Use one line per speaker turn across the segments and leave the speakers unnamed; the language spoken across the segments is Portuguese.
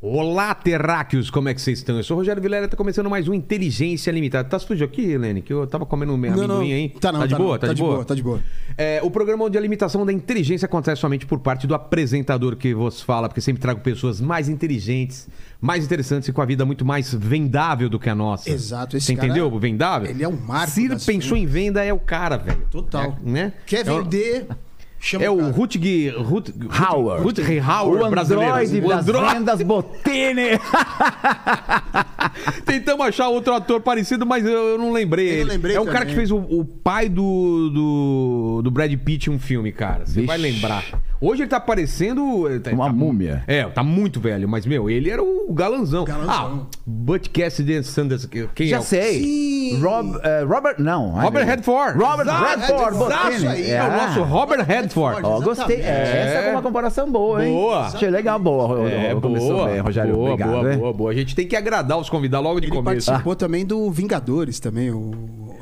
Olá, terráqueos, como é que vocês estão? Eu sou o Rogério Vilela, tá começando mais um Inteligência Limitada. Tá sujo aqui, Helene? Que eu tava comendo um amendoim aí.
Tá não,
tá de
tá
boa?
não.
Tá, de boa?
Tá de boa.
É, o programa onde a limitação da inteligência acontece somente por parte do apresentador que vos fala, porque sempre trago pessoas mais inteligentes, mais interessantes e com a vida muito mais vendável do que a nossa.
Exato, esse
Você
cara-
entendeu? o Vendável?
ele é um marco
Se
das
pensou em venda, é o cara, velho.
Total.
É, né?
Quer
É o-
vender? Chama
É o
cara.
Rutger Rut,
Hauer.
Rutger Hauer
o
brasileiro.
Android
O
das
Android.
vendas Botini.
Tentamos achar outro ator parecido, mas eu, eu não lembrei.
Eu não
ele.
lembrei
é o cara
também.
que fez o, o pai do, do, do Brad Pitt em um filme, cara. Você vai
Vixe.
lembrar. Hoje ele tá parecendo. ele tá-
Uma
tá-
múmia.
É, tá muito velho, mas, meu, ele era o galanzão.
Galanzão.
Ah, Butch Cassidy and Sanders. Quem é?
Já
o-
sei.
Sim.
Rob- eh, Robert, não. ai,
Robert
meu Deus.
Redford.
Robert
Exato,
Redford
exato,
Botini.
isso aí. É o
Ah.
nosso Robert Redford.
Ó, gostei. É, Essa é uma comparação boa, hein?
Boa.
Achei legal, boa.
É,
Começou
boa,
bem, Rogério.
boa,
obrigado,
boa,
hein?
boa, boa. A gente tem que agradar os convidados logo de
Ele
começo.
participou também do Vingadores também, o...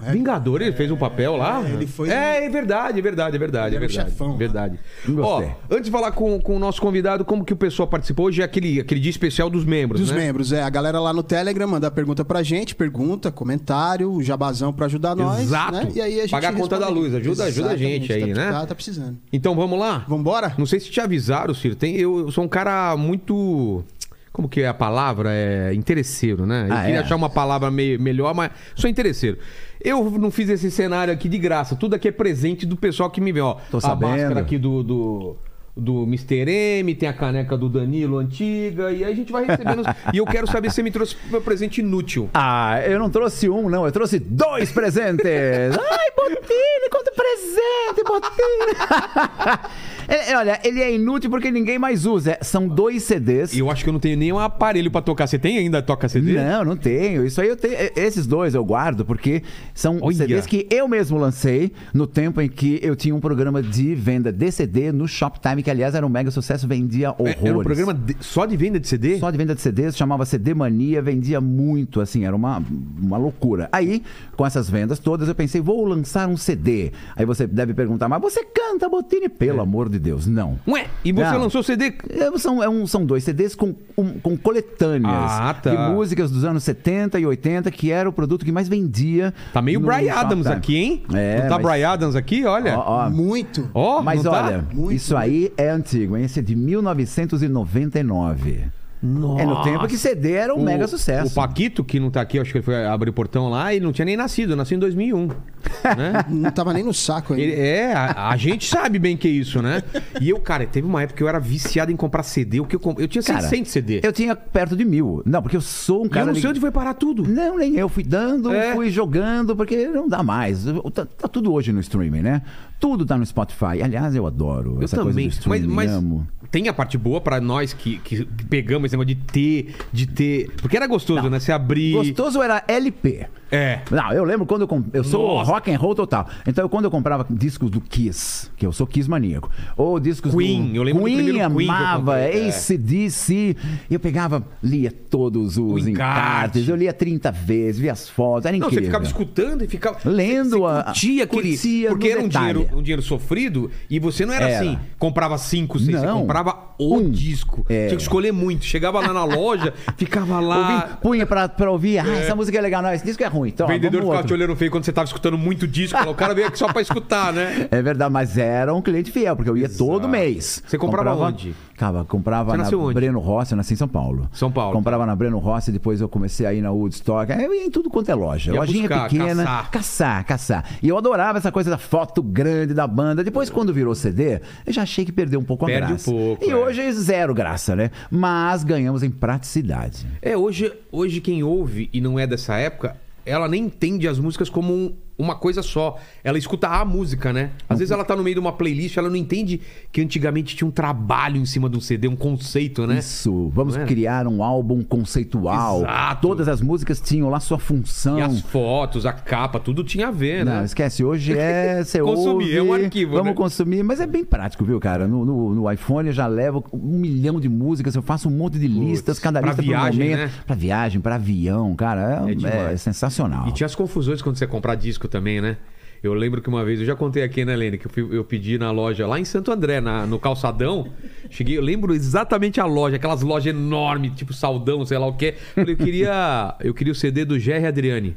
é,
Ah, Vingador, ele fez um papel lá.
ele foi-
É, é verdade, é verdade, é verdade, é
Ele era um
verdade.
chefão, né?
verdade.
Não
Ó,
gostei.
antes de falar com, com o nosso convidado, como que o pessoal participou hoje é aquele, aquele dia especial dos membros,
Dos
né?
membros, é. A galera lá no Telegram manda pergunta pra gente, pergunta, comentário, o jabazão pra ajudar nós.
Exato.
Né? E aí a gente
Pagar a conta
responde.
da luz, ajuda- ajuda a gente aí,
tá,
né?
Tá, tá precisando.
Então vamos lá?
Vambora?
Não sei se te avisaram, Ciro. Tem, eu, eu sou um cara muito. Como que é a palavra? É interesseiro, né? Eu
Ah,
queria
é?
achar uma palavra meio, melhor, mas sou interesseiro. Eu não fiz esse cenário aqui de graça. Tudo aqui é presente do pessoal que me vê. Ó,
Tô
a
sabendo.
máscara aqui do, do, do Mr. M, tem a caneca do Danilo antiga, e aí a gente vai recebendo. os- e eu quero saber se você me trouxe meu presente inútil.
Ah, eu não trouxe um, não. Eu trouxe dois presentes. Ai, Botini, quanto presente, Botini. Ele- olha, ele é inútil porque ninguém mais usa. É, São dois CDs.
E eu acho que eu não tenho nenhum aparelho pra tocar. Você tem ainda toca É, CD?
Não, não tenho. Isso aí eu tenho. Esses dois eu guardo porque são
Olha.
CDs que eu mesmo lancei no tempo em que eu tinha um programa de venda de CD no Shoptime, que aliás era um mega sucesso, vendia horrores.
É- Era um programa de- só de venda de CD?
Só de venda de CDs, chamava CD Mania, vendia muito, assim, era uma, uma loucura. Aí, com essas vendas todas, eu pensei, vou lançar um CD. Aí você deve perguntar, mas você canta, Botini?
É.
Pelo amor de Deus, não.
Ué, e você
Não.
lançou CD
É, são, é um- são dois CDs com, um- com coletâneas
Ah, tá.
de músicas dos anos 70 e 80, que era o produto que mais vendia.
Tá meio
no
Brian Adams
Shoptime.
aqui, hein?
É,
não tá
mas-
Brian Adams aqui, olha. Ó, tá?
Ó, ó.
Muito.
mas
Mas
não
olha,
olha.
Muito,
isso aí é antigo, hein? Esse é de 1999.
Nossa.
É no tempo que CD era um mega sucesso.
O Paquito, que não tá aqui, acho que ele foi abrir o portão lá, ele não tinha nem nascido, eu nasci em 2001. né?
Não tava nem no saco ainda.
Ele- é, a, a gente sabe bem que é isso, né? E eu, cara, teve uma época que eu era viciado em comprar CD. O que eu, comp... eu tinha 600 CD.
Eu tinha perto de mil. Não, porque eu sou um
E eu
cara.
não sei
lig-
onde foi parar tudo.
Não, nem eu. Fui dando,
É.
fui jogando, porque não dá mais. Tá, tá tudo hoje no streaming, né? Tudo tá no Spotify. Aliás, eu adoro
Eu
essa
também.
coisa do
Mas,
streaming.
mas
amo.
tem a parte boa pra nós que, que que pegamos esse negócio de ter, de ter. Porque era gostoso,
Tá.
né? Se abrir.
Gostoso era LP.
É.
Não, eu lembro quando eu comp... Eu sou
Nossa.
rock and roll total. Então, eu- quando eu comprava discos do Kiss, que eu sou Kiss maníaco, ou discos
Queen,
do...
eu lembro do
Queen,
primeiro Queen que eu
amava,
comprei, é.
ACDC. Eu pegava, lia todos os
O encarte.
encartes, eu lia 30 vezes, via as fotos, era
Não,
incrível.
você ficava escutando e ficava.
Lendo
você
a-
curtia aquele.
curtia
porque
no
era um
detalhe.
dinheiro, um dinheiro sofrido e você não era,
Era.
assim, comprava cinco, seis, você
Não.
comprava o
Um.
disco.
É.
Tinha que escolher muito. Chegava lá na loja, ficava
Ouvi,
lá.
punha pra, pra ouvir, ah, essa música é legal, não, esse disco é ruim. Então,
O vendedor
vamos
ficava te
outro.
olhando feio quando você tava escutando muito disco. falava, O cara veio aqui só pra escutar, né?
É verdade, mas era um cliente fiel, porque eu ia todo mês.
Você comprava onde?
Cara, comprava
Você
na
nasceu onde?
Breno Rossi, eu nasci em São Paulo.
São Paulo. tá.
Comprava na Breno Rossi, depois eu comecei aí na Woodstock. aí Eu ia em tudo quanto é loja.
Ia
Lojinha
buscar,
pequena.
caçar.
caçar, caçar. E eu adorava essa coisa da foto grande da banda. Depois, quando virou CD, eu já achei que perdeu um pouco
Perde
a
um
graça.
pouco,
e
é.
hoje é zero graça, né? Mas ganhamos em praticidade.
É, hoje, hoje quem ouve e não é dessa época, ela nem entende as músicas como um- uma coisa só. Ela escuta a música, né? Às vezes ela tá no meio de uma playlist, ela não entende que antigamente tinha um trabalho em cima de um CD, um conceito, né?
Isso, vamos
Não é?
criar um álbum conceitual.
Exato.
Todas as músicas tinham lá sua função.
E as fotos, a né? capa, tudo tinha a ver, né?
Não, esquece. Hoje é. Você
Consumir,
ouve,
é um arquivo,
Vamos
né?
consumir, mas é bem prático, viu, cara? No, no- no iPhone eu já levo um milhão de músicas, eu faço um monte de listas, cada
pra
lista
viagem,
pro momento.
né?
Pra viagem, pra avião, cara.
É
É,
demais.
é sensacional.
E tinha as confusões quando você ia comprar disco também, né? Eu lembro que uma vez, eu já contei aqui, né, Lene, que eu, fui- eu pedi na loja lá em Santo André, na- no calçadão. Cheguei, eu lembro exatamente a loja, aquelas lojas enormes, tipo Saldão, sei lá o quê. Falei, eu queria, eu queria o CD do Jerry Adriani.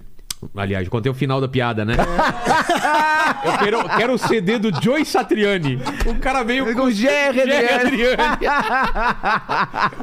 Aliás, eu contei o final da piada, né? Eu quero, quero o CD do Joey Satriani. O cara veio
Com
com o
Jerry Adriani.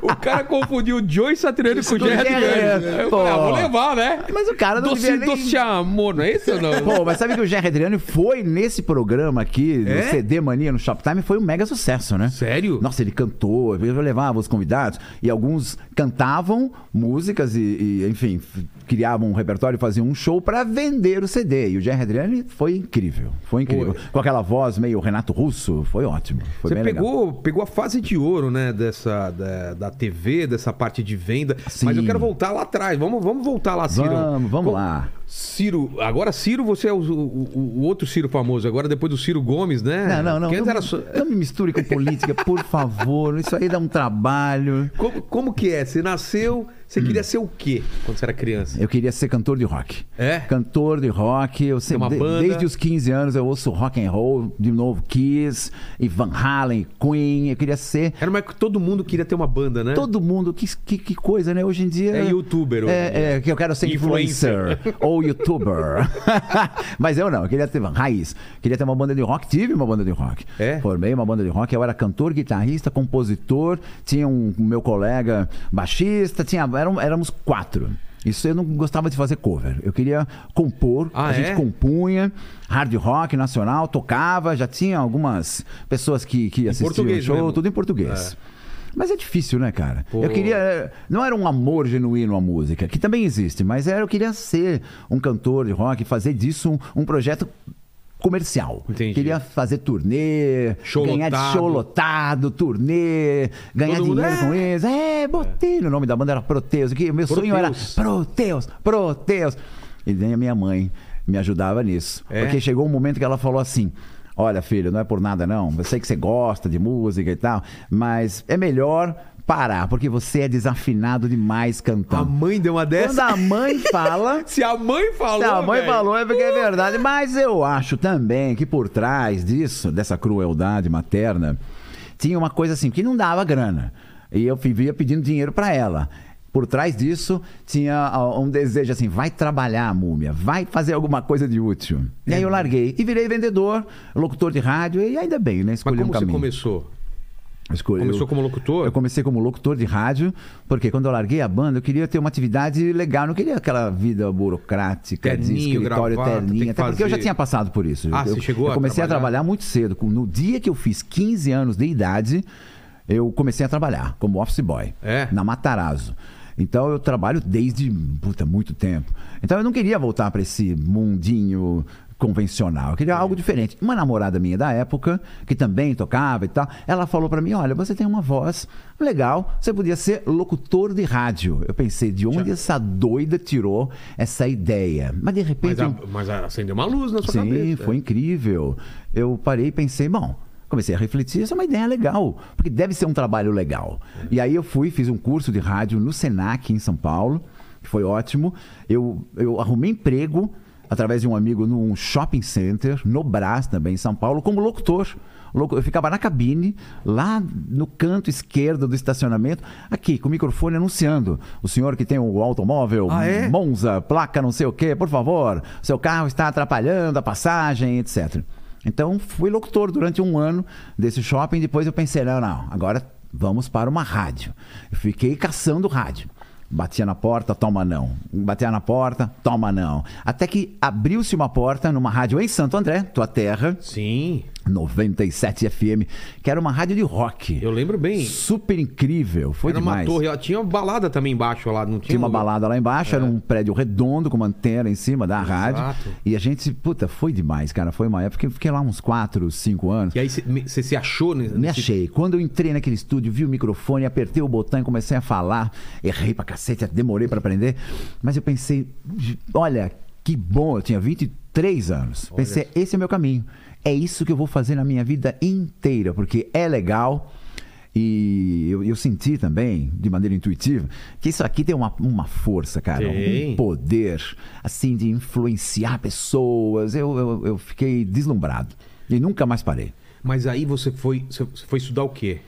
o cara confundiu o Joey Satriani com o
Com o
Jerry
Jerry
Adriani.
Adriani.
Eu falei, ah,
Pô.
vou levar, né?
Mas o cara não
doce,
devia nem-
doce amor, não é isso ou não?
Pô, mas sabe que o Jerry Adriano foi nesse programa aqui, no
É?
CD Mania, no Shoptime, foi um mega sucesso, né?
Sério?
Nossa, ele cantou, ele levava os convidados, e alguns cantavam músicas e, e, enfim, f- criavam um repertório, faziam um show pra vender o CD. E o Jerry Adriano foi incrível, foi incrível.
Foi.
Com aquela voz meio Renato Russo, foi ótimo, foi
Você
bem legal.
pegou, pegou a fase de ouro, né? Dessa, da, da TV, dessa parte de venda.
Sim.
Mas eu quero voltar lá atrás. Vamos, vamos voltar lá, Ciro.
Vamos, vamos
Com-
lá.
Ciro, agora Ciro, você é o, o- o- o outro Ciro famoso. Agora depois do Ciro Gomes, né?
Não, não, não.
Que antes
Não,
era só-
não me misture com política, por favor. Isso aí dá um trabalho.
Como, como que é? Você nasceu, você queria ser o quê quando você era criança?
Eu queria ser cantor de rock.
É?
Cantor de rock. Eu sempre,
uma banda?
desde os 15 anos eu ouço rock and roll, de novo Kiss, e Van Halen, Queen. Eu queria ser
Era uma época que todo mundo queria ter uma banda, né?
todo mundo. Que, que, que coisa, né? Hoje em dia.
É youtuber hoje em
É, é, que eu quero ser influencer,
Influencer.
ou youtuber. Mas eu não, eu queria ter raiz. Queria ter uma banda de rock, tive uma banda de rock.
É?
Formei uma banda de rock, eu era cantor, guitarrista, compositor, tinha um meu colega baixista, tinha, eram, éramos quatro. Isso eu não gostava de fazer cover. Eu queria compor,
Ah,
a
é?
gente compunha, hard rock nacional, tocava, já tinha algumas pessoas que, que assistiam o
português
show,
mesmo.
tudo em português. Mas é difícil, né, cara? Eu queria. é, Não era um amor genuíno à música, que também existe, mas era, eu queria ser um cantor de rock, fazer disso um, um projeto comercial.
Entendi.
Queria fazer turnê,
Show
ganhar
lotado.
de show lotado, turnê, ganhar
Todo mundo,
dinheiro
"É,
com isso. É, Botelho. O nome da banda era Proteus. que o meu sonho era
Proteus.
Proteus, Proteus. E nem a minha mãe me ajudava nisso.
É?
Porque chegou um momento que ela falou assim: Olha, filho, não é por nada não. Eu sei que você gosta de música e tal, mas é melhor parar, porque você é desafinado demais
A
cantando.
mãe deu uma
Quando
dessa.
a mãe fala.
Se a mãe falou.
Se a mãe
velho.
falou é porque é verdade. Mas eu acho também que por trás disso, dessa crueldade materna, tinha uma coisa assim, que não dava grana. E eu vivia pedindo dinheiro pra ela. Por trás disso, tinha ah, um desejo assim: vai trabalhar, múmia, vai fazer alguma coisa de útil. E
Uhum.
aí eu larguei e virei vendedor, locutor de rádio, e ainda bem, né?
Mas
Escolhi
como
um
você
caminho.
começou?
Eu escolhi-
Começou
eu-
como locutor?
Eu comecei como locutor de rádio, porque quando eu larguei a banda, eu queria ter uma atividade legal, eu não queria aquela vida burocrática
Terninho,
de escritório,
gravata, tem que
terninha, até porque eu já
fazer.
tinha passado por isso.
Ah,
eu,
você chegou
eu
a
comecei a
trabalhar?
trabalhar muito cedo. Com- No dia que eu fiz 15 anos de idade, eu comecei a trabalhar como office boy
É?
na Matarazzo. Então eu trabalho desde puta, muito tempo. Então eu não queria voltar para esse mundinho convencional. Eu queria algo diferente. Uma namorada minha da época, que também tocava e tal, ela falou para mim: "Olha, você tem uma voz legal, você podia ser locutor de rádio". Eu pensei: "De onde essa doida tirou essa ideia?". Mas de repente
Mas, a-
um-
mas a- acendeu uma luz na sua
Sim,
cabeça.
foi incrível. Eu parei e pensei, bom, comecei a refletir, isso é uma ideia legal, porque deve ser um trabalho legal. E aí eu fui, fiz um curso de rádio no Senac em São Paulo, que foi ótimo. Eu, eu arrumei emprego através de um amigo num shopping center, no Brás também, em São Paulo, como locutor. Louco, Eu ficava na cabine, lá no canto esquerdo do estacionamento, aqui, com o microfone anunciando. O senhor que tem o automóvel
Ah, é?
Monza, placa não sei o quê, por favor, seu carro está atrapalhando a passagem, etc. Então, fui locutor durante um ano desse shopping. Depois eu pensei, não, não, agora vamos para uma rádio. Eu fiquei caçando rádio. Batia na porta, toma não. Batia na porta, toma não. Até que abriu-se uma porta numa rádio em Santo André, tua terra,
Sim,
97 FM, que era uma rádio de rock.
eu lembro bem.
Super incrível, foi
era
demais.
uma torre, ó, tinha uma balada também embaixo lá, não tinha?
Tinha uma
lugar?
balada lá embaixo,
É.
era um prédio redondo com uma antena em cima da rádio. E a gente, puta, foi demais, cara. Foi uma época que eu fiquei lá uns 4, 5 anos.
E aí você se achou nesse...
Me achei. Quando eu entrei naquele estúdio, vi o microfone, apertei o botão e comecei a falar. Errei pra cacete, demorei pra aprender. Mas eu pensei, olha, que bom, eu tinha 23 anos. Pensei, esse é o meu caminho. É isso que eu vou fazer na minha vida inteira, porque é legal. E eu, eu senti também, de maneira intuitiva, que isso aqui tem uma, uma força, cara.
Tem.
Um poder, assim, de influenciar pessoas. Eu, eu, eu fiquei deslumbrado. E nunca mais parei.
Mas aí você foi, você foi estudar o quê?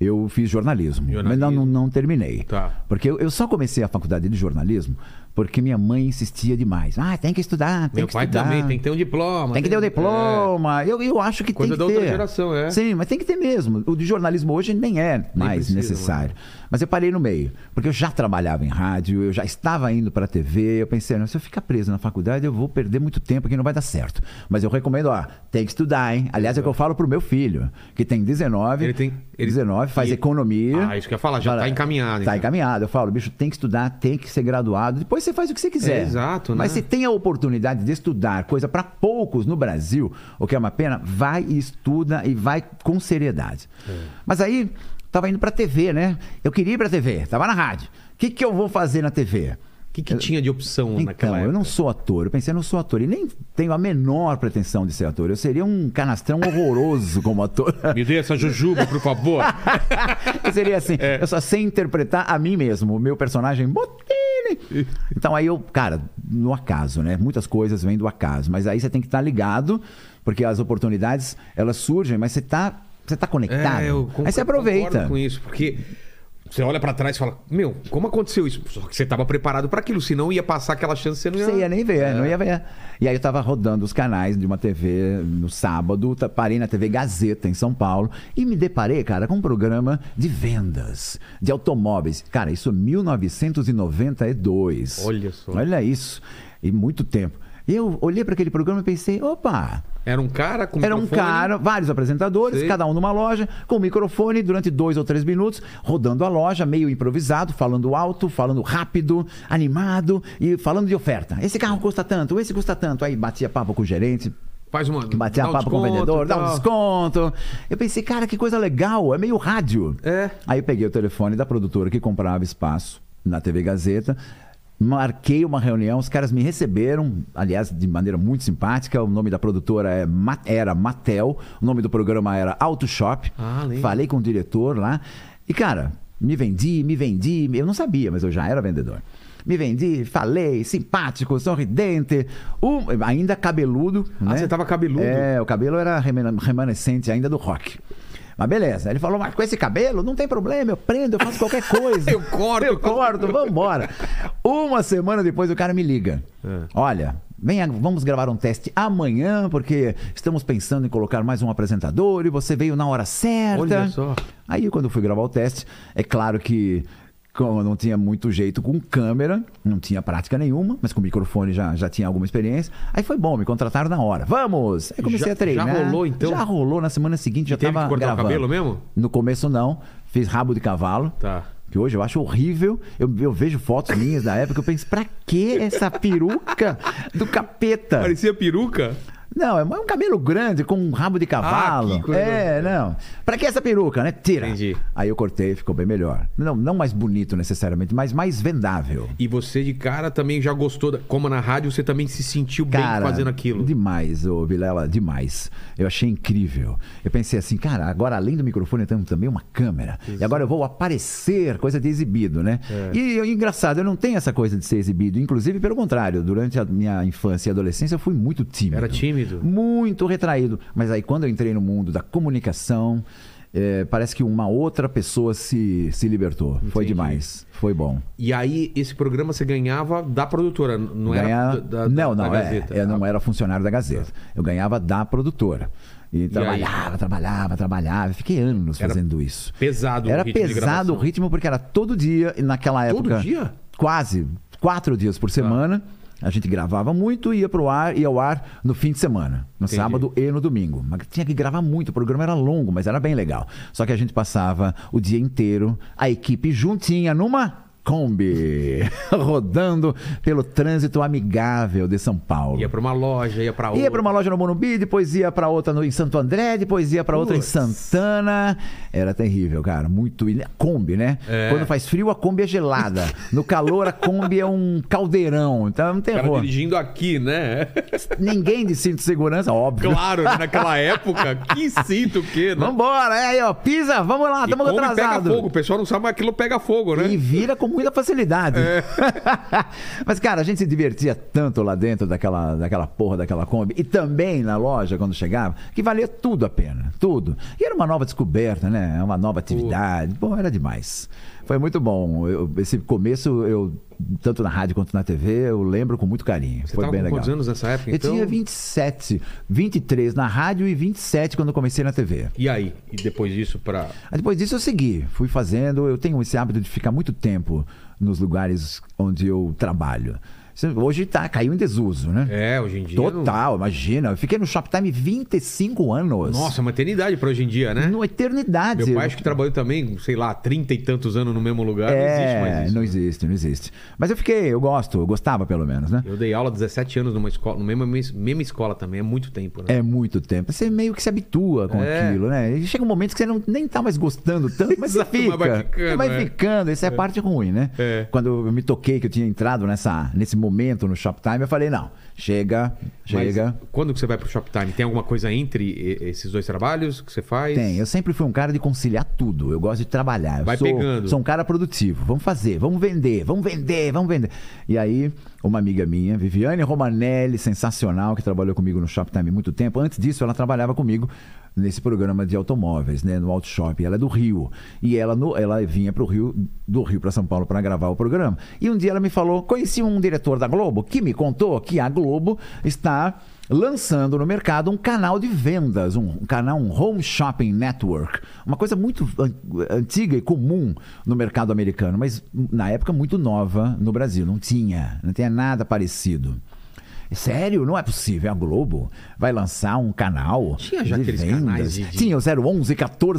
Eu fiz jornalismo, mas
Jornalismo.
não, não, não terminei.
Tá.
Porque eu, eu só comecei a faculdade de jornalismo porque minha mãe insistia demais. Ah, tem que estudar, tem
Meu
que
pai
estudar.
também, tem que ter um diploma.
Tem que ter o
É.
diploma. Eu, eu acho que
Coisa
tem que
da outra
ter.
geração, é.
Sim, mas tem que ter mesmo. O de jornalismo hoje nem é mais
precisa, né?
necessário. Mas eu parei no meio, porque eu já trabalhava em rádio, eu já estava indo para a TV. Eu pensei, "Não, se eu ficar preso na faculdade, eu vou perder muito tempo aqui, não vai dar certo. Mas eu recomendo, ó, tem que estudar, hein? Aliás, é o que eu falo pro meu filho, que tem 19.
Ele tem- ele-
19, faz
e-
economia.
Ah, isso que eu ia falar, já
Fala,
tá encaminhado,
Tá
então.
encaminhado. Eu falo, bicho, tem que estudar, tem que ser graduado. Depois você faz o que você quiser.
É, exato,
Mas
né?
se tem a oportunidade de estudar coisa para poucos no Brasil, o que é uma pena, vai e estuda e vai com seriedade.
É.
Mas aí tava indo para TV, né? Eu queria ir para TV, tava na rádio. O que, que eu vou fazer na
O
TV?
É. que, que tinha de opção
Então,
naquela época?
eu não sou ator. Eu pensei, eu não sou ator. E nem tenho a menor pretensão de ser ator. Eu seria um canastrão horroroso como ator.
Me dê essa jujuba, por favor.
Eu seria assim,
É.
eu só sei interpretar a mim mesmo, o meu personagem Botini. Então aí eu, cara, no acaso, né? Muitas coisas vêm do acaso, mas aí você tem que estar ligado, porque as oportunidades, elas surgem, mas você tá, você tá conectado.
É, eu con-
aí você aproveita.
concordo com isso, porque você olha pra trás e fala: Meu, como aconteceu isso? Só que você tava preparado pra aquilo, senão ia passar aquela chance você não ia.
Você ia né? nem ver, não
É.
ia ver. E aí eu tava rodando os canais de uma TV no sábado, ta- parei na TV Gazeta em São Paulo e me deparei, cara, com um programa de vendas de automóveis. Cara, isso é 1992.
Olha só.
Olha isso. E muito tempo. E eu olhei para aquele programa e pensei, opa,
Era um cara com
era um
microfone.
cara, vários apresentadores,
Sei.
cada um numa loja, com um microfone durante dois ou três minutos, rodando a loja, meio improvisado, falando alto, falando rápido, animado e falando de oferta. Esse carro custa tanto, esse custa tanto. Aí batia papo com o gerente,
Faz uma.
batia
dá um
papo com o
desconto,
vendedor, dá um
tal.
desconto. Eu pensei, cara, que coisa legal, é meio rádio.
É.
Aí eu peguei o telefone da produtora que comprava espaço na TV Gazeta. Marquei uma reunião, os caras me receberam, aliás, de maneira muito simpática. O nome da produtora é Ma- era Matel, o nome do programa era Auto Shop.
Ah, lembro.
Falei com o diretor lá. E, cara, me vendi, me vendi. Eu não sabia, mas eu já era vendedor. Me vendi, falei, simpático, sorridente, um- ainda cabeludo.
Ah,
né?
você tava cabeludo?
É, o cabelo era remena- remanescente ainda do rock. Mas beleza. Ele falou, mas com esse cabelo não tem problema, eu prendo, eu faço qualquer coisa.
Eu corto,
Eu
eu faço-
corto, vambora. Uma semana depois o cara me liga.
É.
Olha, vem, a- vamos gravar um teste amanhã, porque estamos pensando em colocar mais um apresentador e você veio na hora certa.
Olha só.
Aí quando eu fui gravar o teste, é claro que como eu não tinha muito jeito com câmera, não tinha prática nenhuma, mas com microfone já, já tinha alguma experiência. Aí foi bom, me contrataram na hora. Vamos! Aí comecei
Já-
a treinar.
já rolou, então?
Já rolou na semana seguinte, já
teve
tava
que cortar o
gravando.
cabelo mesmo?
No começo não, fiz rabo de cavalo.
Tá.
Que hoje eu acho horrível. Eu, eu vejo fotos minhas da época, eu penso, pra que essa peruca do capeta?
Parecia peruca?
Não, é um cabelo grande com um rabo de cavalo.
Ah, que coisa.
é, não. Pra que essa peruca, né? Tira.
Entendi.
Aí eu cortei, ficou bem melhor. Não, não mais bonito necessariamente, mas mais vendável.
E você de cara também já gostou, da- como na rádio, você também se sentiu
Cara,
bem fazendo aquilo.
Demais, ô Vilela, demais. Eu achei incrível. Eu pensei assim, cara, agora além do microfone tem também uma câmera. E agora eu vou aparecer, coisa de exibido, né?
É.
E eu- engraçado, eu não tenho essa coisa de ser exibido. Inclusive, pelo contrário, durante a minha infância e adolescência eu fui muito tímido.
Era tímido?
Muito retraído. Mas aí quando eu entrei no mundo da comunicação. eh, parece que uma outra pessoa se, se libertou. Foi
Entendi.
demais. Foi bom.
E aí, esse programa você ganhava da produtora, n- não
Ganhar-
era da, da-
não,
da
não, é,
Gazeta. Ah.
eu não era funcionário da Gazeta. Eu ganhava da produtora. E, trabalhava, trabalhava, trabalhava. Fiquei anos
Era
fazendo isso.
pesado o
Era
ritmo de
pesado o
gravação.
ritmo, porque era todo dia, e naquela
Todo
época.
dia? Ah.
Quase. Quatro dias por semana. A gente gravava muito, ia pro ar, ia ao ar no fim de semana, no
Entendi.
sábado e no domingo. Mas tinha que gravar muito, o programa era longo, mas era bem legal. Só que a gente passava o dia inteiro, a equipe juntinha numa Kombi, rodando pelo trânsito amigável de São Paulo.
Ia pra uma loja, ia pra outra.
Ia para uma loja no Morumbi, depois ia para outra no- em Santo André, depois ia para outra em
Putz.
Santana. Era terrível, cara. Muito. e Kombi, né?
É.
Quando faz frio, a Kombi é gelada. No calor, a Kombi é um caldeirão. Então é um
O cara
terror.
dirigindo aqui, né?
Ninguém de cinto de segurança, óbvio.
Claro, né? naquela época. Que sinto o quê, né?
Vambora, é aí, ó. Pisa, vamos lá,
E
estamos
como Pega fogo. né?
atrasados.
O pessoal não sabe, mas aquilo pega fogo, né?
E vira com muita facilidade.
É.
Mas, cara, a gente se divertia tanto lá dentro daquela, daquela porra daquela Kombi. E também na loja, quando chegava, que valia tudo a pena. Tudo. E era uma nova descoberta, né? Uma nova atividade. Pô, era demais. Foi muito bom. Eu- esse começo, eu, tanto na rádio quanto na TV, eu lembro com muito carinho.
Você
Foi
tava
bem
com
legal.
quantos anos nessa época,
Eu
então?
tinha 27, 23 na rádio e 27 quando eu comecei na TV.
E aí? E depois disso pra...
Aí Depois disso eu segui, fui fazendo. Eu tenho esse hábito de ficar muito tempo nos lugares onde eu trabalho. Isso Hoje tá, caiu em desuso, né?
É, hoje em dia... não-
Total, imagina. Eu fiquei no Shoptime 25 anos.
Nossa, uma eternidade pra hoje em dia, né?
Uma eternidade.
Meu pai acho que trabalhou também, sei lá, trinta e tantos anos no mesmo lugar. não existe mais
É,
isso. né?
não existe, não existe. Mas eu fiquei, eu gosto, eu gostava pelo menos, né?
Eu dei aula 17 anos numa escola, numa mesma, mesma escola também, é muito tempo, né?
É muito tempo. Você meio que se habitua com
É.
aquilo, né? E chega um momento que você não, nem tá mais gostando tanto, mas você
Exato, mas
fica.
vai ficando,
vai
é.
ficando. Essa é a parte ruim, né?
É.
Quando eu me toquei que eu tinha entrado nessa, nesse momento no Shoptime, eu falei, não, chega,
Mas
É, chega.
quando que você vai pro Shoptime? Tem alguma coisa entre e- esses dois trabalhos que você faz?
Tem, eu sempre fui um cara de conciliar tudo. Eu gosto de trabalhar. Eu
Vai
sou,
pegando.
Sou um cara produtivo. Vamos fazer, vamos vender, vamos vender, vamos vender. E aí, uma amiga minha, Viviane Romanelli, sensacional, que trabalhou comigo no Shoptime há muito tempo. Antes disso, ela trabalhava comigo nesse programa de automóveis, né, no Auto Shop. Ela é do Rio. E ela, no- ela vinha pro Rio, do Rio para São Paulo para gravar o programa. E um dia ela me falou: conheci um diretor da Globo que me contou que a Globo está lançando no mercado um canal de vendas, um canal, um home shopping network, uma coisa muito an- antiga e comum no mercado americano, mas hum, na época muito nova no Brasil, não tinha, não tinha nada parecido. Sério? Não é possível. A Globo vai lançar um canal
Tinha já
de
aqueles
vendas.
canais de- de-
Tinha o 011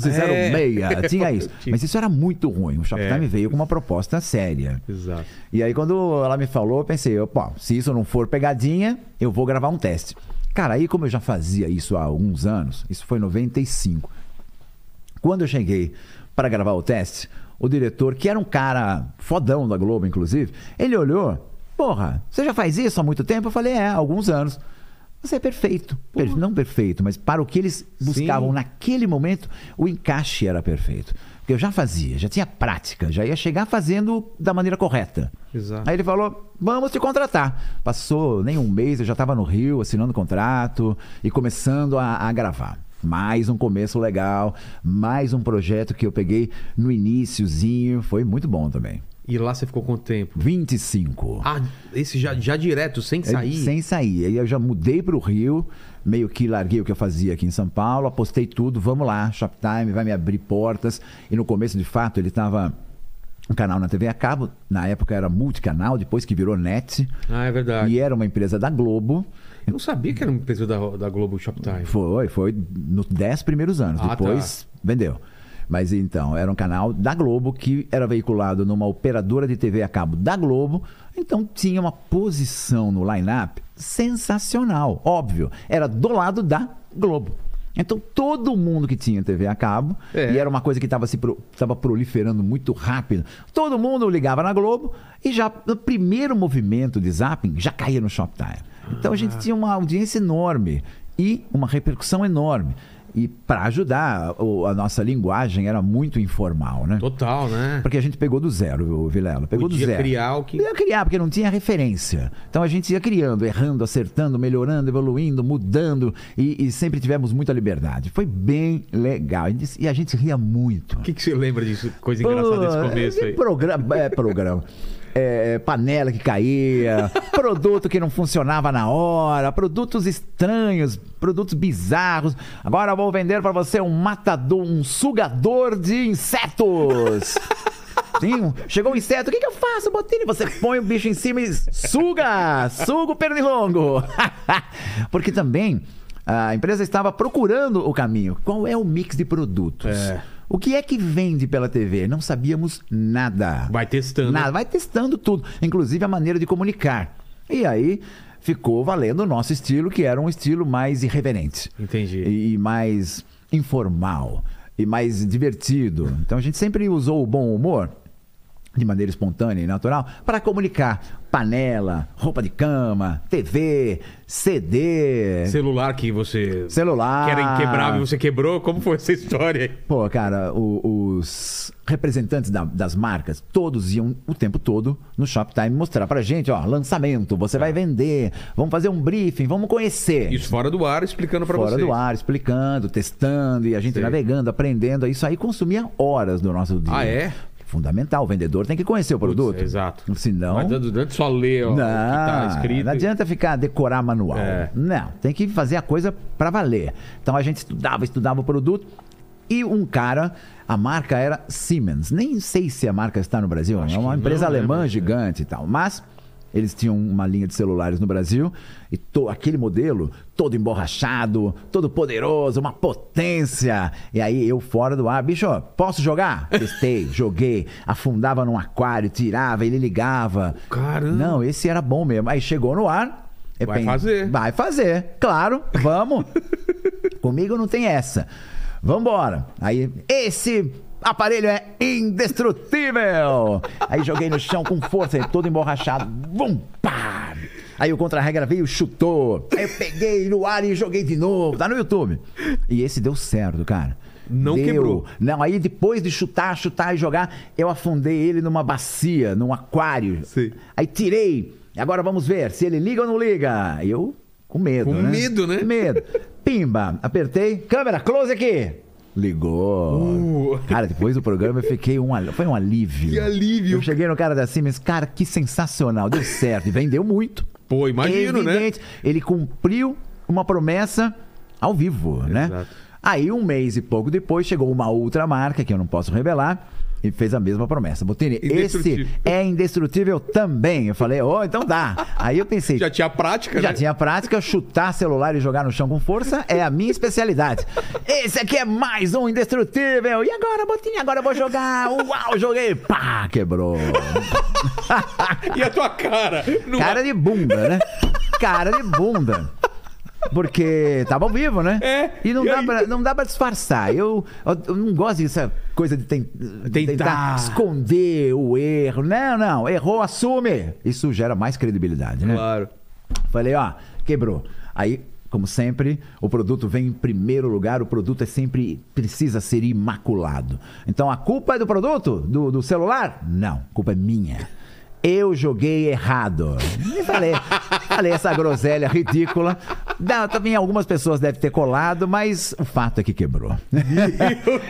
1406,
É.
tinha isso.
Tinha.
Mas isso era muito ruim. O Shoptime
É.
veio com uma proposta séria.
Exato.
E aí, quando ela me falou, eu pensei, eu, pô, se isso não for pegadinha, eu vou gravar um teste. Cara, aí como eu já fazia isso há alguns anos, isso foi em 95. Quando eu cheguei para gravar o teste, o diretor, que era um cara fodão da Globo, inclusive, ele olhou, porra, você já faz isso há muito tempo? Eu falei, é, há alguns anos. Você é perfeito. Per- Não perfeito, mas para o que eles buscavam
Sim.
naquele momento, o encaixe era perfeito. Porque eu já fazia, já tinha prática, já ia chegar fazendo da maneira correta.
Exato.
Aí ele falou: vamos te contratar. Passou nem um mês, eu já estava no Rio assinando contrato e começando a, a gravar. Mais um começo legal, mais um projeto que eu peguei no iníciozinho. Foi muito bom também.
E lá você ficou quanto tempo?
25.
Ah, esse já, já direto, sem
É,
sair?
Sem sair. Aí eu já mudei para o Rio, meio que larguei o que eu fazia aqui em São Paulo, apostei tudo, vamos lá, Shoptime vai me abrir portas. E no começo, de fato, ele estava um canal na TV a cabo, na época era multicanal, depois que virou net,
Ah, é verdade.
e era uma empresa da Globo.
Eu não sabia que era um peso da, da Globo Shoptime.
Foi, foi nos 10 primeiros anos.
Ah,
Depois vendeu. Mas então, era um canal da Globo que era veiculado numa operadora de TV a cabo da Globo. Então tinha uma posição no line-up sensacional, óbvio. Era do lado da Globo. Então todo mundo que tinha TV a cabo,
É.
e era uma coisa que estava pro, tava proliferando muito rápido, todo mundo ligava na Globo e já no primeiro movimento de zapping já caía no Shoptime. Então a gente tinha uma audiência enorme e uma repercussão enorme. E para ajudar, o- a nossa linguagem era muito informal, né?
Total, né?
Porque a gente pegou do zero, o Vilela. Pegou
Podia
do zero.
criar o que-
Ia criar, porque não tinha referência. Então a gente ia criando, errando, acertando, melhorando, evoluindo, mudando. E, e sempre tivemos muita liberdade. Foi bem legal. E disse- E a gente ria muito.
O que, que você lembra disso? Coisa engraçada desse começo aí.
Programa, é, programa. É, panela que caía, produto que não funcionava na hora, produtos estranhos, produtos bizarros. Agora eu vou vender pra você um matador, um sugador de insetos. Sim, um- chegou um inseto, o que, que eu faço, Botini? Você põe o bicho em cima e suga! Suga o pernilongo! Porque também a empresa estava procurando o caminho. Qual é o mix de produtos?
É.
O que é que vende pela TV? Não sabíamos nada.
Vai testando.
Nada, vai testando tudo, inclusive a maneira de comunicar. E aí ficou valendo o nosso estilo, que era um estilo mais irreverente
Entendi.
e, e mais informal e mais divertido. Então a gente sempre usou o bom humor de maneira espontânea e natural para comunicar panela, roupa de cama, TV, CD,
Celular que você.
celular.
Que era inquebrável, você quebrou? Como foi essa história aí?
Pô, cara, o- os representantes da- das marcas, todos iam o tempo todo no Shoptime mostrar pra gente, ó, lançamento, você vai vender, vamos fazer um briefing, vamos conhecer.
Ah. Isso fora do ar, explicando pra
Fora
vocês.
do ar, explicando, testando, e a gente
Sei.
navegando, aprendendo. Isso aí consumia horas do nosso dia.
Ah, é?
Fundamental, o vendedor tem que conhecer o
Putz,
produto.
exato.
Senão.
Não adianta não adianta só ler ó,
Não,
o que tá escrito.
não adianta ficar decorar manual.
É.
Não, tem que fazer a coisa pra valer. Então a gente estudava, estudava o produto e um cara, a marca era Siemens. Nem sei se a marca está no Brasil, é uma
que
empresa
não, né,
alemã
mas-
gigante e tal, mas eles tinham uma linha de celulares no Brasil e to- aquele modelo todo emborrachado, todo poderoso, uma potência. E aí eu fora do ar, bicho, posso jogar? Testei, joguei, afundava num aquário, tirava, ele ligava.
Caramba.
Não, esse era bom mesmo. Aí chegou no ar. eu
Vai fazer.
Vai fazer, claro, vamos. Comigo não tem essa. Vambora. Aí, esse aparelho é indestrutível. Aí joguei no chão com força, ele todo emborrachado. Bum, pá. Aí o contra-regra veio e chutou. Aí eu peguei no ar e joguei de novo. Tá no YouTube. E esse deu certo, cara.
Não
Deu.
quebrou.
Não, aí depois de chutar, chutar e jogar, eu afundei ele numa bacia, num aquário.
Sim.
Aí tirei. Agora vamos ver se ele liga ou não liga. E Eu com medo.
Com
né?
medo, né?
Com medo. Pimba, apertei. Câmera, close aqui. Ligou.
Uh.
Cara, depois do programa eu fiquei um al- foi um alívio.
Que alívio.
Eu cheguei no cara da Siemens, cara, que sensacional, deu certo e vendeu muito.
Pô, imagino, né?
Evidente, ele cumpriu uma promessa ao vivo, né?
Exato.
Aí, um mês e pouco depois, chegou uma outra marca que eu não posso revelar. E fez a mesma promessa. Botini, esse
Indestrutível.
é indestrutível também. Eu falei, ô, então dá. Aí eu pensei,
Já tinha prática,
já
né?
tinha prática, chutar celular e jogar no chão com força é a minha especialidade. Esse aqui é mais um indestrutível. E agora, Botinha, agora eu vou jogar. Uau, joguei. Pá, quebrou.
E a tua cara? Não-
Cara de bunda, né? Cara de bunda. Porque tava ao vivo, né?
É,
E não,
e
dá
aí?
pra, não dá pra disfarçar. Eu, eu- eu não gosto dessa coisa de ten-
Tentar.
esconder o erro. Não, não. Errou, assume. Isso gera mais credibilidade, né?
Claro.
Falei, ó, quebrou. Aí, como sempre, o produto vem em primeiro lugar, o produto é sempre precisa ser imaculado. Então a culpa é do produto? Do, do celular? Não, a culpa é minha. Eu joguei errado. E falei, falei essa groselha ridícula. Dá- também algumas pessoas devem ter colado, mas o fato é que quebrou.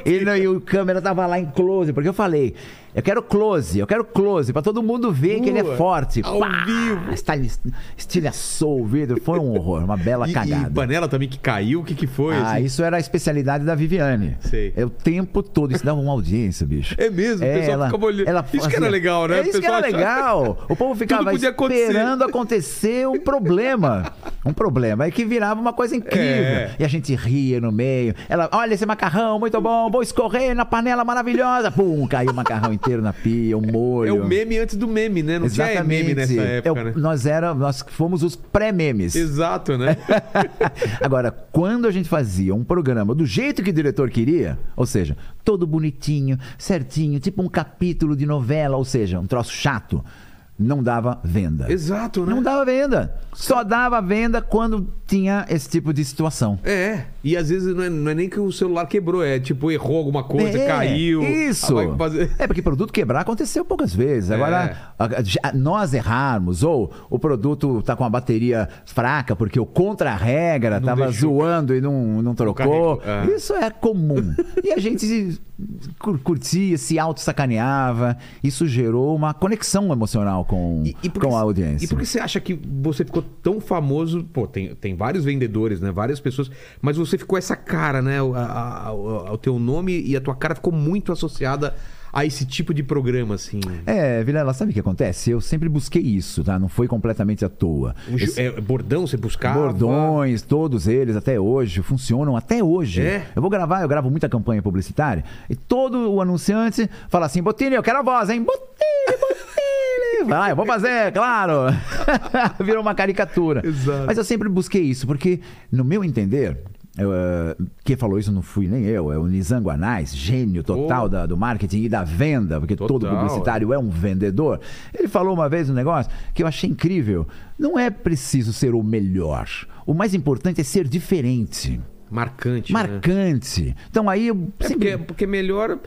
e, não- e o câmera tava lá em close, porque eu falei, eu quero close, eu quero close, pra todo mundo ver que ele é
Boa.
forte.
Ao vivo.
Estalha- Estilhaçou o vidro, foi um horror, uma bela
E, e
cagada.
panela também que caiu, o que que foi?
Ah,
assim?
isso era a especialidade da Viviane.
Sei.
É o tempo todo, isso dava uma audiência, bicho.
É mesmo? O pessoal ficava olhando. Isso que era legal, né? O
É Isso que era
pessoal achava-
legal. O povo ficava
podia acontecer.
esperando acontecer um problema. Um problema. Aí que virava uma coisa incrível.
É.
E a gente ria no meio. Ela, olha esse macarrão, muito bom, vou escorrer na panela maravilhosa. Pum, caiu o macarrão inteiro na pia, o molho.
É o meme antes do meme, né? Não tinha meme nessa
É o-
época, né?
Nós era, nós fomos os pré-memes.
Exato, né?
Agora, quando a gente fazia um programa do jeito que o diretor queria, ou seja, todo bonitinho, certinho, tipo um capítulo de novela, ou seja, um troço chato, não dava venda.
Exato, né?
Não dava venda. Só dava venda quando tinha esse tipo de situação.
É, e às vezes não é, não é nem que o celular quebrou, é tipo, errou alguma coisa,
É,
caiu.
Isso.
Ah, vai fazer- É.
É porque produto quebrar aconteceu poucas vezes. Agora, a- a- nós errarmos, ou o produto tá com a bateria fraca porque o contra-regra
Não
tava
deixou.
zoando e não, não trocou.
carregou, é.
Isso é comum. e a gente se cur- curtia, se auto-sacaneava. Isso gerou uma conexão emocional com,
por
com
que-
a audiência.
E por que você acha que você ficou tão famoso? Pô, tem, tem vários vendedores, né? Várias pessoas. Mas você ficou essa cara, né? O, a- a- o- o teu nome e a tua cara ficou muito associada a esse tipo de programa, assim?
É, Vilela, sabe o que acontece? Eu sempre busquei isso, tá? Não foi completamente à toa.
Um ju-
Esse-
é, bordão você buscava?
Bordões, todos eles até hoje, funcionam até hoje.
É?
Eu vou gravar, eu gravo muita campanha publicitária, e todo o anunciante fala assim: Botini, eu quero a voz, hein? Botini, Botini. Vai, eu vou fazer, claro. Virou uma caricatura.
Exato.
Mas eu sempre busquei isso, porque, no meu entender. eu, eh, quem falou isso não fui nem eu, é o Nizam Guanais, gênio total
Oh.
da- do marketing e da venda, porque todo
Total,
publicitário publicitário é um vendedor. Ele falou uma vez um negócio que eu achei incrível. Não é preciso ser o melhor. O mais importante é ser diferente,
Marcante. né?
marcante. Então aí eu
É
sempre
porque, porque melhor.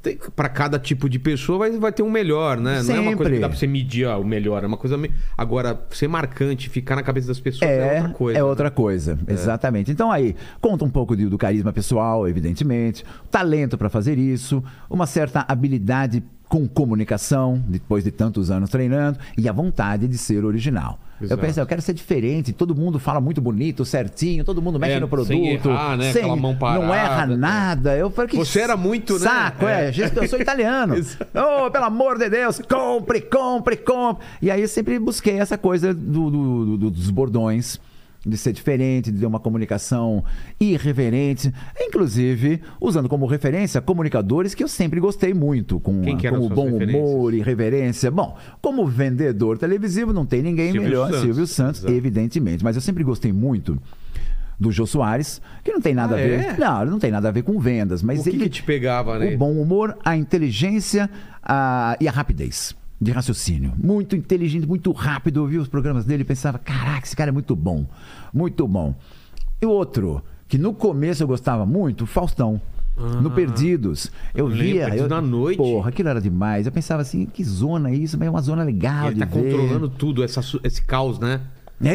tem- Pra cada tipo de pessoa vai, vai ter um melhor, né? Não é uma coisa
Sempre.
que dá pra você medir ó, o melhor. É uma coisa. me- Agora, ser marcante, ficar na cabeça das pessoas é, outra coisa.
É outra coisa, exatamente. Então aí, conta um pouco de- do carisma pessoal, evidentemente, talento para fazer isso, uma certa habilidade com comunicação, depois de tantos anos treinando, e a vontade de ser original. Eu
Exato.
pensei, eu quero ser diferente, todo mundo fala muito bonito, certinho, todo mundo mexe
É,
no produto.
sem errar, né? Aquela mão
Não erra
parada. né?
nada. Eu falei que
Você era muito, né?
saco, é.
É.
gente, eu sou italiano. oh, pelo amor de Deus, compre, compre, compre. E aí eu sempre busquei essa coisa do- do- do- do- dos bordões. De ser diferente, de ter uma comunicação irreverente, inclusive usando como referência comunicadores que eu sempre gostei muito, com,
Quem que eram
com o
suas
bom
referências?
humor, irreverência. Bom, como vendedor televisivo, não tem ninguém
Silvio
melhor,
Santos.
Silvio Santos,
Exato.
evidentemente. Mas eu sempre gostei muito do Jô Soares, que não tem nada
Ah,
a ver.
é?
Não, não tem nada a ver com vendas, mas
O que,
ele
que te pegava, né?
o bom humor, a inteligência a- e a rapidez de raciocínio. Muito inteligente, muito rápido. Eu via os programas dele e pensava: caraca, esse cara é muito bom. Muito bom. E outro, que no começo eu gostava muito, Faustão. No Perdidos. Eu
lembro,
via.
Perdidos
eu-
Ah, na noite.
Porra, aquilo era demais. Eu pensava assim: que zona é isso? Mas é uma zona legal
Ele
de
tá
ver.
controlando tudo, essa su- esse caos, né?
É,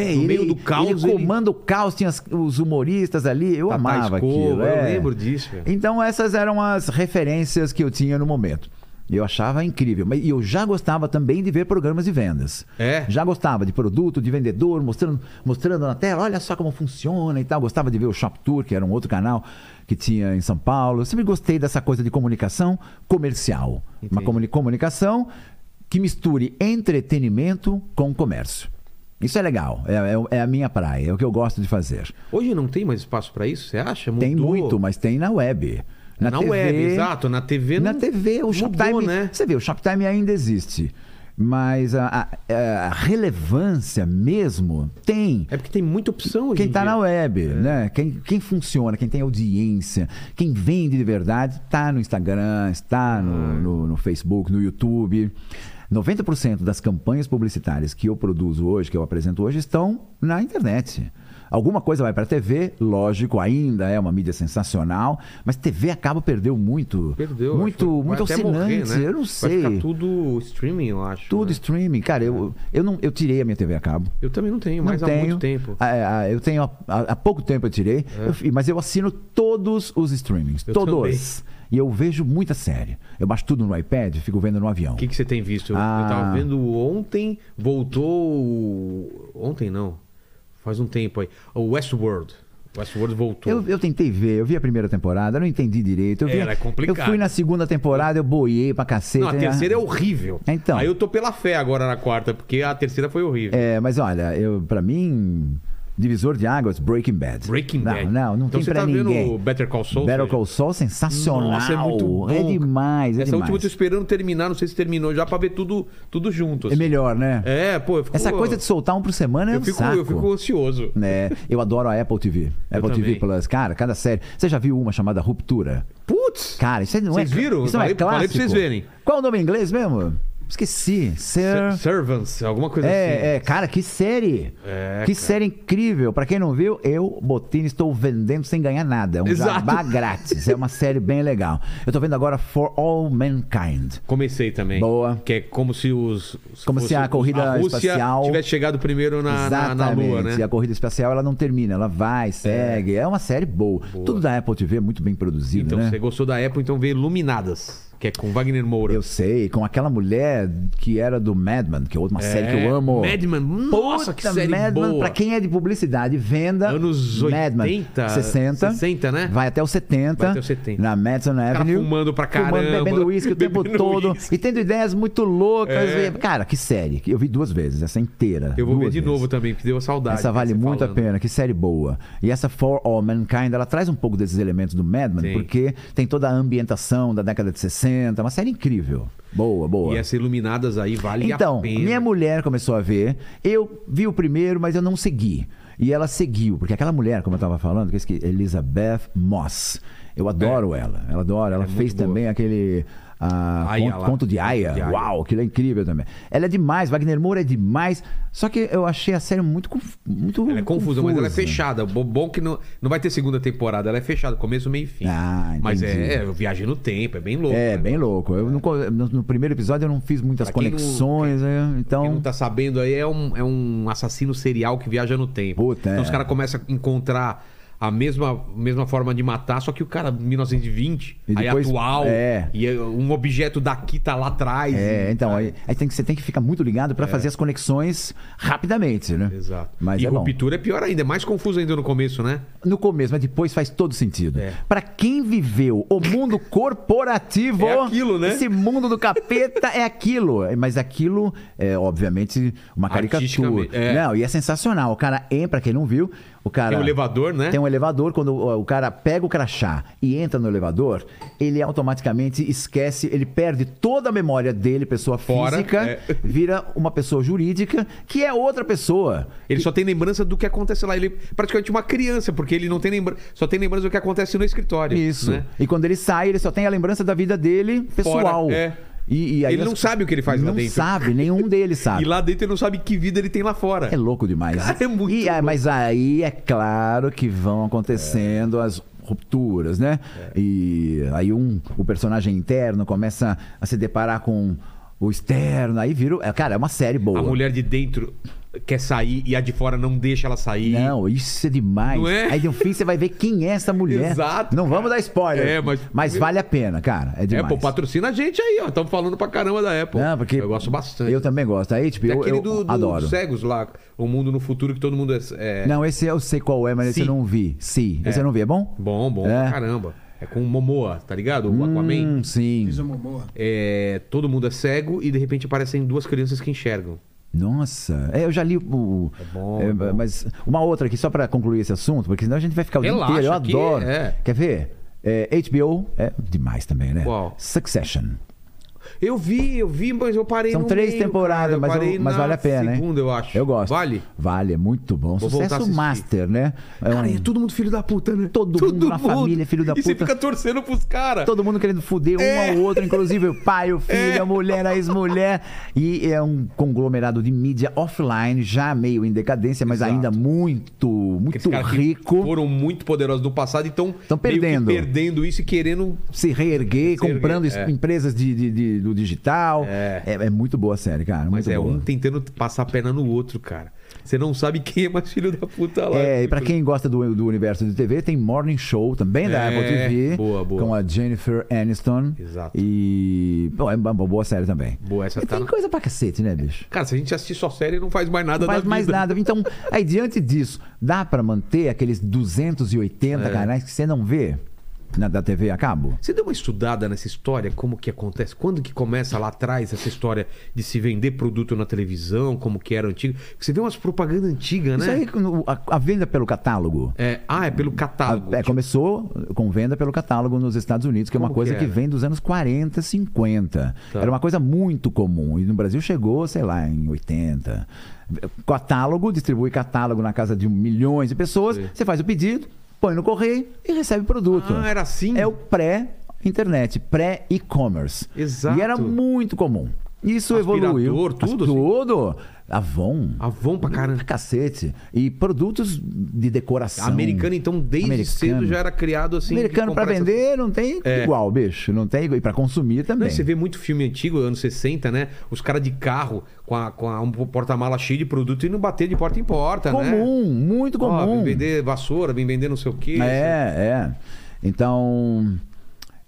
no
ele,
meio do caos.
ele
ele-
comanda o caos, tinha as- os humoristas ali, eu
Tata Escola,
amava aquilo.
eu
é.
lembro disso, velho.
Então essas eram as referências que eu tinha no momento. E Eu achava incrível. Mas- E eu já gostava também de ver programas de vendas.
É?
Já gostava de produto, de vendedor, mostrando, mostrando na tela, olha só como funciona e tal. Gostava de ver o Shop Tour, que era um outro canal que tinha em São Paulo. Eu sempre gostei dessa coisa de comunicação comercial. Uma
Entendi.
comuni- comunicação que misture entretenimento com comércio. Isso é legal, é, é- é a minha praia, é o que eu gosto de fazer.
Hoje não tem mais espaço pra isso, você acha?
Tem
Mudou?
muito, mas tem na web. Na,
Na
TV,
web, exato. Na TV
Na
não-
TV, o
mudou,
Shoptime.
né?
Você vê, o Shoptime ainda existe. Mas a, a- a relevância mesmo tem.
É porque tem muita opção hoje.
Quem
em
está
dia. É.
na web, né? Quem, quem funciona, quem tem audiência, quem vende de verdade, está no Instagram,
Ah.
está no, no- no Facebook, no YouTube. 90% das campanhas publicitárias que eu produzo hoje, que eu apresento hoje, estão na internet. Alguma coisa vai para a TV, lógico, ainda é uma mídia sensacional, mas TV acaba perdeu muito.
Perdeu.
Muito,
acho que
muito
vai até morrer,
alcinante.
né?
Eu não sei.
Vai ficar tudo streaming, eu acho.
Tudo
né?
streaming. Cara, eu, eu, não, eu tirei a minha TV a cabo.
Eu também não tenho,
Não
mas há
tenho.
muito tempo. É.
Ah, ah, eu tenho há, há- há pouco tempo eu tirei, eu fi- mas eu assino todos os streamings,
Eu
todos. E eu vejo muita série. Eu baixo tudo no iPad, fico vendo no avião.
O que, que você tem visto? Eu- Eu
Ah.
tava vendo ontem, voltou. o- Ontem não. Faz um tempo aí. O Westworld. Westworld voltou.
Eu, eu tentei ver, eu vi a primeira temporada, eu não entendi direito. Eu vi-
Ela é complicada.
Eu fui na segunda temporada, eu boiei pra cacete.
Não, a terceira é horrível.
Então.
Aí eu tô pela fé agora na quarta, porque a terceira foi horrível.
É, mas olha, eu, pra mim, divisor de águas, Breaking Bad.
Breaking
não,
Bad.
Não, não
então
tem
você
pra
tá
ninguém.
vendo o Better Call Saul?
Better
Sérgio?
Call Saul, sensacional.
Nossa, é muito bom.
É
cara.
demais, é
Essa
demais.
última eu tô esperando terminar, não sei se terminou já, pra ver tudo, tudo junto.
É
assim.
melhor, né?
É, pô, eu fico,
Essa coisa de soltar um por semana é
eu
um
fico,
saco.
eu fico ansioso.
Né? eu adoro a Apple TV.
Eu
Apple TV
também.
Plus. Cara, cada série. Você já viu uma chamada Ruptura?
Putz!
Cara, isso aí não é.
Vocês viram?
Isso não
Falei- falei
é
pra
clássico.
vocês verem.
Qual é o nome em inglês mesmo? Esqueci. Sir.
Ser- Servants, alguma coisa assim.
É, é, cara, que série!
É,
que
cara.
série incrível! Pra quem não viu, eu, Botini, estou vendendo sem ganhar nada. É um
Exato.
jabá grátis. É uma série bem legal. Eu tô vendo agora For All Mankind.
Comecei também.
Boa.
Que é como se os.
Como se a corrida
a Rússia
espacial-
tivesse chegado primeiro na, na, na Lua,
Exatamente. E a
né?
corrida espacial ela não termina, ela vai, segue. É, uma série boa. Tudo da Apple TV é muito bem produzido,
Então,
né?
você gostou da Apple, então veio Iluminadas. que é com Wagner Moura.
Eu sei, com aquela mulher que era do Madman, que é outra uma
É,
série que eu amo.
Madman, nossa, que série
Madman,
boa.
pra quem é de publicidade, e venda.
Anos 80,
Madman, 60.
60, né?
Vai até o 70.
Vai até o 70.
Na Madison
cara
Avenue.
fumando pra caramba,
bebendo uísque o tempo
bebendo
todo.
uísque.
E tendo ideias muito loucas.
É.
E- Cara, que série. Eu vi duas vezes, essa inteira.
Eu vou ver
duas
de
vezes.
novo também, porque deu saudade.
Essa
né,
vale
você
muito a
falando.
pena, que série boa. E essa For All Mankind, ela traz um pouco desses elementos do Madman,
Sim.
porque tem toda a ambientação da década de 60, uma série incrível. Boa, boa.
E é essas iluminadas aí vale
Então,
a pena.
minha mulher começou a ver. Eu vi o primeiro, mas eu não segui. E ela seguiu, porque aquela mulher, como eu estava falando, que eu esqueci, Elizabeth Moss. Eu adoro ela. Ela adora. Ela
É. muito
fez
boa.
também aquele. ah,
Aya
conto,
lá.
conto de Aya.
De Aya.
Uau, aquilo é incrível também. Ela é demais, Wagner Moura é demais. Só que eu achei a série muito. conf- muito
Ela é confusa, mas ela é
confusa.
fechada. Bo- Bom que não, não vai ter segunda temporada, ela é fechada, começo, meio e fim.
Ah,
mas
entendi.
é, é viagem no tempo, é bem louco.
É,
né?
bem louco. Eu não co- no, no primeiro episódio eu não fiz muitas
Pra quem não-
conexões, né?
Quem não
então.
tá sabendo aí, é um, é um assassino serial que viaja no tempo.
Puta,
então
é.
os caras começam a encontrar a mesma, mesma forma de matar, só que o cara 1920,
E
aí
depois-
atual,
é.
e é um objeto daqui tá lá atrás.
É,
e-
então, aí, aí tem que, você tem que ficar muito ligado pra fazer as conexões rapidamente, né?
É. Exato.
Mas
e
é bom.
ruptura é pior ainda, é mais confuso ainda no começo, né?
No começo, mas depois faz todo sentido.
É.
Pra quem viveu o mundo corporativo,
É aquilo, né?
esse mundo do capeta é aquilo. Mas aquilo é, obviamente, uma caricatura.
Artisticamente, é.
Não, e é sensacional. O cara entra, pra quem não viu, o cara.
Tem um elevador, né?
Tem um elevador, quando o o cara pega o crachá e entra no elevador, ele automaticamente esquece, ele perde toda a memória dele, pessoa
Fora,
física,
é.
vira uma pessoa jurídica, que é outra pessoa.
Ele só tem lembrança do que acontece lá. Ele é praticamente uma criança, porque ele não tem lembrança. Só tem lembrança do que acontece no escritório.
Isso.
né?
E quando ele sai, ele só tem a lembrança da vida dele pessoal.
Fora, é.
E, e aí
Ele
as-
não sabe o que ele faz lá
não
dentro.
sabe, nenhum deles sabe.
E lá dentro ele não sabe que vida ele tem lá fora.
É louco demais.
Cara, é muito
E, ah,
louco. É.
Mas aí é claro que vão acontecendo as rupturas, né? E aí um, o personagem interno começa a se deparar com o externo, aí vira. é, Cara, é uma série boa.
A mulher de dentro quer sair e a de fora não deixa ela sair.
Não, isso é demais.
Não é?
Aí no fim você vai ver quem é essa mulher.
Exato,
Não
cara.
vamos dar spoiler.
É, mas-
vale a pena, cara. É demais.
Apple patrocina a gente aí, ó. Estamos falando pra caramba da Apple.
Não, porque
eu gosto bastante.
Eu também gosto. Aí, tipo,
Tem
eu,
aquele
eu
do, do
adoro.
cegos lá, o mundo no futuro que todo mundo é. é-
Não, esse eu sei qual é, mas esse
Sim.
eu não vi. Sim. Esse eu não vi, é bom?
Bom, bom,
É.
pra caramba. É com o Momoa, tá ligado? O Aquaman.
Hum, sim.
Fiz o Momoa.
É, todo mundo é cego e de repente aparecem duas crianças que enxergam.
Nossa, é, eu já li o- o.
É bom,
é,
é bom.
Mas uma outra aqui, só pra concluir esse assunto, porque senão a gente vai ficar o
Relaxa,
dia inteiro. Eu
aqui
adoro.
é.
Quer ver? É, HBO é demais também, né?
Qual?
Succession.
Eu vi, eu vi, mas eu parei
São
no
três
meio, cara.
temporadas,
Eu
mas, eu-
parei
mas
na
vale a pena, né?
segunda, eu acho.
Eu gosto.
Vale?
Vale, é muito bom.
Vou voltar a
Sucesso
assistir.
master, né? É
Cara,
um-
e é todo mundo filho da puta, né?
Todo mundo na família, é filho da
E você
puta.
fica torcendo pros caras.
Todo mundo querendo foder um
É.
ao outro, inclusive o pai, o filho,
É.
a mulher, a ex-mulher. E é um conglomerado de mídia offline, já meio em decadência, mas ainda muito, muito rico.
Foram muito poderosos no passado e estão
Tão perdendo.
perdendo isso e querendo.
Se reerguer,
Se
comprando
reerguer,
es-
é.
empresas de, de- de- do digital.
É.
É. é muito boa a série, cara.
Mas
muito
é
boa.
um tentando passar a perna no outro, cara. Você não sabe quem é mais filho da puta lá.
É, e pra quem gosta do, do universo de TV, tem Morning Show também da
É,
Apple TV.
boa, boa.
Com a Jennifer Aniston.
Exato.
E. Bom, é uma boa série também.
Boa, essa
E
tá
tem
na-
coisa pra cacete, né, bicho?
Cara, se a gente assistir só série, não faz mais nada
Não
da
faz
vida.
mais nada. Então, aí diante disso, dá pra manter aqueles
É.
280 canais que você não vê na, da TV a cabo?
Você deu uma estudada nessa história? Como que acontece? Quando que começa lá atrás essa história de se vender produto na televisão? Como que era antigo? Porque você vê umas propagandas antigas,
Isso
né?
aí, no- a, a venda pelo catálogo.
É, ah, é pelo catálogo.
A- é, começou com venda pelo catálogo nos Estados Unidos, que é uma
Como
coisa
que
que,
era?
vem dos anos 40, 50.
Tá.
Era uma coisa muito comum. E no Brasil chegou, sei lá, em 80. Catálogo, distribui catálogo na casa de milhões de pessoas.
Sim.
Você faz o pedido, põe no correio e recebe o produto.
Ah, era assim?
É o pré-internet, pré-e-commerce.
Exato.
E era muito comum. Isso
Aspirador,
evoluiu.
tudo, assim?
Tudo. Avon.
Avon Ah, pra caramba.
Pra cacete. E produtos de decoração.
Americano, então, desde
Americano.
cedo já era criado assim. de
Americano pra
comprar essas-
vender né? não tem
É.
igual, bicho. Não tem igual. E pra consumir
Não,
também.
e né? você vê muito filme antigo, anos 60, né? Os caras de carro com, a, com a- um porta-mala cheio de produto e não bater de porta em porta, né?
comum, muito
Ó,
comum.
vem vender vassoura, vem vender não sei o quê.
É, é. Então.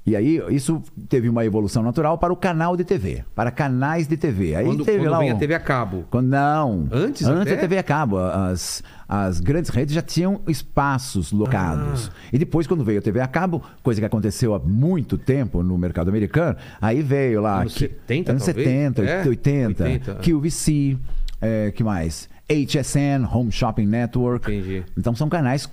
E aí, isso teve uma evolução natural para o canal de TV, para canais de TV. Aí
Quando,
teve
quando
lá
vem a
um-
TV a cabo.
quando- não.
Antes
Antes
até?
da TV a cabo. As, as grandes redes já tinham espaços locados.
Ah.
E depois, quando veio a TV a cabo, coisa que aconteceu há muito tempo no mercado americano, aí veio lá...
Anos
que-
70,
Anos
talvez?
70,
É,
80.
80, é.
QVC, é, que mais? HSN, Home Shopping Network.
Entendi.
Então são canais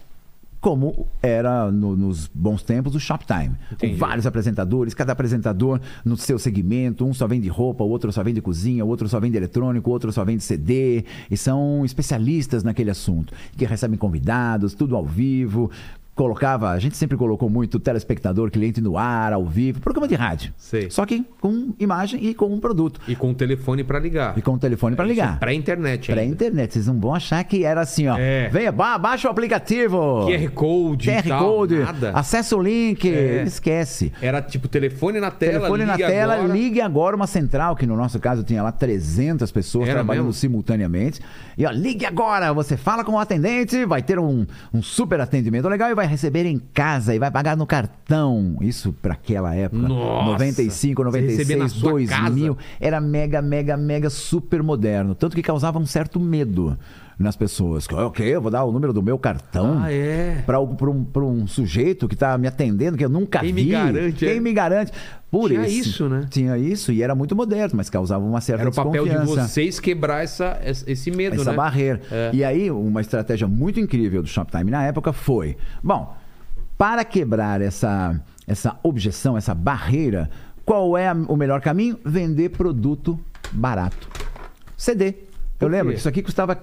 como era no- nos bons tempos o Shoptime.
Entendi.
Com vários apresentadores, cada apresentador no seu segmento, um só vende roupa, o outro só vende cozinha, o outro só vende eletrônico, o outro só vende CD, e são especialistas naquele assunto, que recebem convidados, tudo ao vivo. Colocava, a gente sempre colocou muito telespectador, cliente no ar, ao vivo, programa de rádio.
Sei.
Só que com imagem e com um produto.
E com o telefone pra ligar.
E com o telefone
é
para ligar.
Pré-internet
Pra
ainda.
internet, vocês não vão achar que era assim, ó.
É.
Venha, ba baixa o aplicativo.
QR Code e
QR
tal,
Code.
nada.
Acessa o link.
É.
Esquece.
Era tipo telefone na tela,
Telefone na
ligue
tela,
agora.
ligue agora uma central, que no nosso caso tinha lá 300 pessoas
Era
trabalhando
mesmo?
simultaneamente. E ó, ligue agora, você fala com o atendente, vai ter um, um super atendimento legal e vai receber em casa e vai pagar no cartão. Isso pra aquela época.
Nossa!
95,
Você recebia na
96,
sua
2000.
casa?
Era mega, mega, mega super moderno. Tanto que causava um certo medo nas pessoas. Ok, eu vou dar o número do meu cartão.
Ah, é.
Pra, um- pra um, pra um sujeito que tá me atendendo, que eu nunca
Quem me
vi.
garante,
Quem
é.
me garante? Por
Tinha
esse-
isso, né?
Tinha isso e era muito moderno, mas causava uma certa
Era o papel de
desconfiança,
vocês quebrar essa, esse medo,
Essa
né?
barreira.
É.
E aí, uma estratégia muito incrível do Shoptime na época foi: bom, para quebrar essa, essa objeção, essa barreira, qual é a- o melhor caminho? Vender produto barato. CD.
Por
Eu
quê?
lembro que isso aqui custava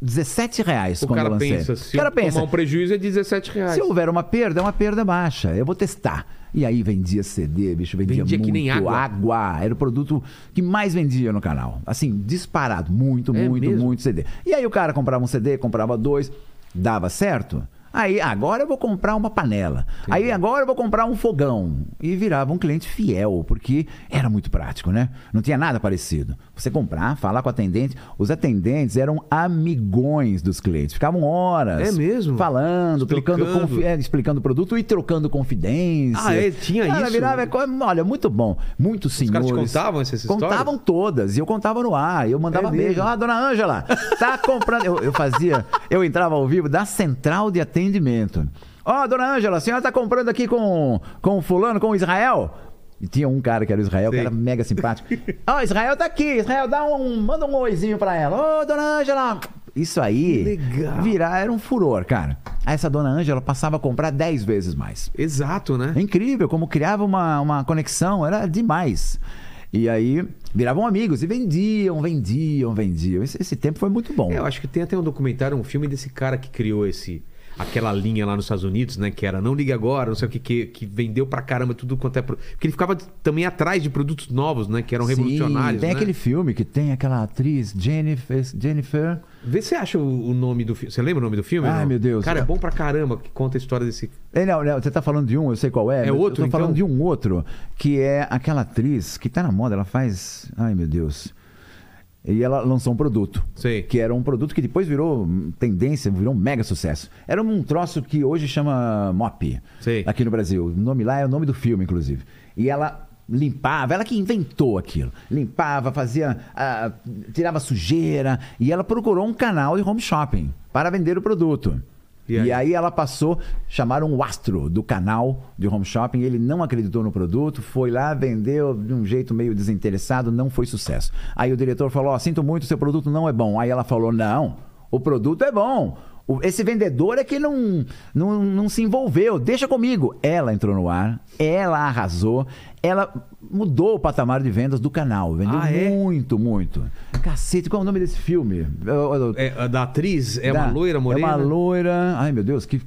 17 reais
O
quando eu
cara
lancei.
pensa, se
o cara
eu
pensa,
tomar um prejuízo é 17 reais.
se houver uma perda, é uma perda baixa. Eu vou testar. E aí vendia CD, bicho, vendia,
Vendia
muito.
que nem água.
água. Era o produto que mais vendia no canal. Assim, disparado. Muito,
É
muito,
mesmo?
muito CD. E aí o cara comprava um CD, comprava dois, dava certo. Aí, agora eu vou comprar uma panela. Aí, agora eu vou comprar um fogão. E virava um cliente fiel, porque era muito prático, né? Não tinha nada parecido. Você comprar, falar com o atendente. Os atendentes eram amigões dos clientes. Ficavam horas.
É mesmo?
Falando, trocando,
Explicando.
confi- é, explicando o produto e trocando confidências.
Ah, é? Tinha
Cara,
isso?
Virava, é co- olha, muito bom. Muitos
Os
senhores.
caras te contavam essas histórias?
Contavam todas. E eu contava no ar. Eu mandava
É mesmo?
beijo. Ah, dona Ângela, tá comprando. eu, eu fazia. Eu entrava ao vivo da central de atendimento. Ó, dona Ângela, a senhora tá comprando aqui com, com fulano, com o Israel? E tinha um cara que era o Israel,
Sei.
que era mega simpático. Ó, Israel tá aqui. Israel, dá um, manda um oizinho pra ela. Ô, dona Ângela. Isso aí.
legal.
Virar era um furor, cara. Aí essa dona Ângela passava a comprar 10 vezes mais.
Exato, né?
É incrível como criava uma, uma conexão, era demais. E aí viravam amigos e vendiam, vendiam, vendiam. Esse, esse tempo foi muito bom.
É, eu acho que tem até um documentário, um filme desse cara que criou esse aquela linha lá nos Estados Unidos, né, que era não liga agora, não sei o que que, que vendeu pra caramba tudo quanto é pro... porque ele ficava também atrás de produtos novos, né, que eram
Sim,
revolucionários,
Tem
né?
aquele filme que tem aquela atriz Jennifer. Jennifer
Vê se você acha o, o nome do filme. Você lembra o nome do filme?
Ai,
não?
Ah, meu Deus.
Cara, é bom pra caramba que conta a história desse
É, não, não, você tá falando de um, eu sei qual é.
É
Eu-
outro,
Eu tô falando
então?
de um outro, que é aquela atriz que tá na moda, ela faz. Ai, meu Deus. E ela lançou um produto.
Sei.
Que era um produto que depois virou tendência, virou um mega sucesso. Era um troço que hoje chama MOP.
Sei.
Aqui no Brasil. O nome lá é o nome do filme, inclusive. E ela limpava, ela que inventou aquilo. Limpava, fazia. ah, tirava sujeira. E ela procurou um canal de home shopping para vender o produto.
E
E
aí?
aí? ela passou, chamaram o astro do canal de home shopping, ele não acreditou no produto, foi lá, vendeu de um jeito meio desinteressado, não foi sucesso. Aí o diretor falou: "Ó, sinto muito, seu produto não é bom. Aí ela falou: não, o produto é bom. O- Esse vendedor é que não, não, não se envolveu, deixa comigo. Ela entrou no ar, ela arrasou, ela mudou o patamar de vendas do canal. Vendeu
Ah, é?
muito, muito. Cacete, qual é o nome desse filme? Eu- eu-
é, a da atriz, é
Dá.
uma loira morena.
É uma loira. Ai, meu Deus, que.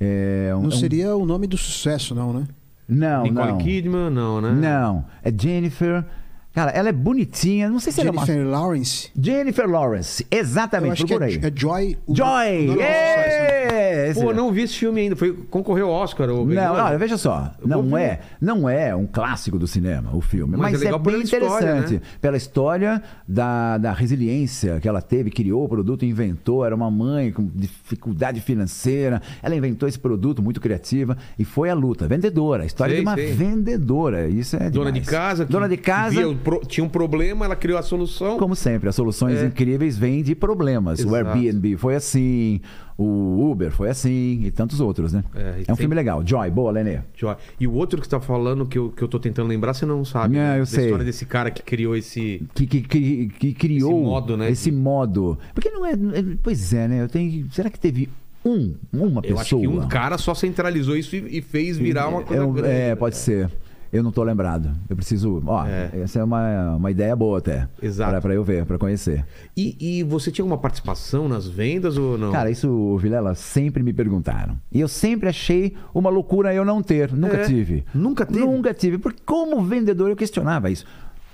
É, um-
Não
é um-
seria o nome do sucesso, não, né?
Não,
Nicole
não.
Kidman, não, né?
Não. É Jennifer. Cara, ela é bonitinha. Não sei se ela é uma.
Jennifer Lawrence.
Jennifer Lawrence,
Eu
exatamente,
acho que
procura
é,
aí.
é Joy. o-
Joy!
o nome do sucesso.
É, esse-
Pô, não vi esse filme ainda. Foi, concorreu ao Oscar. Ou
Não, ah, é
ganhou.
olha, veja só, não
filme.
é, não é um clássico do cinema, o filme,
Mas é
mas, é,
legal
bem
pela história,
interessante
né?
pela história da, da resiliência que ela teve, criou o produto, inventou, era uma mãe com dificuldade financeira, ela inventou esse produto muito criativa e foi a luta, vendedora, a história
Sei,
de uma
sei.
vendedora, isso é
Dona de
demais.
casa. que
dona de casa.
via o pro- tinha um problema, ela criou a solução.
Como sempre, as soluções
É.
incríveis vêm de problemas. O
Exato.
Airbnb foi assim, o Uber foi assim e tantos outros, né?
É, e
É, um
tem-
filme legal. Joy, boa, Lenê.
Joia. E o outro que você tá falando, que eu, que eu tô tentando lembrar, você não sabe.
Não,
né?
eu
da
sei.
história desse cara que criou esse.
que, que, que, que criou
Esse modo, né?
esse modo. Porque não é. é- Pois é, né? Eu tenho. Será que teve um, uma
Eu
pessoa?
acho que um cara só centralizou isso e, e fez virar uma coisa
É, um-
grande.
é,
né?
pode ser. Eu não tô lembrado. Eu preciso. Ó,
É.
essa é uma, uma ideia boa até.
Exato.
Pra, pra eu ver, pra conhecer.
E, e você tinha alguma participação nas vendas ou não?
Cara, isso, Vilela, sempre me perguntaram. E eu sempre achei uma loucura eu não ter. Nunca
É.
tive.
Nunca teve?
Nunca tive. Porque como vendedor eu questionava isso.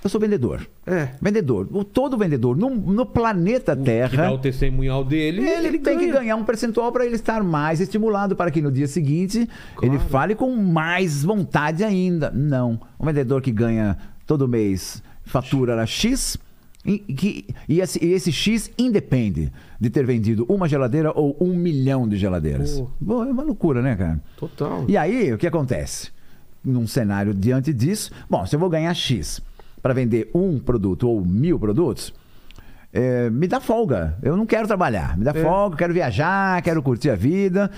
Eu sou vendedor.
É.
Vendedor. O- Todo vendedor no, no planeta Terra.
Que dá o testemunhal dele.
Ele, tem que
ganha.
ganhar um percentual para ele estar mais estimulado para que no dia seguinte ele fale com mais vontade ainda. Não. Um vendedor que ganha todo mês fatura era X. E, que, e, esse, e esse X independe de ter vendido uma geladeira ou um milhão de geladeiras.
Pô.
Bom, é uma loucura, né, cara?
Total.
E aí, o que acontece? Num cenário diante disso, bom, se eu vou ganhar X para vender um produto ou mil produtos, é, me dá folga. Eu não quero trabalhar. Me dá
É.
folga, quero viajar, quero curtir a vida.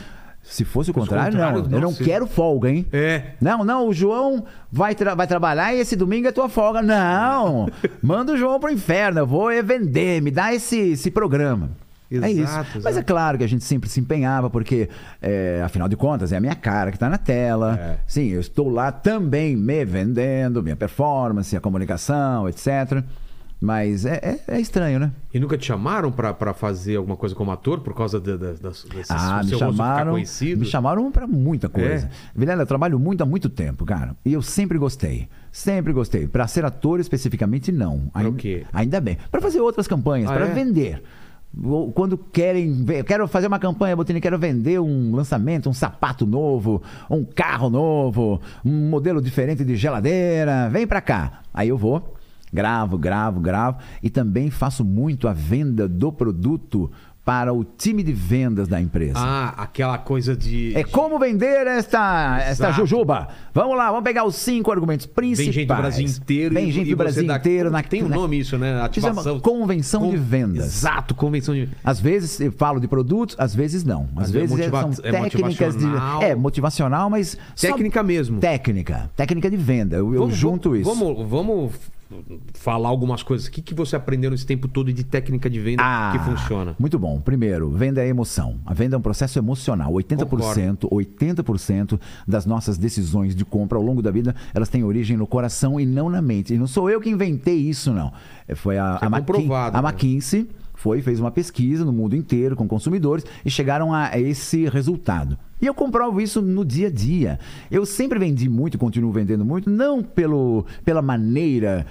Se fosse o contrário,
contrário,
não. Eu não
nossa.
quero folga, hein?
É.
Não, não, o João vai, tra- vai trabalhar e esse domingo é tua folga. Não! Manda o João pro inferno, eu vou é vender, me dá esse, esse programa. é
Exato,
isso.
exato.
Mas é claro que a gente sempre se empenhava, porque, é, afinal de contas, é a minha cara que tá na tela.
É.
Sim, eu estou lá também me vendendo, minha performance, a comunicação, etc. Mas é, é- é estranho, né?
E nunca te chamaram pra, pra fazer alguma coisa como ator por causa da, da, das- desse
Ah, me
seu rosto ficar
chamaram,
conhecido?
me chamaram pra muita coisa.
É?
Vilela, eu trabalho muito há muito tempo, cara. E eu sempre gostei. Sempre gostei. Pra ser ator especificamente não.
Pra o quê?
Ainda bem. Pra fazer outras campanhas,
Ah,
pra
é?
vender. Ou Quando querem, ver- quero fazer uma campanha, Botini, quero vender um lançamento, um sapato novo, um carro novo, um modelo diferente de geladeira, vem pra cá. Aí eu vou, gravo, gravo, gravo e também faço muito a venda do produto para o time de vendas da empresa.
Ah, aquela coisa de.
É como vender esta, esta
Exato.
jujuba. Vamos lá, vamos pegar os cinco argumentos principais.
Vem gente do Brasil inteiro.
Vem
e-
gente
e
do Brasil
você dá-
inteiro. Na,
Tem um
na-
nome isso, né?
Isso é uma
Ativação.
convenção de
Con-
vendas.
Exato, convenção de vendas.
Às vezes eu falo de produtos, às vezes não.
Mas
Às
é
vezes é-
motiva-
são
é
técnicas de.
motivacional.
É, motivacional, mas. só-
Técnica mesmo.
Técnica. Técnica de venda. Eu, eu junto isso.
Vamos, vamos falar algumas coisas. O que, que você aprendeu nesse tempo todo de técnica de venda
Ah,
que funciona?
Muito bom. Primeiro, venda é emoção. A venda é um processo emocional. 80%, 80% das nossas decisões de compra ao longo da vida, elas têm origem no coração e não na mente. E não sou eu que inventei isso, não. É, Foi a,
Isso é
a,
comprovado,
a
né?
McKinsey foi fez uma pesquisa no mundo inteiro com consumidores e chegaram a esse resultado. E eu comprovo isso no dia a dia. Eu sempre vendi muito, continuo vendendo muito, não pelo, pela maneira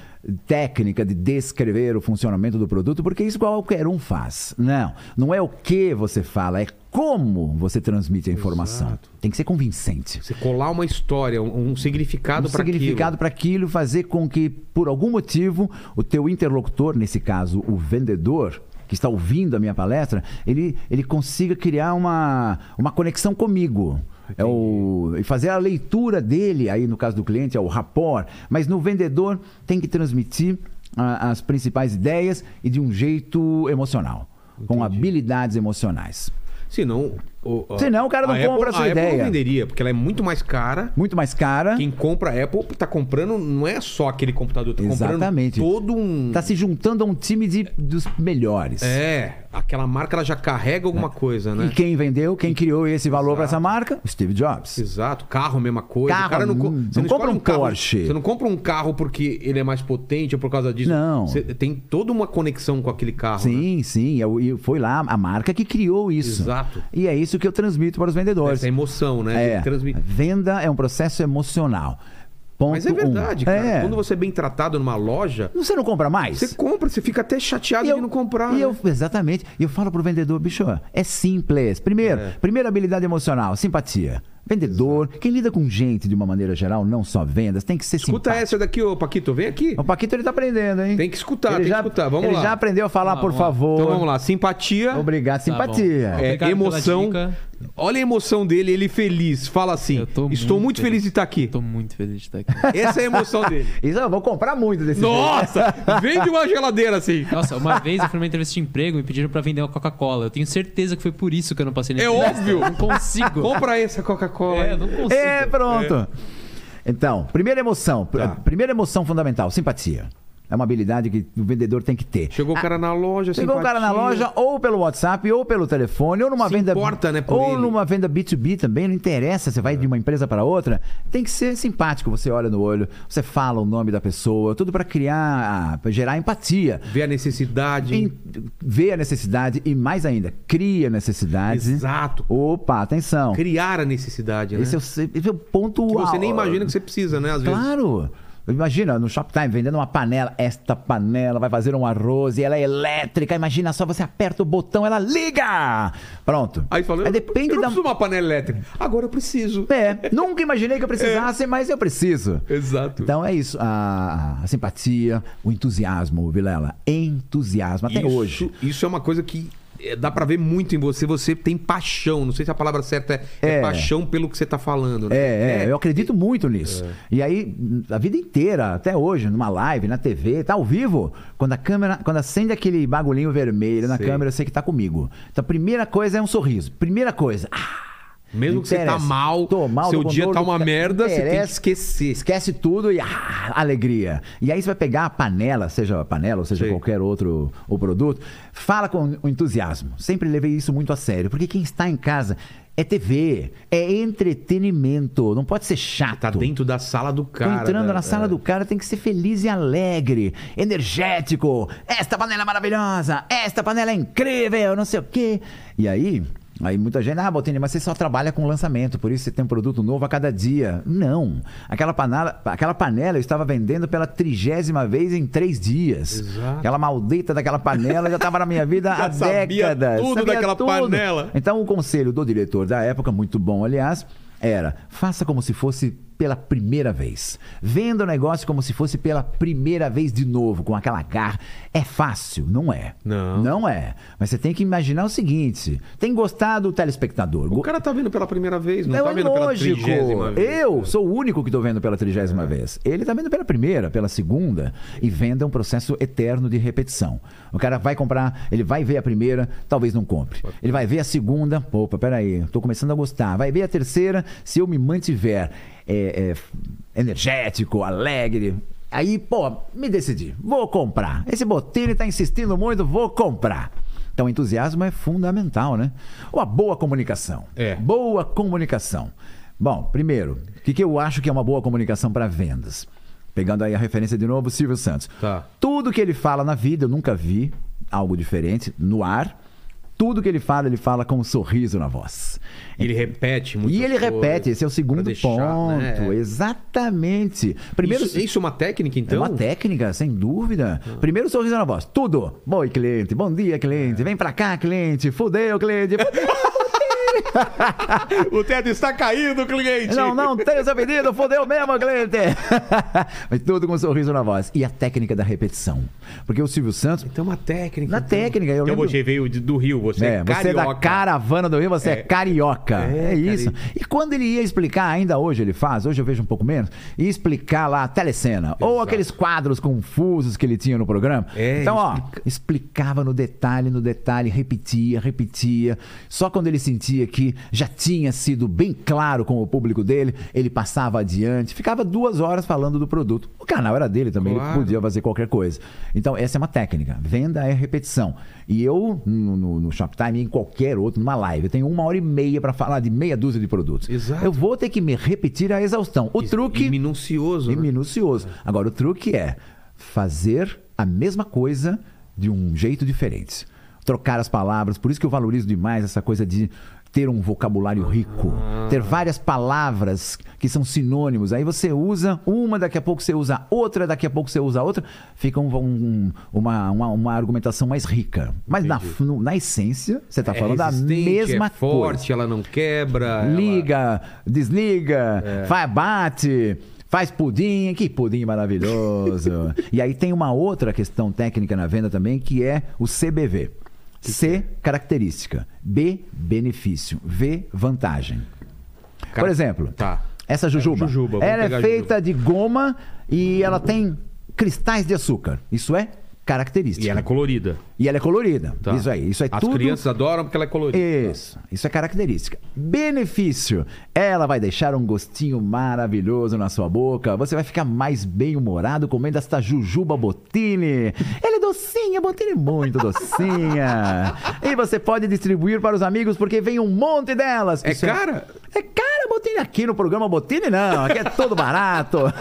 técnica de descrever o funcionamento do produto, porque isso qualquer um faz. Não, não é o que você fala, é como você transmite a informação. Tem que ser convincente
Você colar uma história, um, um significado
um
para
significado para aquilo, fazer com que, por algum motivo, o teu interlocutor, nesse caso, o vendedor, que está ouvindo a minha palestra, ele, ele consiga criar uma, uma conexão comigo. É o, e fazer a leitura dele, aí no caso do cliente, é o rapport. Mas no vendedor tem que transmitir a- as principais ideias e de um jeito emocional, com habilidades emocionais.
Senão. O, a-
Senão o cara não
a Apple,
compra a sua
Apple
ideia.
não venderia, porque ela é muito mais cara.
Muito mais cara.
Quem compra a Apple tá comprando, não é só aquele computador, tá
Exatamente.
comprando todo um.
Está se juntando a um time de, dos melhores.
É, aquela marca ela já carrega alguma coisa, né?
E quem vendeu, quem criou esse valor para essa marca? O Steve Jobs.
Exato, carro, mesma coisa.
Carro,
o cara não, co-
hum,
você
não compra
escolhe
um Porsche.
Carro, você não compra um carro porque ele é mais potente ou por causa disso.
Não.
Você tem toda uma conexão com aquele carro. né?
Sim, sim. é o- E foi lá a marca que criou isso.
Exato.
E é isso que eu transmito para os vendedores.
Essa emoção, né?
É,
Transmi-
Venda é um processo emocional. Ponto
Mas é
um.
verdade, cara.
É.
Quando você é bem tratado numa loja,
Você não compra mais?
você compra, você fica até chateado
E eu-
de não comprar.
e
né?
eu, exatamente. E eu falo pro vendedor, bicho, é simples. Primeiro,
É.
primeira habilidade emocional, simpatia. Vendedor, quem lida com gente de uma maneira geral, não só vendas, tem que ser
Escuta
simpático.
essa daqui, ô Paquito, vem aqui.
O Paquito ele tá aprendendo, hein?
Tem que escutar, tem que escutar. Vamos
ele
lá.
já aprendeu a falar,
Vamos
por
lá.
favor.
Então vamos lá, simpatia.
Obrigado,
Tá bom.
simpatia.
É,
Obrigado pela
emoção.
dica.
Olha a emoção dele, ele feliz. Fala assim:
Eu tô
Estou muito,
muito
feliz de estar aqui.
Tô muito feliz de estar aqui.
Essa é a emoção dele.
Isso, eu vou comprar muito desse
Nossa! Vende uma geladeira assim.
Nossa, uma vez eu fui numa entrevista de emprego e me pediram pra vender uma Coca-cola. Eu tenho certeza que foi por isso que eu não passei na
É
entrevista.
óbvio.
Eu não consigo.
Compra essa Coca-Cola.
É, eu não consigo.
É, pronto. Então, primeira emoção. pr-
É. Tá.
Primeira emoção fundamental, simpatia. É uma habilidade que o vendedor tem que ter.
Chegou o cara na loja,
Chegou o cara na
simpatia.
loja, ou pelo WhatsApp, ou pelo telefone, ou numa
Se
venda.
importa, né, por
ou
ele.
numa venda B2B também, não interessa, você vai de uma empresa para outra. Tem que ser simpático, você olha no olho, você fala o nome da pessoa, tudo para criar, para gerar empatia.
Vê a necessidade.
Em- vê a necessidade e mais ainda, cria necessidade.
Exato.
Opa, atenção.
Criar a necessidade, né?
Esse é, o, se- esse é o ponto
que você nem
al-
imagina que você precisa, né? Às vezes.
Claro. Imagina, no Shoptime, vendendo uma panela. Esta panela vai fazer um arroz e ela é elétrica. Imagina só, você aperta o botão, ela liga! Pronto.
Aí falou, eu,
depende
eu não
da...
preciso de uma panela elétrica. Agora eu preciso.
É, nunca imaginei que eu
É.
precisasse, mas eu preciso.
Exato.
Então é isso. A, a simpatia, o entusiasmo, Vilela. Entusiasmo, até
isso,
hoje.
Isso é uma coisa que é, dá pra ver muito em você. Você tem paixão. Não sei se a palavra certa é, é
É.
paixão pelo que você tá falando. Né?
É, é, eu acredito muito nisso. E aí, a vida inteira, até hoje, numa live, na TV, tá ao vivo, quando a câmera, quando acende aquele bagulhinho vermelho na
Sei.
câmera, eu sei que tá comigo. Então, a primeira coisa é um sorriso. Primeira coisa. Ah,
Mesmo
não
que você tá
interessa.
mal,
Tô mal,
seu
tô com
dia
dor
tá
no
uma
pé,
merda,
não
você tem que
interessa.
esquecer.
Esquece tudo e ah, alegria. E aí você vai pegar a panela, seja a panela ou seja
Sim.
qualquer outro o produto, fala com o entusiasmo. Sempre levei isso muito a sério, porque quem está em casa é TV, é entretenimento, não pode ser chato.
Tá dentro da sala do
Tô
cara.
entrando
né?
na sala
É.
do cara, tem que ser feliz e alegre, energético. Esta panela é maravilhosa, esta panela é incrível, não sei o quê. E aí, aí muita gente, ah, Botini, mas você só trabalha com lançamento, por isso você tem um produto novo a cada dia. Não. Aquela panela, aquela panela eu estava vendendo pela trigésima vez em três dias.
Exato.
Aquela maldita daquela panela já estava na minha vida
Já
há
sabia
décadas.
tudo daquela panela.
Então, o conselho do diretor da época, muito bom, aliás, era: faça como se fosse pela primeira vez. Venda o negócio como se fosse pela primeira vez de novo, com aquela garra. É fácil? Não é.
Não.
Não é. Mas você tem que imaginar o seguinte: tem gostado do telespectador?
O cara tá vendo pela primeira vez, não
é
tá vendo pela
lógico. É.
trigésima vez. né?
Eu sou o único que estou vendo pela trigésima vez. Ele está vendo pela primeira, pela segunda. E venda é um processo eterno de repetição. O cara vai comprar, ele vai ver a primeira, talvez não compre. Ele vai ver a segunda, opa, peraí, estou começando a gostar. Vai ver a terceira, se eu me mantiver é, é, energético, alegre. Aí, pô, me decidi, vou comprar. Esse Botini está insistindo muito, vou comprar. Então, entusiasmo é fundamental, né? Uma boa comunicação.
É.
Boa comunicação. Bom, primeiro, o que, que eu acho que é uma boa comunicação para vendas? Pegando aí a referência de novo, Silvio Santos.
Tá.
Tudo que ele fala na vida, eu nunca vi algo diferente no ar. Tudo que ele fala, ele fala com um sorriso na voz.
E Ele repete muito.
e ele repete, esse é o segundo ponto. Exatamente. Primeiro,
Primeiro, né? isso, isso é uma técnica, então? Ah.
é uma técnica, sem dúvida. Primeiro sorriso na voz. Tudo. Boi, cliente. Bom dia,
É.
cliente. Vem pra cá, cliente. Fudeu, cliente. Fudeu.
O teto está caindo, cliente.
Não, não tenho seu pedido, fodeu mesmo, cliente. Mas tudo com um sorriso na voz. E a técnica da repetição. Porque o Silvio Santos.
Então é uma técnica.
Na
então.
técnica, eu
Então
lembro-
você veio de- do Rio, você é,
É, você é da
carioca.
caravana do Rio, você é,
É.
carioca.
É,
É, isso.
cara,
E quando ele ia explicar, ainda hoje ele faz, hoje eu vejo um pouco menos, e explicar lá a telecena. Ou
Exato.
aqueles quadros confusos que ele tinha no programa.
É,
então, ó, explicava no detalhe, no detalhe, repetia, repetia. Só quando ele sentia que já tinha sido bem claro com o público dele, ele passava adiante, ficava duas horas falando do produto. O canal era dele também,
Claro.
ele podia fazer qualquer coisa. Então, essa é uma técnica. Venda é repetição. E eu, no, no, no Shoptime, em qualquer outro, numa live, eu tenho uma hora e meia para falar de meia dúzia de produtos.
Exato.
Eu vou ter que me repetir a exaustão. O
E-
truque.
E minucioso.
E
né?
minucioso. Agora, o truque é fazer a mesma coisa de um jeito diferente. trocar as palavras. Por isso que eu valorizo demais essa coisa de ter um vocabulário rico,
Ah.
ter várias palavras que são sinônimos. Aí você usa uma, daqui a pouco você usa outra, daqui a pouco você usa outra. Fica um- um- uma, uma, uma argumentação mais rica. Mas na, no- na essência, você está
É
tá falando da
resistente,
mesma
é forte,
coisa.
ela não quebra. ela- É.
Liga, desliga, vai, bate, faz pudim, que pudim maravilhoso. e aí tem uma outra questão técnica na venda também, que é o CBV.
é?
C, característica. B, benefício. V, vantagem.
Cara-
Por exemplo,
Tá.
essa jujuba,
jujuba, vamos
ela
pegar a
é feita de goma e ela tem cristais de açúcar. Isso é característica.
E ela é colorida.
E ela é colorida.
Tá.
Isso aí. Isso é
As
tudo
crianças adoram porque ela é colorida.
isso, isso é característica. Benefício: ela vai deixar um gostinho maravilhoso na sua boca. Você vai ficar mais bem-humorado comendo esta jujuba botine. Ela é docinha, botine muito docinha. e você pode distribuir para os amigos porque vem um monte delas.
É
Isso
cara?
É cara, Botini. Aqui no programa Botini não, aqui é todo barato.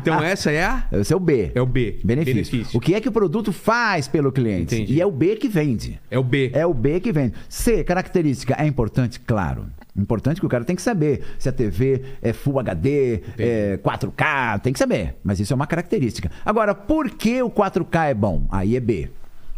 Então essa é a.
Esse é o B.
É o B.
Benefício.
Benefício.
O que é que o produto faz pelo cliente?
Entendi.
E é o B que vende.
É o B.
É o B que vende. C, característica, é importante? Claro. Importante que o cara tem que saber se a TV é Full HD, é 4K, tem que saber. Mas isso é uma característica. Agora, por que o 4K é bom? Aí é B.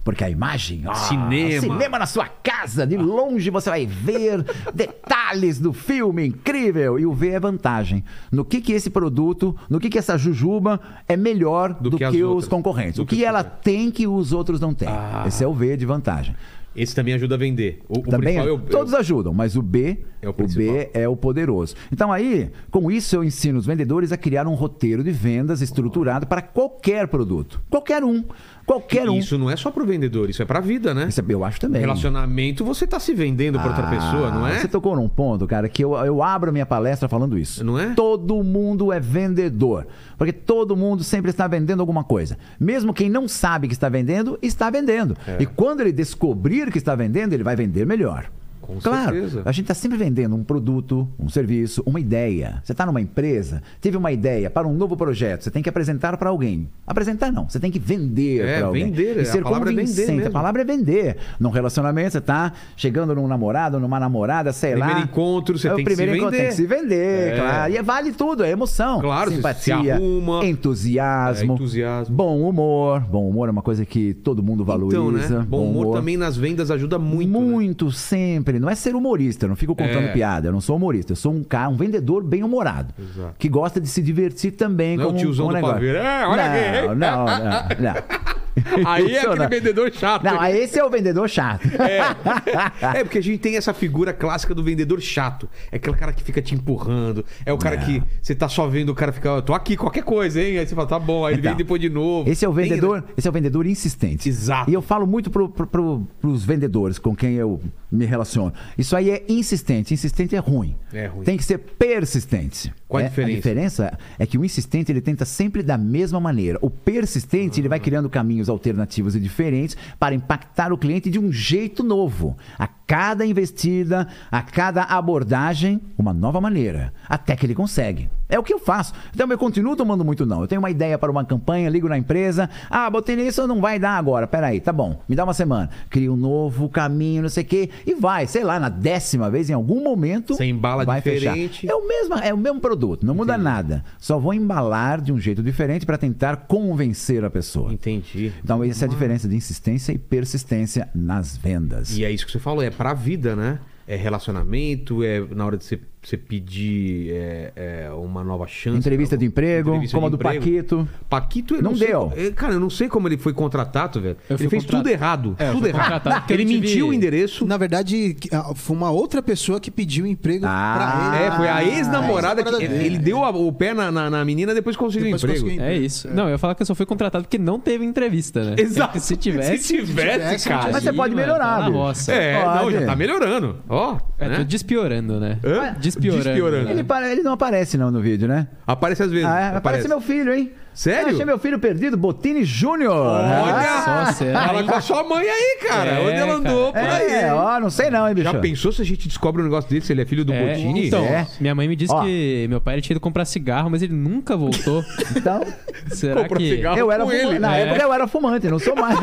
Porque a imagem. ah,
Cinema.
Cinema na sua casa, de longe você vai ver detalhes do filme, incrível. E o V é vantagem. No que, que esse produto, no que, que essa jujuba é melhor do,
que
que,
as outras.
os concorrentes.
Do
o que,
que os
ela
concorrentes.
tem que os outros não têm.
Ah.
Esse é o V de vantagem.
Esse também ajuda a vender. O, o
Também, é
principal, eu-
Tá todos
eu-
ajudam, mas o B,
É o
o, B é o poderoso. Então aí, com isso eu ensino os vendedores a criar um roteiro de vendas estruturado para qualquer produto, qualquer um, qualquer um.
Isso não é só pro vendedor, isso é pra vida, né?
Isso é- eu acho também.
Relacionamento, você tá se vendendo pra outra
Ah,
pessoa, não é?
Você tocou num ponto, cara, que eu, eu abro minha palestra falando isso.
Não é?
Todo mundo é vendedor. Porque todo mundo sempre está vendendo alguma coisa. Mesmo quem não sabe que está vendendo, está vendendo.
É.
E quando ele descobrir que está vendendo, ele vai vender melhor.
Com
claro,
certeza.
a gente está sempre vendendo um produto, um serviço, uma ideia. Você está numa empresa, teve uma ideia para um novo projeto, você tem que apresentar para alguém. Apresentar não, você tem que vender
É,
para alguém.
vender, a
e ser
palavra é vender
convincente.
mesmo.
A palavra palavra é vender. Num relacionamento, você tá chegando num namorado, numa namorada, sei lá.
Primeiro encontro, você
é o
tem que se
primeiro encontro,
vender.
Tem que se vender,
É.
claro. E é- vale tudo, é emoção.
Claro, você
simpatia,
se arruma.
entusiasmo,
É, entusiasmo.
Bom humor. Bom humor é uma coisa que todo mundo valoriza.
Então, né? Bom, humor, também nas vendas ajuda muito. né?
sempre. Não é ser humorista, eu não fico contando
É.
piada. Eu não sou humorista, eu sou um cara, um vendedor bem humorado.
Exato.
Que gosta de se divertir também
Não é o
com
tiozão
com
do
negócio.
pavê. É, olha aqui,
não,
hein?
não, não, não.
Aí é
Isso
aquele
não.
vendedor chato. né?
Não, aí esse é o vendedor chato.
É. é, porque a gente tem essa figura clássica do vendedor chato. É aquele cara que fica te empurrando. É o cara que você tá só vendo o cara ficar, "Ó, tô aqui, qualquer coisa, hein? Aí você fala, tá bom, aí ele
Então,
vem depois de novo.
Esse é o
Tem, né?
vendedor, esse é o vendedor insistente.
Exato.
E eu falo muito pro, pro, pro- pros vendedores com quem eu me relaciono. Isso aí é insistente. Insistente é ruim.
É ruim.
Tem que ser persistente.
Qual a
É,
diferença?
A diferença é que o insistente ele tenta sempre da mesma maneira. O persistente
Ah.
ele vai criando caminhos alternativos e diferentes para impactar o cliente de um jeito novo. A cada investida, a cada abordagem, uma nova maneira. Até que ele consegue. É o que eu faço. Então eu continuo tomando muito não. Eu tenho uma ideia para uma campanha, ligo na empresa. Ah, botei nisso, não vai dar agora. Peraí, tá bom. Me dá uma semana. Cria um novo caminho, não sei o quê. E vai, sei lá, na décima vez, em algum momento.
Você embala
vai
diferente.
Fechar. É o mesmo, é o mesmo produto, não muda nada. Só vou embalar de um jeito diferente para tentar convencer a pessoa.
Entendi.
Então, essa é a diferença de insistência e persistência nas vendas.
E é isso que você falou, é pra vida, né? É relacionamento, é na hora de você, você pedir é, é, uma nova chance.
Entrevista
pra-
de emprego,
é entrevista
como a
de
do Paquito.
Paquito, eu
Não
sei-
deu.
eu- cara, eu não sei como ele foi contratado, velho.
Eu
Ele
fui
fez
contratado. É,
tudo errado.
eu
tudo
fui
errado.
contratado porque eu
Ele
tive-
mentiu o endereço.
Na verdade, que- ah, foi uma outra pessoa que pediu emprego
Ah, é
pra ele. é
É, foi a ex-namorada
A ex-namorada
que.
dele.
Ele deu a- o pé na, na, na menina depois conseguiu
Depois
emprego.
conseguiu
É isso. Não, eu ia falar que eu só fui contratado porque não teve entrevista, né?
Exato.
Se tivesse.
Se tivesse,
tivesse,
cara.
Mas você
aí,
pode
mano,
melhorar,
tá na
bicho.
roça.
É, não,
Pode.
já tá melhorando. Ó.
É,
né?
tô despiorando, né?
Hã?
Despiorando.
Despiorando.
né?
Ele, para- ele não aparece não no vídeo, né?
Aparece às vezes.
Ah, é? Aparece meu filho, hein?
Sério?
Eu achei meu filho perdido, Botini Júnior.
Olha!
Ah, só será,
Fala
hein?
com a sua mãe aí, cara.
É,
Onde ela andou
Ah,
por aí.
é, ó, não sei não, hein, bicho.
Já pensou se a gente descobre um negócio desse? Ele é filho do
É,
Botini?
então,
É.
É.
minha mãe me disse
Ó.
que meu pai ele tinha ido comprar cigarro, mas ele nunca voltou.
Então,
Será
Comprar
que.
cigarro?
eu era
com
fumante.
ele, né?
Na
é.
época eu era fumante, não sou mais.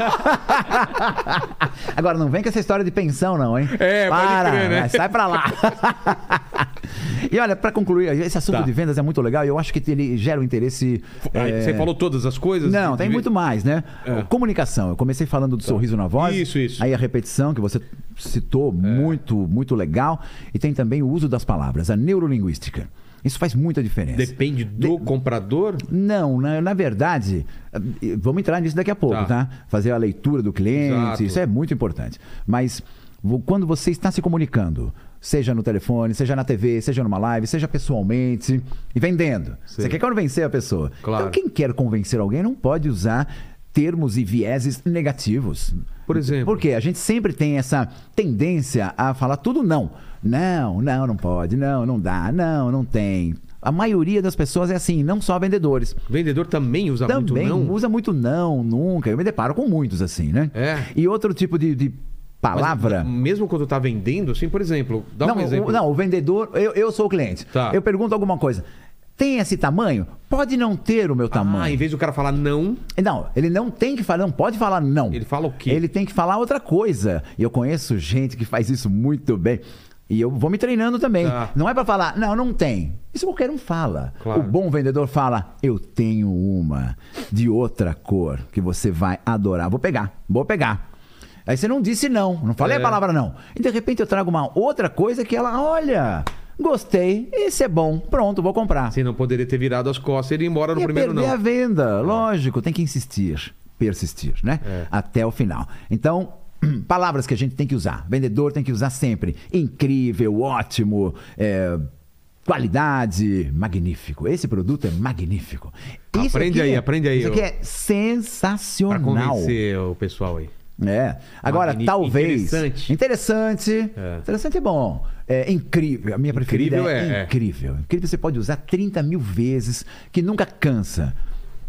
Agora, não vem com essa história de pensão, não, hein?
É, pode
Para,
crer, né?
vai, sai pra lá. e olha, pra concluir, esse assunto
Tá.
de vendas é muito legal e eu acho que ele gera um interesse.
Então, Aí,
é,
Você falou todas as coisas?
Não,
De-
tem
de-
muito mais, né?
É. Tá.
Comunicação. Eu comecei falando do sorriso na voz.
Isso, isso. É.
Aí a repetição que você citou, muito, muito legal. E tem também o uso das palavras, a neurolinguística. Isso faz muita diferença.
Depende do comprador?
Não, na, na verdade, eh, vamos entrar nisso daqui a pouco,
Tá.
tá? Fazer a leitura do cliente,
Exato.
isso é muito importante. Mas vo- quando você está se comunicando, seja no telefone, seja na TV, seja numa live, seja pessoalmente, e vendendo.
Sei.
Você quer convencer a pessoa.
Claro.
Então, quem quer convencer alguém não pode usar termos e vieses negativos.
Por exemplo?
Porque a gente sempre tem essa tendência a falar tudo não. Não, não, não pode, não, não dá, não, não tem. A maioria das pessoas é assim, não só vendedores.
Vendedor também usa
Também
muito não?
usa muito não, nunca. Eu me deparo com muitos assim, né?
É.
E outro tipo de, de
Mas
palavra.
mesmo quando tá vendendo, assim, por exemplo, dá
não,
um exemplo.
O, não, o vendedor, eu, eu sou o cliente.
Tá.
Eu pergunto alguma coisa. Tem esse tamanho? Pode não ter o meu tamanho.
Ah, em vez do cara falar não,
Não, ele não tem que falar, não pode falar não.
Ele fala o quê?
Ele tem que falar outra coisa. E eu conheço gente que faz isso muito bem. E eu vou me treinando também.
Tá.
Não é pra falar, não, não tem. Isso qualquer um fala.
Claro.
O bom vendedor fala, eu tenho uma de outra cor que você vai adorar. Vou pegar, vou pegar. Aí você não disse não, não falei
É.
a palavra não. E de repente eu trago uma outra coisa que ela, olha, gostei, esse é bom, pronto, vou comprar.
você não poderia ter virado as costas e ido embora no
Ia
primeiro
perder
não.
a venda, lógico, tem que insistir, persistir, né?
É.
Até o final. Então, palavras que a gente tem que usar. Vendedor tem que usar sempre. Incrível, ótimo, é, qualidade, magnífico. Esse produto é magnífico.
Aprende
aqui
aí,
é-
aprende aí,
Isso aqui
ó.
é
Pra
sensacional.
convencer o pessoal aí.
É. Agora,
Magnífico.
talvez.
Interessante.
Interessante.
É.
Interessante é bom. É incrível. A minha preferida
Incrível
é,
é, é.
incrível. Incrível você pode usar 30 mil vezes, que nunca cansa.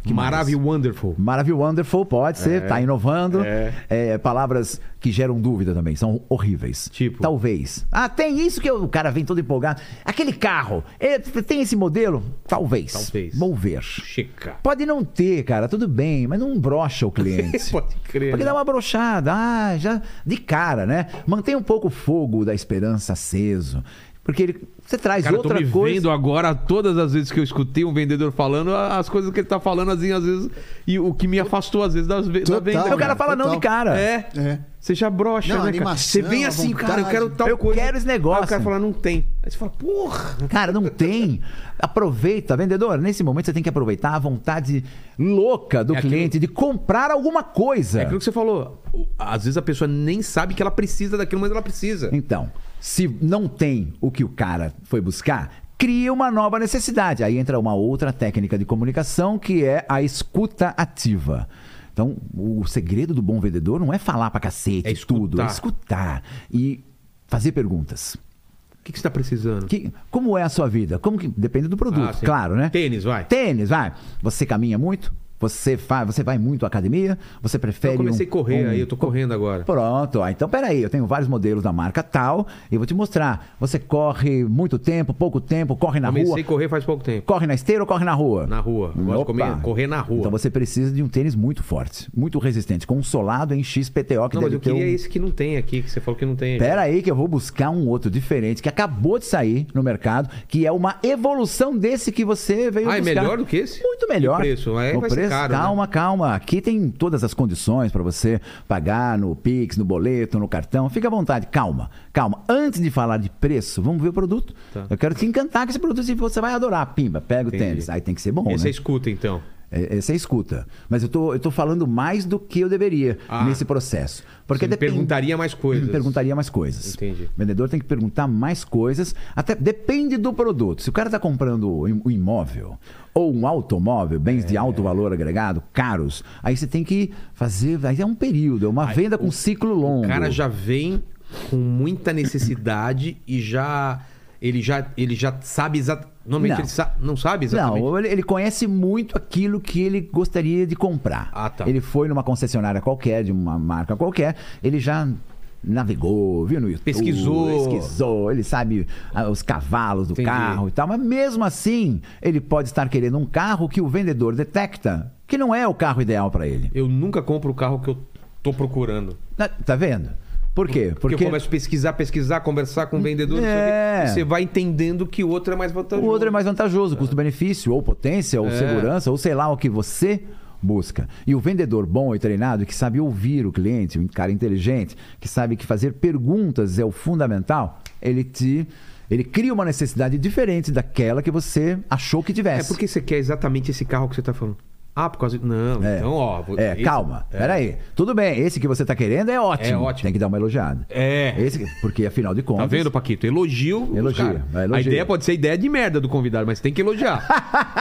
Que mais?
Maravilha, wonderful.
Maravilha Wonderful, pode ser,
É.
tá inovando.
É.
É, palavras que geram dúvida também, são horríveis.
Tipo?
Talvez. Ah, tem isso que eu- o cara vem todo empolgado. Aquele carro, é, tem esse modelo? Talvez.
Talvez.
Vou ver.
Checa.
Pode não ter, cara, tudo bem, mas não brocha o cliente.
Pode crer,
Porque
né?
dá uma brochada, ah, já de cara, né? Mantém um pouco o fogo da esperança aceso. Porque ele, você traz
Cara, eu tô
outra
me
coisa.
vendo agora, todas as vezes que eu escutei um vendedor falando, a- as coisas que ele tá falando, assim, às vezes, e o que me afastou, às vezes, das ve da
Total,
venda.
Aí o cara
Cara,
fala não
total.
de cara.
É.
É.
Você já brocha,
Não,
né, cara? Você
animação,
vem assim,
vontade.
cara, eu quero tal
Eu
coisa.
quero esse negócio.
Aí o cara fala, não tem. Aí você fala, porra.
Cara, não tem. Aproveita, vendedor. Nesse momento você tem que aproveitar a vontade louca do
É aquilo-
cliente de comprar alguma coisa.
É aquilo que você falou. O- Às vezes a pessoa nem sabe que ela precisa daquilo, mas ela precisa.
Então, se não tem o que o cara foi buscar, cria uma nova necessidade. Aí entra uma outra técnica de comunicação que é a escuta ativa. Então, o segredo do bom vendedor não é falar pra cacete
É
tudo, é
escutar.
escutar e fazer perguntas.
O que, que você tá precisando?
Que- como é a sua vida? Como que depende do
Ah,
produto,
sim.
claro, né?
Tênis, vai.
Tênis, vai. Você caminha muito? Você faz, você vai muito à academia? Você prefere
Eu comecei
um-
a correr,
um-
aí eu tô correndo agora.
Pronto, ah, então peraí, eu tenho vários modelos da marca tal e eu vou te mostrar. Você corre muito tempo, pouco tempo, corre na
Comecei
rua,
a correr faz pouco tempo.
corre na esteira ou corre na rua?
Na rua. Eu gosto de
Opa.
comer- correr na rua.
Então você precisa de um tênis muito forte, muito resistente, com um solado em XPTO que
Não, mas
deve
eu
ter
queria
um-
esse que não tem aqui, que você falou que não tem. aqui.
Pera aí que eu vou buscar um outro diferente que acabou de sair no mercado, que é uma evolução desse que você veio
Ah, é
buscar.
melhor do que esse?
Muito melhor.
O preço, aí
O
vai ser
preço,
caro, né?
calma, calma. Aqui tem todas as condições para você pagar no Pix, no boleto, no cartão. Fica à vontade, calma, calma. Antes de falar de preço, vamos ver o produto.
Tá.
Eu quero te encantar com esse produto e você vai adorar. Pimba, pega
Entendi.
o tênis. Aí tem que ser bom,
Esse
né?
é escuta, então.
É, Essa é a escuta. Mas eu tô, eu tô falando mais do que eu deveria
Ah.
nesse processo. Porque
Você me
depende-
perguntaria mais coisas.
Perguntaria mais coisas.
Entendi.
O vendedor tem que perguntar mais coisas. Até depende do produto. Se o cara está comprando im- um imóvel ou um automóvel, bens
É.
de alto valor agregado, caros, aí você tem que fazer. Aí é um período, é uma venda Um com ciclo longo.
O cara já vem com muita necessidade e já Ele já, ele já sabe exatamente. Normalmente
Não.
ele sa- não sabe exatamente.
Não, ele, ele conhece muito aquilo que ele gostaria de comprar.
Ah, tá.
Ele foi numa concessionária qualquer, de uma marca qualquer, ele já navegou, viu no YouTube.
Pesquisou.
Pesquisou, ele sabe ah, os cavalos do
Entendi.
carro e tal, mas mesmo assim, ele pode estar querendo um carro que o vendedor detecta que não é o carro ideal para ele.
Eu nunca compro o carro que eu tô procurando.
Tá- Tá vendo? Por quê?
Porque, eu começo a pesquisar, pesquisar, conversar com o vendedor, não sei o quê,
É.
e você vai entendendo que o outro é mais vantajoso.
O outro é mais vantajoso, custo-benefício, ou potência,
É.
ou segurança, ou sei lá o que você busca. E o vendedor bom e treinado, que sabe ouvir o cliente, um cara inteligente, que sabe que fazer perguntas é o fundamental, ele te. Ele cria uma necessidade diferente daquela que você achou que
É
tivesse.
porque você quer exatamente esse carro que você tá falando. Ah, por causa. Não,
É.
então, ó. vou-
É,
esse-
calma, peraí. Tudo bem, esse que você está querendo é ótimo.
É ótimo.
Tem que dar uma elogiada.
É.
Esse, que- porque afinal de
Tá
contas.
vendo, Paquito? Elogio. os
Elogia,
cara.
vai, elogia.
A ideia pode ser ideia de merda do convidado, mas tem que elogiar.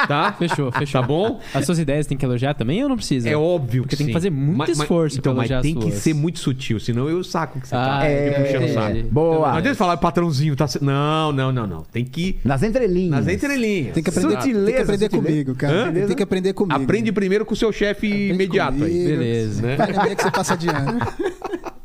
tá?
Fechou, fechou.
Tá bom?
As suas ideias tem que elogiar também ou não precisa?
É óbvio que
Porque tem
sim.
que fazer muito
Mas- mas-
esforço
Então,
pra
mas
elogiar
tem
as
que
suas.
ser muito sutil, senão eu saco que você
Ah,
tá
é,
me puxando o saco.
entendi.
Não
Boa.
adianta falar patrãozinho, tá? se- Não, não, não, não. Tem que.
Nas entrelinhas.
Nas entrelinhas.
Tem que aprender,
Sutileza,
tem que aprender
sutileza.
comigo, cara.
Hã?
Tem que aprender comigo.
Aprende primeiro com o seu chefe imediato aí.
comigo.
Beleza.
Né?
Vai lembrar que você passa de ano.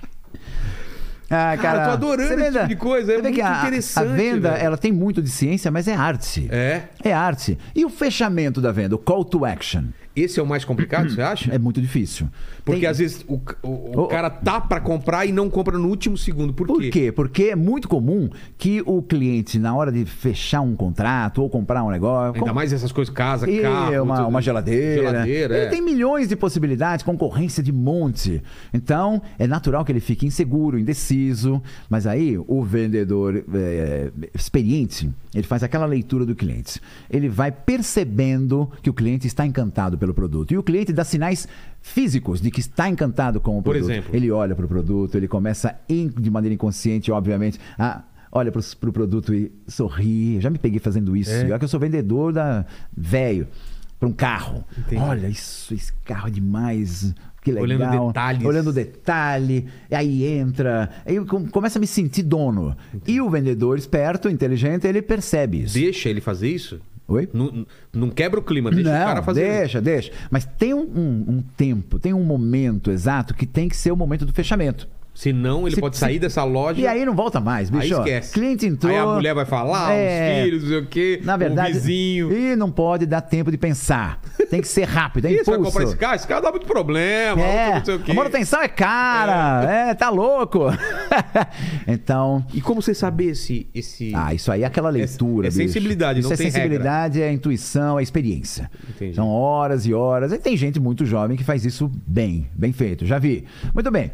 Ah, cara,
eu tô adorando
você
esse tipo de coisa, é
você vê que
muito
a,
interessante,
A venda,
velho.
ela tem muito de ciência, mas é arte.
É.
É arte. E o fechamento da venda, o call to action,
Esse é o mais complicado, você acha?
é muito difícil.
Porque
Tem-
às vezes o, o- o
Oh.
cara tá pra comprar e não compra no último segundo. Por quê?
Por quê? Porque é muito comum que o cliente, na hora de fechar um contrato ou comprar um negócio...
Ainda
com-
mais essas coisas, casa,
E
carro.
uma,
tudo. né?
uma geladeira.
Geladeira,
ele
é.
tem milhões de possibilidades, concorrência de monte. Então, é natural que ele fique inseguro, indeciso. Mas aí, o vendedor é, experiente, ele faz aquela leitura do cliente. Ele vai percebendo que o cliente está encantado pelo produto. E o cliente dá sinais físicos de que está encantado com o
Por
produto.
exemplo?
Ele olha para o produto, ele começa in- de maneira inconsciente, obviamente, a olha para o produto e sorri. Já me peguei fazendo isso.
É?
Olha que eu sou vendedor da velho para um carro.
Entendi.
Olha isso, esse carro é demais. Que legal.
Olhando detalhes.
Olhando detalhe. E Aí entra. Aí eu com- começo a me sentir dono. E o vendedor esperto, inteligente, ele percebe isso.
Deixa ele fazer isso?
Oi?
Não, não quebra o clima, deixa
não,
o cara fazer isso.
deixa, deixa. Mas tem um, um- um tempo, tem um momento exato que tem que ser o momento do fechamento.
Senão ele
Se-
pode
se-
sair dessa loja.
E aí não volta mais,
Aí
bicho.
esquece.
Cliente entrou.
Aí a mulher vai falar, "Ah,
É.
os filhos, não sei o quê,
Na verdade.
o vizinho.
E não pode dar tempo de pensar. Tem que ser rápido, é
Ih, você vai
impulso.
comprar esse carro? Esse carro dá muito problema.
É,
não sei o quê.
a manutenção é cara, é, tá louco. então,
E como você saber se esse.
ah, isso aí é aquela leitura.
é
bicho.
sensibilidade,
isso
não
é
tem
sensibilidade, é intuição, é experiência.
Entendi.
São horas e horas. E tem gente muito jovem que faz isso bem, bem feito. Já vi. Muito bem.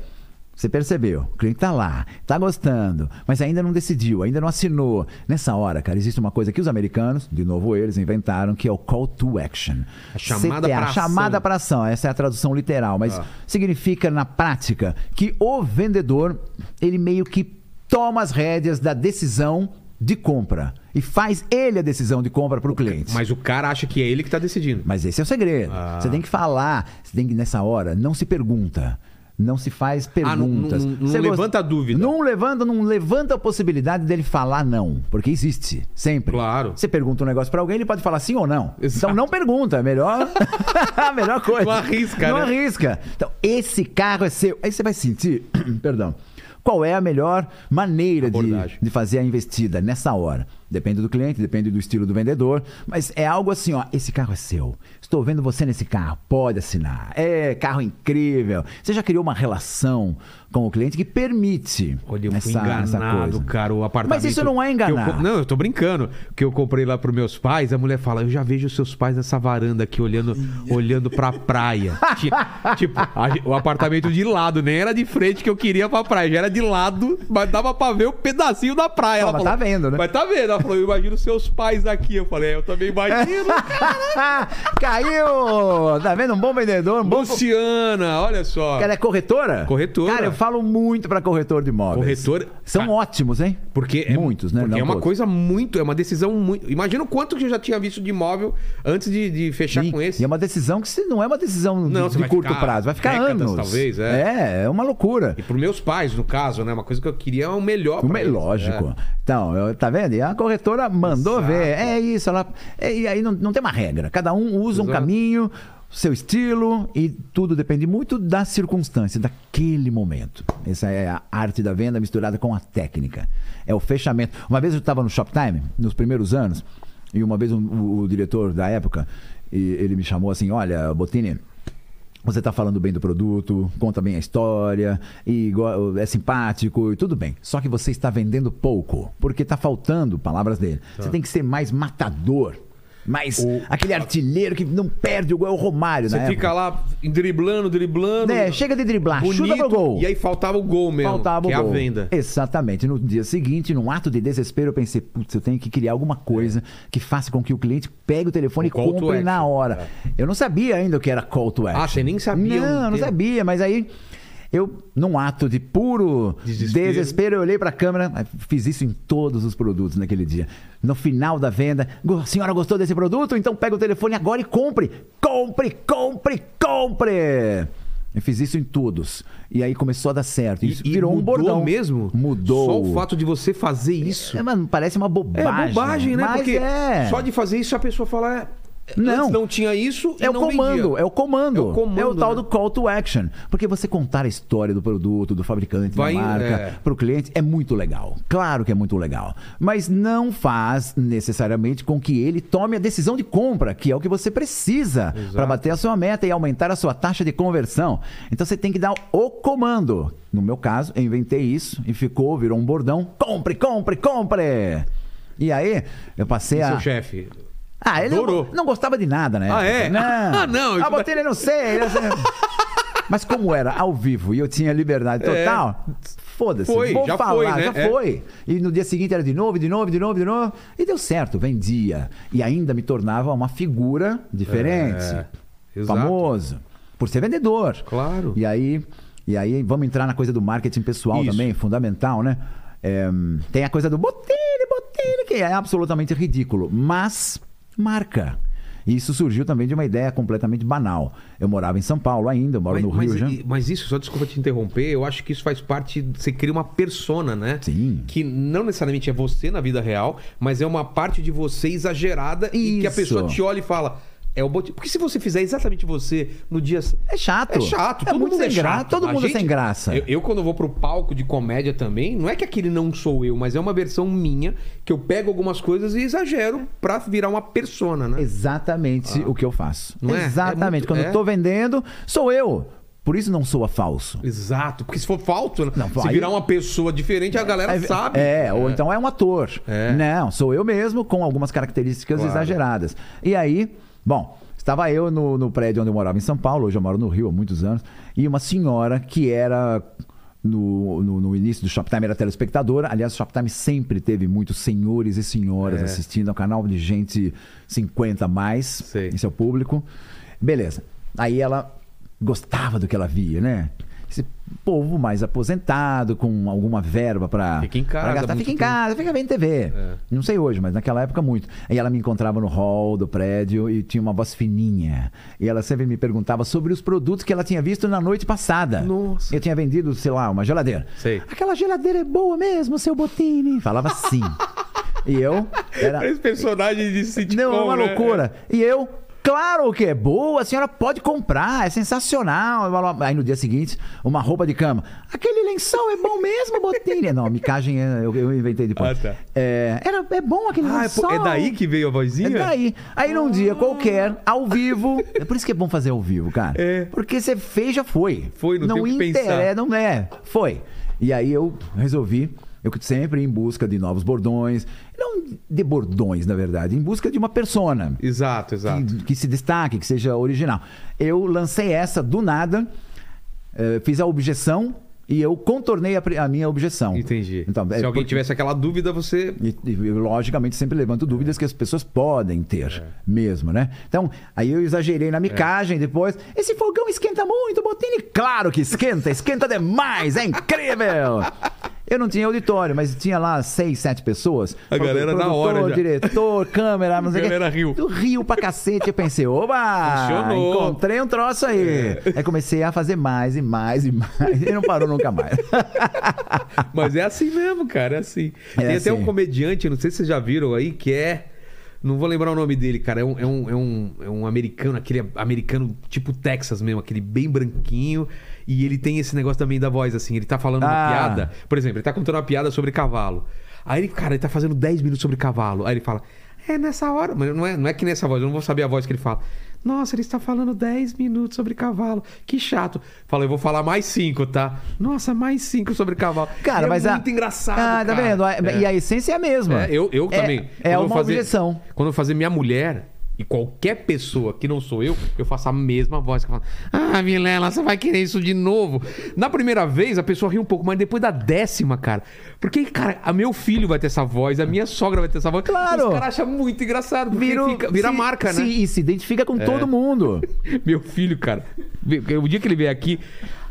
Você percebeu, o cliente tá lá, tá gostando, mas ainda não decidiu, ainda não assinou. Nessa hora, cara, existe uma coisa que os americanos, de novo eles, inventaram, que é o call to action.
A chamada
CTA,
pra ação.
chamada para ação. Essa é a tradução literal, mas
Ah.
significa na prática que o vendedor, ele meio que toma as rédeas da decisão de compra e faz ele a decisão de compra para o cliente.
Mas o cara acha que é ele que tá decidindo.
Mas esse é o segredo.
Ah.
Você tem que falar, você tem que nessa hora não se pergunta. Não se faz
Ah, não-
perguntas.
não- não
Você
levanta a dúvida.
Não levanta, não levanta a possibilidade dele falar não, porque existe sempre.
Claro.
Você pergunta um negócio pra alguém, ele pode falar sim ou não.
Exato.
Então não pergunta, é melhor. a melhor coisa.
Não arrisca,
Não
né?
arrisca. Então esse carro é seu. Aí você vai sentir, perdão. Qual é a melhor maneira de,
Abordagem.
de fazer a investida nessa hora. Depende do cliente, depende do estilo do vendedor, mas é algo assim, ó, esse carro é seu. Estou vendo você nesse carro, pode assinar. É, carro incrível. Você já criou uma relação com o cliente que permite
Olha, eu
essa,
fui
essa
enganado,
coisa.
cara, o apartamento.
Mas isso não é
que eu
enganar.
co- não, eu tô brincando. Que eu comprei lá pros meus pais, a mulher fala: Eu já vejo os seus pais nessa varanda aqui olhando, olhando pra praia. Ti- tipo, a ge- o apartamento de lado, nem era de frente que eu queria pra praia, já era de lado, mas dava pra ver o pedacinho da praia.
Ah,
Ela
mas
falou,
tá vendo, né?
Mas tá vendo. Ela falou: Eu imagino os seus pais aqui. Eu falei: é, Eu também imagino.
Caiu! Tá vendo? Um bom vendedor, um bom...
Luciana, olha só.
Ela é corretora?
Corretora.
Cara, eu falo muito pra corretor de imóveis.
Corretor-
São
Ah.
ótimos, hein?
Porque é,
Muitos, né?
Porque
Não
é uma
todos.
coisa muito, é uma decisão muito. Imagina o quanto que eu já tinha visto de imóvel antes de, de fechar
E,
com esse.
e é uma decisão que se- não é uma decisão de-
Não,
de,
você vai
curto
ficar
prazo. Vai ficar
décadas,
anos.
talvez, é.
é, é uma loucura.
E para meus pais, no caso, né? Uma coisa que eu queria é o melhor.
O
pra
me-
eles,
lógico.
né?
Então, eu- tá vendo? E a corretora mandou
Exato.
ver. É isso, ela. é, E aí não, não tem uma regra. Cada um usa um
Exato.
caminho, seu estilo, e tudo depende muito da circunstância, daquele momento. Essa é a arte da venda misturada com a técnica. É o fechamento. Uma vez eu estava no Shoptime, nos primeiros anos, e uma vez um- o, o diretor da época, e- ele me chamou assim: olha, Botini. Você está falando bem do produto, conta bem a história, e go- é simpático e tudo bem. Só que você está vendendo pouco, porque está faltando palavras dele.
Tá.
Você tem que ser mais matador, mais aquele artilheiro que não perde o gol, é o Romário,
Você
né?
fica lá driblando, driblando.
É, chega de driblar, chuta pro gol.
E aí faltava o gol mesmo.
Faltava
que
o
é
gol.
a venda.
Exatamente. No dia seguinte, num ato de desespero, eu pensei, putz, eu tenho que criar alguma coisa que faça com que o cliente pegue o telefone
Um call
e
to
compre
action. é.
na hora. Eu não sabia ainda o que era call to action.
Ah, você nem sabia
Não,
um
eu não
termo.
sabia, mas aí... Eu, num ato de puro
Desespero.
desespero, eu olhei pra câmera, fiz isso em todos os produtos naquele dia. No final da venda, "Go- a senhora gostou desse produto? Então pega o telefone agora e compre! Compre, compre, compre! Eu fiz isso em todos. E aí começou a dar certo. Isso virou um
mudou
bordão.
mesmo?
Mudou.
Só o fato de você fazer isso.
É, mano, parece uma
É
bobagem.
bobagem, né?
Mas
Porque
é.
só de fazer isso a pessoa fala. é,
Não.
antes não tinha isso. e
É o,
não
comando,
vendia.
é o comando,
É o comando,
É o tal
né?
do call to action. Porque você contar a história do produto, do fabricante,
Vai,
da marca,
é.
pro cliente, é muito legal. Claro que é muito legal. Mas não faz necessariamente com que ele tome a decisão de compra, que é o que você precisa para bater a sua meta e aumentar a sua taxa de conversão. Então você tem que dar o comando. No meu caso, eu inventei isso e ficou, virou um bordão. Compre, compre, compre! E aí, eu passei
E
a.
seu chefe.
Ah, ele
Adorou.
não, não gostava de nada, né?
Ah, é?
Não.
Ah, não, isso
Ah, botei ele, não sei. ele- Mas como era ao vivo e eu tinha liberdade total, foda-se.
É. Foi,
vou
já
falar,
foi, né?
já
É.
foi. E no dia seguinte era de novo, de novo, de novo, de novo. E deu certo, vendia. E ainda me tornava uma figura diferente.
É, exato.
famoso. Por ser vendedor.
Claro.
E aí, e aí vamos entrar na coisa do marketing pessoal
Isso.
também, fundamental, né? É, tem a coisa do botine, botine, que é absolutamente ridículo, mas marca. E Isso surgiu também de uma ideia completamente banal. Eu morava em São Paulo ainda, eu moro no Rio já.
e- mas isso, só desculpa te interromper, eu acho que isso faz parte. Você cria uma persona, né?
Sim.
Que não necessariamente é você na vida real, mas é uma parte de você exagerada e que a
Isso.
pessoa te olha e fala. É o bot... Porque se você fizer exatamente você no dia.
É chato.
É chato,
É
todo
muito
mundo é
sem graça,
chato.
todo
A
mundo é sem graça.
Eu, eu, quando vou pro palco de comédia também, não é que aquele não sou eu, mas é uma versão minha que eu pego algumas coisas e exagero pra virar uma persona, né?
Exatamente o que eu faço.
Não é? É
Exatamente.
muito-
Quando
é.
eu tô vendendo, sou eu. Por isso não soa falso.
Exato, porque se for falso, né?
Não,
se
aí-
virar uma pessoa diferente, a galera
É,
sabe.
É, ou então é um ator.
É.
Não, sou eu mesmo com algumas características
Claro.
exageradas. E aí, bom, estava eu no, no prédio onde eu morava em São Paulo, hoje eu moro no Rio há muitos anos, e uma senhora que era. No, no, no início do Shoptime era telespectadora. Aliás, o Shoptime sempre teve muitos senhores e senhoras
É.
assistindo. É um canal de gente 50 a mais.
Sei.
Esse é o público. Beleza. Aí ela gostava do que ela via, né? Esse povo mais aposentado, com alguma verba pra.
Fica em casa
pra gastar.
muito
Fica em
tempo.
casa, fica vendo TV.
É.
Não sei hoje, mas naquela época muito. Aí ela me encontrava no hall do prédio e tinha uma voz fininha. E ela sempre me perguntava sobre os produtos que ela tinha visto na noite passada.
Nossa.
Eu tinha vendido, sei lá, uma geladeira.
Sei.
Aquela geladeira é boa mesmo, seu Botini. Falava assim. e eu. Era...
Esse personagem de sitcom,
Não, é uma
né?
loucura. E eu, claro que é boa, a senhora pode comprar, é sensacional. Aí no dia seguinte, uma roupa de cama. Aquele lençol é bom mesmo, Botini. Não, a micagem é- eu, eu inventei depois.
Ah, tá.
é, era, é bom aquele
Ah, é,
lençol.
po- é daí que veio a vozinha?
É daí. Aí num dia qualquer, ao vivo. É por isso que é bom fazer ao vivo, cara.
É.
Porque você fez, já foi.
Foi, não tem o que
interessa,
pensar.
Não é. Foi. E aí eu resolvi. Eu sempre em busca de novos bordões. Não de bordões, na verdade. Em busca de uma persona
Exato, exato.
que, que se destaque, que seja original. Eu lancei essa do nada, eh, fiz a objeção E eu contornei a, pri- a minha objeção.
Entendi.
Então, é
Se alguém
porque-
tivesse aquela dúvida, você.
e, e, logicamente, sempre levanto dúvidas que as pessoas podem ter,
É.
mesmo, né? Então, aí eu exagerei na micagem depois. Esse fogão esquenta muito, Botini. Claro que esquenta, esquenta demais, é incrível! Eu não tinha auditório, mas tinha lá seis, sete pessoas.
A galera na hora
Produtor,
já.
diretor, câmera, não sei o quê.
galera riu.
Eu rio pra cacete. Eu pensei, oba!
Funcionou. É.
Encontrei um troço aí. Aí comecei a fazer mais e mais e mais. E não parou nunca mais.
Mas é assim mesmo, cara, é assim.
É
Tem até
assim.
um comediante, não sei se vocês já viram aí, que é. Não vou lembrar o nome dele, cara. É um, é um, é um, é um americano, aquele americano tipo Texas mesmo, aquele bem branquinho. E ele tem esse negócio também da voz, assim. Ele tá falando uma
Ah.
piada. Por exemplo, ele tá contando uma piada sobre cavalo. Aí ele, cara, ele tá fazendo 10 minutos sobre cavalo. Aí ele fala, é nessa hora. Mas não é, não é que nessa voz, eu não vou saber a voz que ele fala. Nossa, ele está falando 10 minutos sobre cavalo. Que chato. Fala, eu vou falar mais 5, tá? Nossa, mais 5 sobre cavalo.
Cara,
E é
mas a-
muito engraçado.
Ah, tá
cara.
vendo? A-
É.
E a essência é a mesma.
É, eu, eu
É-
também.
É,
Quando eu
uma
vou fazer-
objeção.
Quando eu fazer minha mulher e qualquer pessoa que não sou eu, eu faço a mesma voz que eu falo. Ah, Vilela, você vai querer isso de novo. Na primeira vez, a pessoa ri um pouco, mas depois da décima, cara. Porque, cara, a meu filho vai ter essa voz, a minha sogra vai ter essa voz.
Claro.
Os caras acham muito engraçado. Porque
Virou-
fica- vira
se-
marca,
se-
né?
E se identifica com todo mundo.
Meu filho, cara. O dia que ele veio aqui.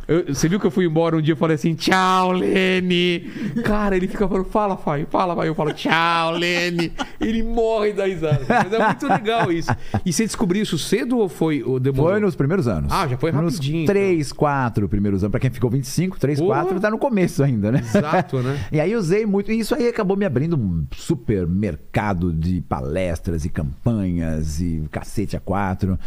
eu- você viu que eu fui embora um dia e falei assim, tchau, Lene. Cara, ele fica falando, fala, pai, fala, pai. Eu falo, tchau, Lene. Ele morre da risada. Mas é muito legal isso. E você descobriu isso cedo ou foi o demorou?
Foi nos primeiros anos.
Ah, já foi
nos
rapidinho, então.
3, 4 primeiros anos. Pra quem ficou 25, 3,
Porra.
4, tá no começo ainda, né?
Exato, né?
e aí usei muito. E isso aí acabou me abrindo um super mercado de palestras e campanhas e cacete a quatro.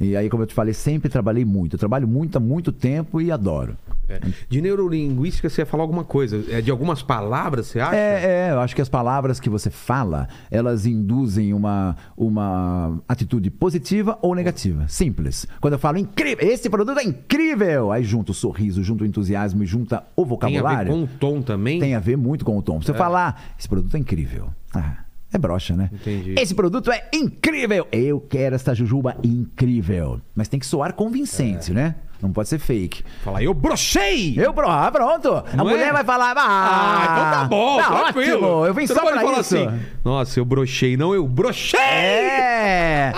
E aí, como eu te falei, sempre trabalhei muito. Eu trabalho muito há muito tempo e adoro.
É. De neurolinguística, você ia falar alguma coisa. É de algumas palavras, você acha?
É, é, eu acho que as palavras que você fala, elas induzem uma, uma atitude positiva ou negativa. Simples. Quando eu falo incrível, esse produto é incrível, aí junta o sorriso, junta o entusiasmo e junta
Tem a
o
ver
vocabulário.
com o tom também?
Tem a ver muito com o tom. Você falar, esse produto é incrível. Ah, é brocha, né?
Entendi.
Esse produto é incrível. Eu quero esta jujuba incrível. Mas tem que soar convincente,
É.
né? Não pode ser fake.
Falar, eu brochei!
Eu, pro- ah, pronto. A
Não
mulher
é?
vai falar. Ah,
Ah, então tá bom, tranquilo.
ótimo. Eu vim
Você
só
não pode
pra
falar
isso.
assim, Nossa, eu brochei, não eu brochei!
É.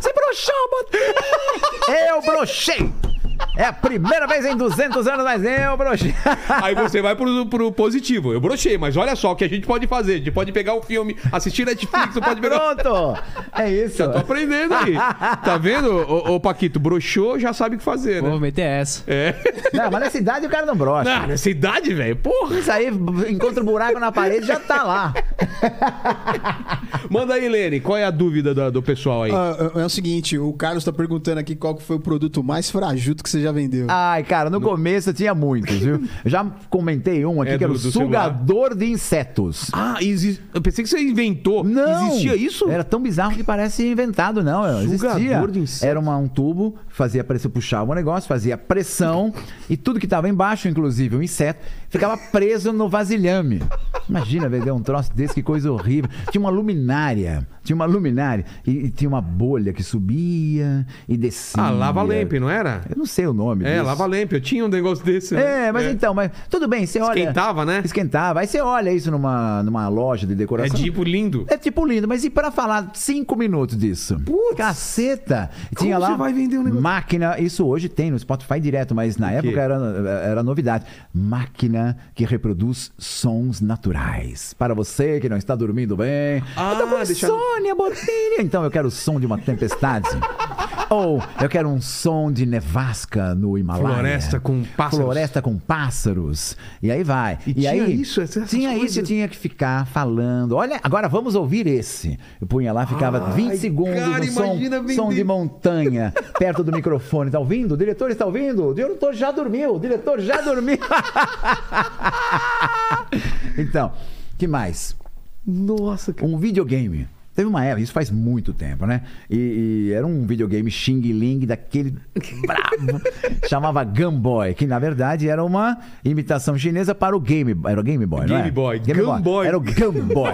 Você broxou, Botinho. Eu brochei. É a primeira vez em 200 anos, mas eu brochei.
Aí você vai pro, pro positivo. Eu brochei, mas olha só o que a gente pode fazer. A gente pode pegar um filme, assistir Netflix, você pode pegar.
Pronto. É isso.
Tô aprendendo aí. Tá vendo, ô, ô, Paquito? Broxou, já sabe o que fazer,
Vou
né?
meter essa.
É.
Não, mas nessa idade o cara não brocha.
Ah, nessa idade, velho. Porra.
Isso aí, b- encontra um buraco na parede, já tá lá.
Manda aí, Lene, qual é a dúvida da- do pessoal aí?
Ah, é é o seguinte, o Carlos tá perguntando aqui qual que foi o produto mais frajuto que você já vendeu.
Ah.
Ai, cara, no começo tinha muitos, viu? Já comentei um aqui
É
que era o
do- do celular.
sugador de insetos.
Ah, exi- eu pensei que você inventou.
Não!
Existia isso?
Era tão bizarro que parece inventado, não.
Sugador
existia.
de inseto.
Era uma- um tubo, fazia pressão, puxava o negócio, fazia pressão e tudo que estava embaixo, inclusive o inseto, ficava preso no vasilhame. Imagina vender um troço desse, que coisa horrível. Tinha uma luminária, tinha uma luminária e, e tinha uma bolha que subia e descia.
Ah, lava lamp, não era?
Eu não sei o nome
É,
disso.
lava lamp. Eu tinha um negócio desse. né?
É, mas então, mas tudo bem, você olha.
Esquentava, né?
Esquentava. Aí você olha isso numa, numa loja de
É
decoração.
tipo lindo.
É tipo lindo, mas e para falar cinco minutos disso? Caceta! Tinha
Como
lá
você vai vender um negócio?
máquina, isso hoje tem no Spotify direto, mas na época era, era novidade. Máquina que reproduz sons naturais. Para você que não está dormindo bem.
Ah,
eu tô com
deixa-
insônia, Botini. Então eu quero o som de uma tempestade. Ou eu quero um som de nevasca no Himalaia.
Floresta com pássaros.
Floresta com pássaros. E aí vai.
E tinha
aí,
isso, essas
tinha isso,
coisas.
tinha que ficar falando. Olha, agora vamos ouvir esse. Eu punha lá, ficava
Ai,
20 segundos
cara,
no som,
imagina vender.
som de montanha, perto do microfone. Tá ouvindo? O diretor está ouvindo? O diretor já dormiu, o diretor já dormiu. então, que mais?
Nossa, cara.
Um videogame. Teve uma época, isso faz muito tempo, né? E, e era um videogame Xing Ling daquele brabo. chamava Game Boy, que na verdade era uma imitação chinesa para o Game Boy. Era o Game Boy, não é?
Game Boy,
Game
Game Boy.
Era o Game Boy.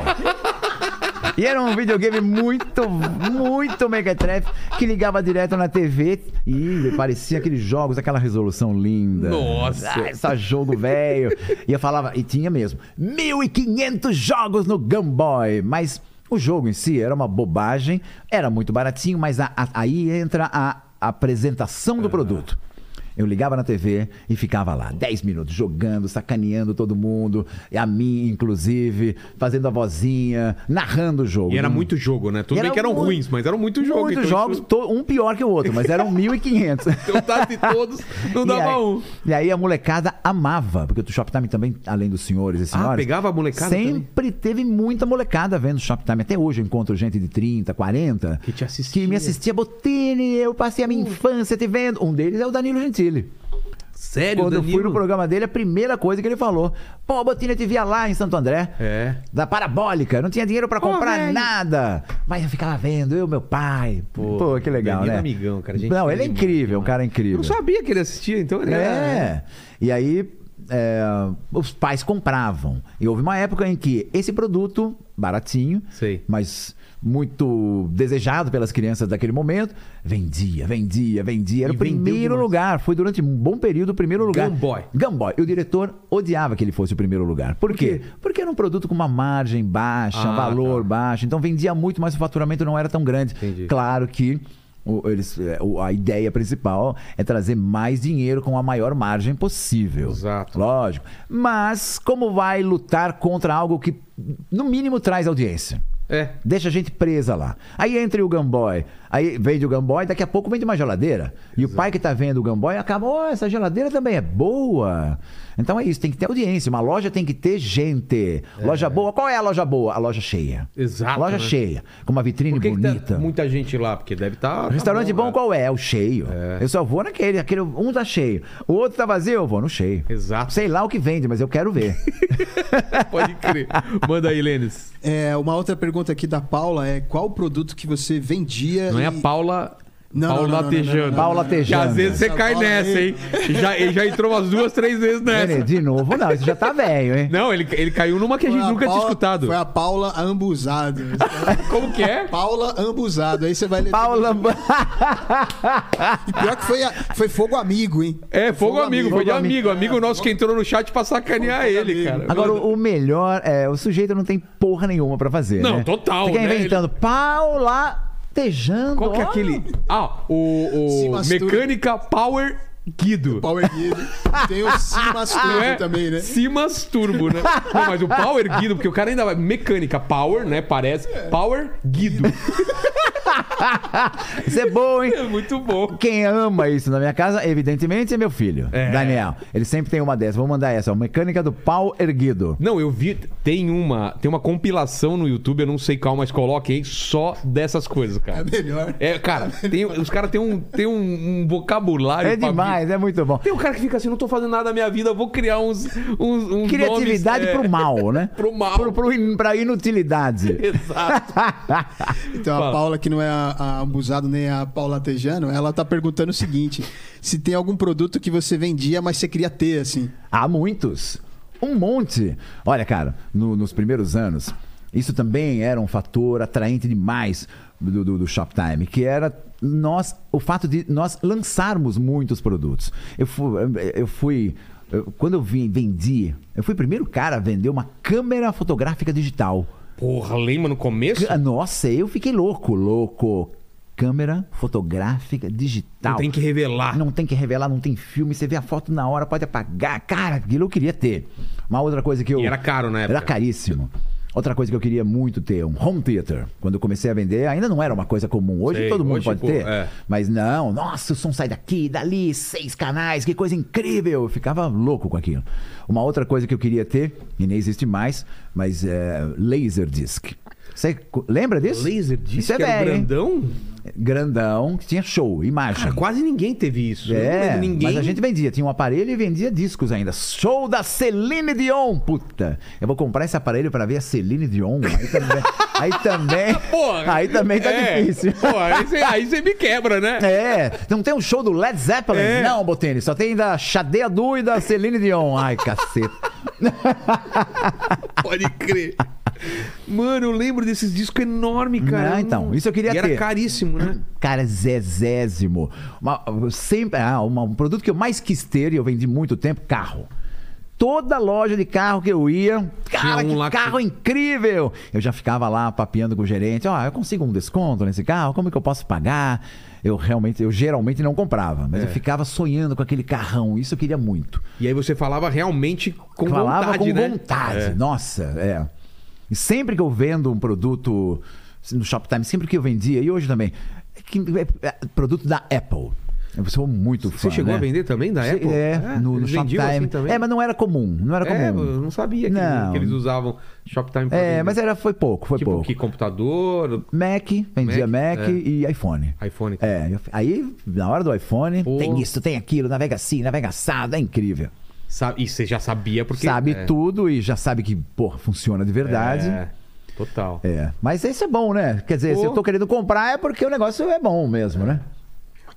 E era um videogame muito, muito mequetrefe, que ligava direto na TV e parecia aqueles jogos, aquela resolução linda.
Nossa.
Ah, esse jogo velho. E eu falava, e tinha mesmo, 1.500 jogos no Game Boy, mas... O jogo em si era uma bobagem, era muito baratinho, mas a- a- aí entra a apresentação
É.
do produto. Eu ligava na TV e ficava lá 10 minutos jogando, sacaneando todo mundo, e a mim inclusive, fazendo a vozinha, narrando o jogo.
E era
Não-
muito jogo, né? Tudo
E
bem que eram
muito-
ruins, mas eram muito jogo.
Muitos
então
jogos,
isso-
to- um pior que o outro, mas eram 1.500.
Eu tá de todos, não
E
dava
aí-
um.
E aí a molecada amava, porque o Shoptime também, além dos senhores e senhoras.
Ah, pegava a molecada
Sempre teve muita molecada vendo Shoptime. Até hoje eu encontro gente de 30, 40.
Que te assistia. Uh.
Que me assistia, Botini, eu passei a minha infância te vendo. Um deles é o Danilo Gentili.
Sério,
Quando eu fui
Danilo?
no programa dele, a primeira coisa que ele falou: Pô, Botini, eu te via lá em Santo André.
É.
Da parabólica, não tinha dinheiro pra comprar
velho.
nada. Mas eu ficava vendo, eu, meu pai. Pô, que legal,
Danilo é
né?
amigão, cara, gente
não, ele é
fina
incrível, um cara
Eu
incrível.
não sabia que ele assistia, então ele era-
É. E aí, é, os pais compravam. E houve uma época em que esse produto, baratinho,
Sei.
mas muito desejado pelas crianças daquele momento, vendia, vendia, vendia. Era
E
o
vendeu
primeiro
demais.
lugar. Foi durante um bom período o primeiro lugar.
Game Boy.
Game Boy. O diretor odiava que ele fosse o primeiro lugar. Por, quê? Porque era um produto com uma margem baixa,
Ah,
valor
tá.
baixo. Então vendia muito, mas o faturamento não era tão grande.
Entendi.
Claro que o- eles, é, o- a ideia principal é trazer mais dinheiro com a maior margem possível.
Exato.
Lógico. Mas como vai lutar contra algo que, no mínimo, traz audiência?
É.
Deixa a gente presa lá. Aí entra o Gamboy. Aí vende o Gamboy, daqui a pouco vende uma geladeira. E o pai que tá vendo o Gamboy acaba, ó, essa geladeira também é boa. Então é isso, tem que ter audiência. Uma loja tem que ter gente. Loja boa, qual é a loja boa? A loja cheia.
Exato,
Loja
né?
cheia, com uma vitrine
Por que, que tá né?
bonita.
muita gente lá? Porque deve tá estar.
Restaurante bom, qual é? É O cheio. Eu só vou naquele, aquele, um tá cheio. O outro tá vazio, eu vou no cheio.
Exato.
Sei lá o que vende, mas eu quero ver.
Pode crer. Manda aí, Lênis.
É, uma outra pergunta aqui da Paula é qual o produto que você vendia?
Não é a
e-
Paula.
Não, não,
Paula
não, não, não, não,
Tejano.
não,
Que
Paula
às
Tejano.
vezes você
Essa
cai
Paula
nessa,
aí.
hein? Já, ele já entrou umas duas, três vezes
Nenê,
nessa.
De novo, não, isso já tá velho, hein?
Não, ele, ele caiu numa que a
Foi
gente nunca tinha
Paula-
escutado.
Foi a Paula Ambuzado.
Como que é?
Paula Ambuzado. Aí você vai ler.
Paula.
E pior que foi, a- foi fogo amigo, hein?
É, fogo, amigo, foi de
Fogo
amigo.
amigo.
Amigo nosso que entrou no chat pra sacanear
Fogo
ele,
amigo.
cara.
Agora, o o melhor é o sujeito não tem porra nenhuma pra fazer.
Não,
né?
total,
Fica
né?
inventando. Paula Tejano.
Qual que é
olha.
aquele. Ah,
Se
o. o
masturba.
mecânica Power Guido.
Power Guido. Tem o Simas
Não é?
também, né?
Simas Turbo, né? Não, mas o Power Guido, porque o cara ainda vai. Mecânica Power, né? Parece. Power Guido.
Isso é bom, hein?
É muito bom.
Quem ama isso na minha casa, evidentemente, é meu filho,
É.
Daniel. Ele sempre tem uma dessas. Vou mandar essa, ó. Mecânica do pau erguido.
Não, eu vi. Tem uma, tem uma compilação no YouTube, eu não sei qual, mas coloque aí só dessas coisas, cara.
É melhor.
É, cara, tem- os caras têm um, tem um, um vocabulário.
É
pra-
demais, é muito bom.
Tem um cara que fica assim, não tô fazendo nada da minha vida, vou criar uns. uns, uns
Criatividade
nomes, é,
pro mal, né?
Pro mal.
Pro, pro in- pra inutilidade.
Exato.
Então a
Fala.
Paula, que não é a, a Ambuzado nem a Paula Tejano, ela tá perguntando o seguinte: se tem algum produto que você vendia, mas você queria ter, assim.
Há muitos. Um monte. Olha, cara, no- nos primeiros anos, isso também era um fator atraente demais do, do, do Shoptime, que era nós, o fato de nós lançarmos muitos produtos. Eu fu- eu fui. eu- quando eu vim, vendi, eu fui o primeiro cara a vender uma câmera fotográfica digital.
Porra, lembra no começo?
Ca- Nossa, eu fiquei louco, louco. Câmera fotográfica digital.
Não tem que revelar.
Não tem que revelar, não tem filme. Você vê a foto na hora, pode apagar. Cara, aquilo eu queria ter. Uma outra coisa que eu.
E era caro na época.
Era caríssimo. Outra coisa que eu queria muito ter, um home theater. Quando eu comecei a vender, ainda não era uma coisa comum. Hoje
Sei,
todo mundo
hoje,
pode
pô,
ter.
é.
Mas não, nossa, o som sai daqui, dali, seis canais, que coisa incrível. Eu ficava louco com aquilo. Uma outra coisa que eu queria ter, e nem existe mais, mas é Laserdisc. Você co- lembra disso?
Laser disc
Isso é
era
velho, hein?
grandão?
Grandão, que tinha show, imagem.
Cara, quase ninguém teve isso. Eu não
É,
lembro ninguém.
mas a gente vendia. Tinha um aparelho e vendia discos ainda. Show da Celine Dion, puta. Eu vou comprar esse aparelho pra ver a Celine Dion. Aí também... aí também,
Porra.
aí também tá
É.
difícil.
Pô, aí você aí você me quebra, né?
É, não tem um show do Led Zeppelin?
É.
Não, Botini, só tem da Xadea Du e da Celine Dion. Ai, caceta.
Pode crer. Mano, eu lembro desses discos enorme, cara.
Não,
Eu
então, isso eu queria
e
ter.
era caríssimo, né?
Cara, zezésimo. Uma- sempre, ah, uma- um produto que eu mais quis ter e eu vendi muito tempo, carro. Toda loja de carro que eu ia, cara,
um
que
lá que-
carro incrível! Eu já ficava lá papeando com o gerente, ó, eu consigo um desconto nesse carro, como que eu posso pagar? Eu realmente, eu geralmente não comprava, mas eu
É.
ficava sonhando com aquele carrão, isso eu queria muito.
E aí você falava realmente com
falava
vontade,
com
né?
vontade.
É.
Nossa, é. E sempre que eu vendo um produto no Shoptime, sempre que eu vendia, e hoje também, é que- é- é produto da Apple. Eu sou muito fã.
Você chegou
né?
a vender também da
Sim,
Apple?
É, no, no
eles vendiam
Shoptime.
assim também?
é, mas não era comum. Não era
É,
comum.
eu não sabia que,
Não.
que eles usavam Shoptime pra
É,
vender.
mas era, foi pouco, foi
tipo
pouco.
que computador,
Mac, vendia Mac,
Mac, é.
e iPhone.
iPhone.
É, eu- aí, na hora do iPhone,
Pô.
tem isso, tem aquilo, navega assim, navega assado, é incrível.
Sa- E você já sabia porque
sabe
é.
tudo e já sabe que, porra, funciona de verdade.
É, total.
É, mas isso é bom, né? Quer dizer, se eu tô querendo comprar é porque o negócio é bom mesmo, né?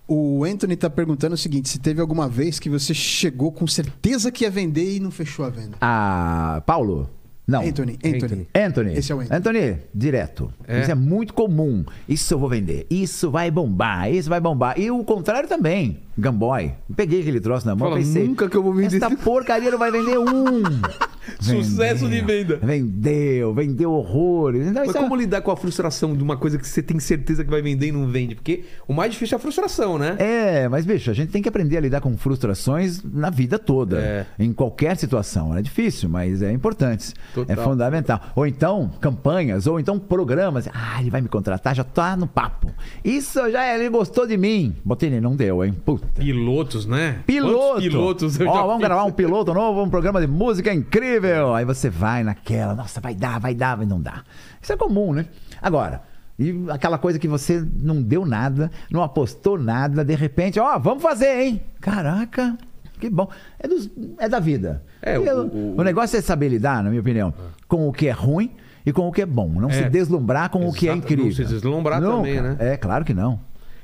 O Anthony tá perguntando o seguinte: se teve alguma vez que você chegou com certeza que ia vender e não fechou a venda?
Ah, Paulo? Não.
Anthony, Anthony.
Anthony.
Anthony.
Esse é o Anthony.
Anthony, direto.
É.
Isso é muito comum. Isso eu vou vender. Isso vai bombar. Isso vai bombar. E o contrário também. Gamboy. Peguei aquele troço na mão
Fala,
e pensei...
"Nunca que eu vou vender
Essa
esse-
porcaria não vai vender um.
Sucesso de
Vendeu.
venda.
Vendeu. Vendeu horrores. Então,
Mas
isso é-
como lidar com a frustração de uma coisa que você tem certeza que vai vender e não vende? Porque o mais difícil é a frustração, né?
É, mas bicho, a gente tem que aprender a lidar com frustrações na vida toda.
É.
Em qualquer situação. É difícil, mas é importante.
Total.
É fundamental. Ou então, campanhas, ou então programas. Ah, ele vai me contratar, já tá no papo. Isso já é, ele gostou de mim. Botei ele, não deu, hein? Puta.
Pilotos, né?
Piloto!
Quantos pilotos eu
Ó,
já
vamos
fiz?
gravar um piloto novo, um programa de música incrível. Aí você vai naquela, nossa, vai dar, vai dar, vai não dar. Isso é comum, né? Agora, e aquela coisa que você não deu nada, não apostou nada, de repente, ó, vamos fazer, hein? Caraca, que bom. É, dos- é da vida.
É,
Porque
o-
o,
o- Ah.
negócio é saber lidar, na minha opinião, com o que é ruim e com o que é bom. Não se
É.
deslumbrar com o que é
Exato, não
incrível.
se deslumbrar também,
cara.
né?
É, claro que não.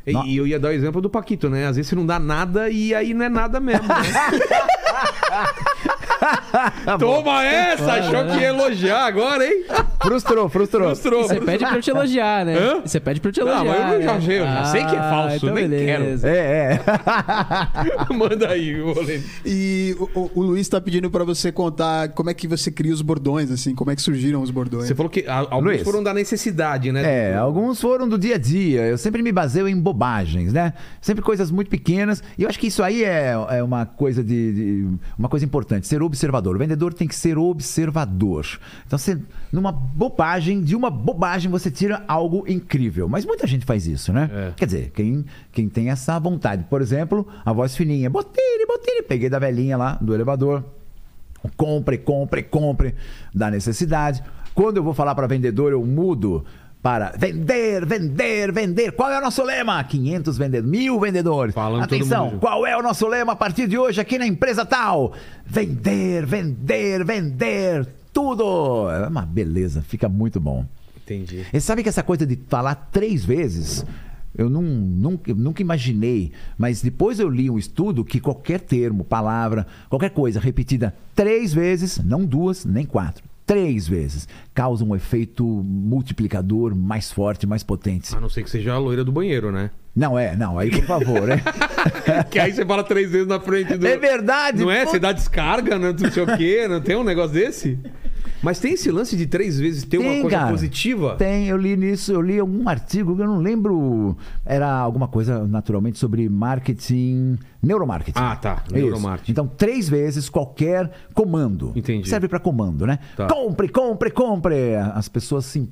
E, e eu ia dar o exemplo do Paquito, né? Às vezes você não dá nada e aí não é nada mesmo. Né? Tá Toma essa! Achou que ia elogiar agora, hein?
Frustrou, frustrou.
Mostrou.
Você pede pra eu te elogiar, né?
Hã?
Você pede pra eu te
Não,
elogiar.
mas eu já
né? então
sei, eu já sei que é falso, nem
beleza.
É, é.
Manda aí, o rolê.
E o, o- o Luiz tá pedindo pra você contar como é que você cria os bordões, assim, como é que surgiram os bordões.
Você falou que a- alguns
Luiz.
foram da necessidade, né?
É, alguns foram do dia a dia. Eu sempre me baseio em bobagens, né? Sempre coisas muito pequenas. E eu acho que isso aí é, é uma coisa de, de- uma coisa importante. Ser observador. O vendedor tem que ser observador. Então, você, numa bobagem, de uma bobagem, você tira algo incrível. Mas muita gente faz isso, né?
É.
Quer dizer, quem, quem tem essa vontade. Por exemplo, a voz fininha. Botei, botei. Peguei da velhinha lá do elevador. Compre, compre, compre da necessidade. Quando eu vou falar para vendedor, eu mudo para vender, vender, vender. Qual é o nosso lema? 500 vendedores, mil vendedores.
Falando todo
Atenção,
mundo junto.
qual é o nosso lema a partir de hoje aqui na empresa tal? Vender, vender, vender tudo. É uma beleza, fica muito bom.
Entendi.
E sabe que essa coisa de falar três vezes, eu nun- nunca, nunca imaginei, mas depois eu li um estudo que qualquer termo, palavra, qualquer coisa repetida três vezes, não duas nem quatro, três vezes, causa um efeito multiplicador mais forte, mais potente.
A não ser que seja a loira do banheiro, né?
Não é, não, aí por favor, né?
Que aí você fala três vezes na frente do.
É verdade,
Não é?
pô.
Você dá descarga, né? não sei o quê, não tem um negócio desse? Mas tem esse lance de três vezes ter uma coisa
cara.
positiva?
Tem, eu li nisso, eu li algum artigo, eu não lembro. Era alguma coisa, naturalmente, sobre marketing, neuromarketing.
Ah, tá,
É isso.
neuromarketing.
Então, três vezes qualquer comando.
Entendi.
Serve para comando, né?
Tá.
Compre, compre, compre. As pessoas se,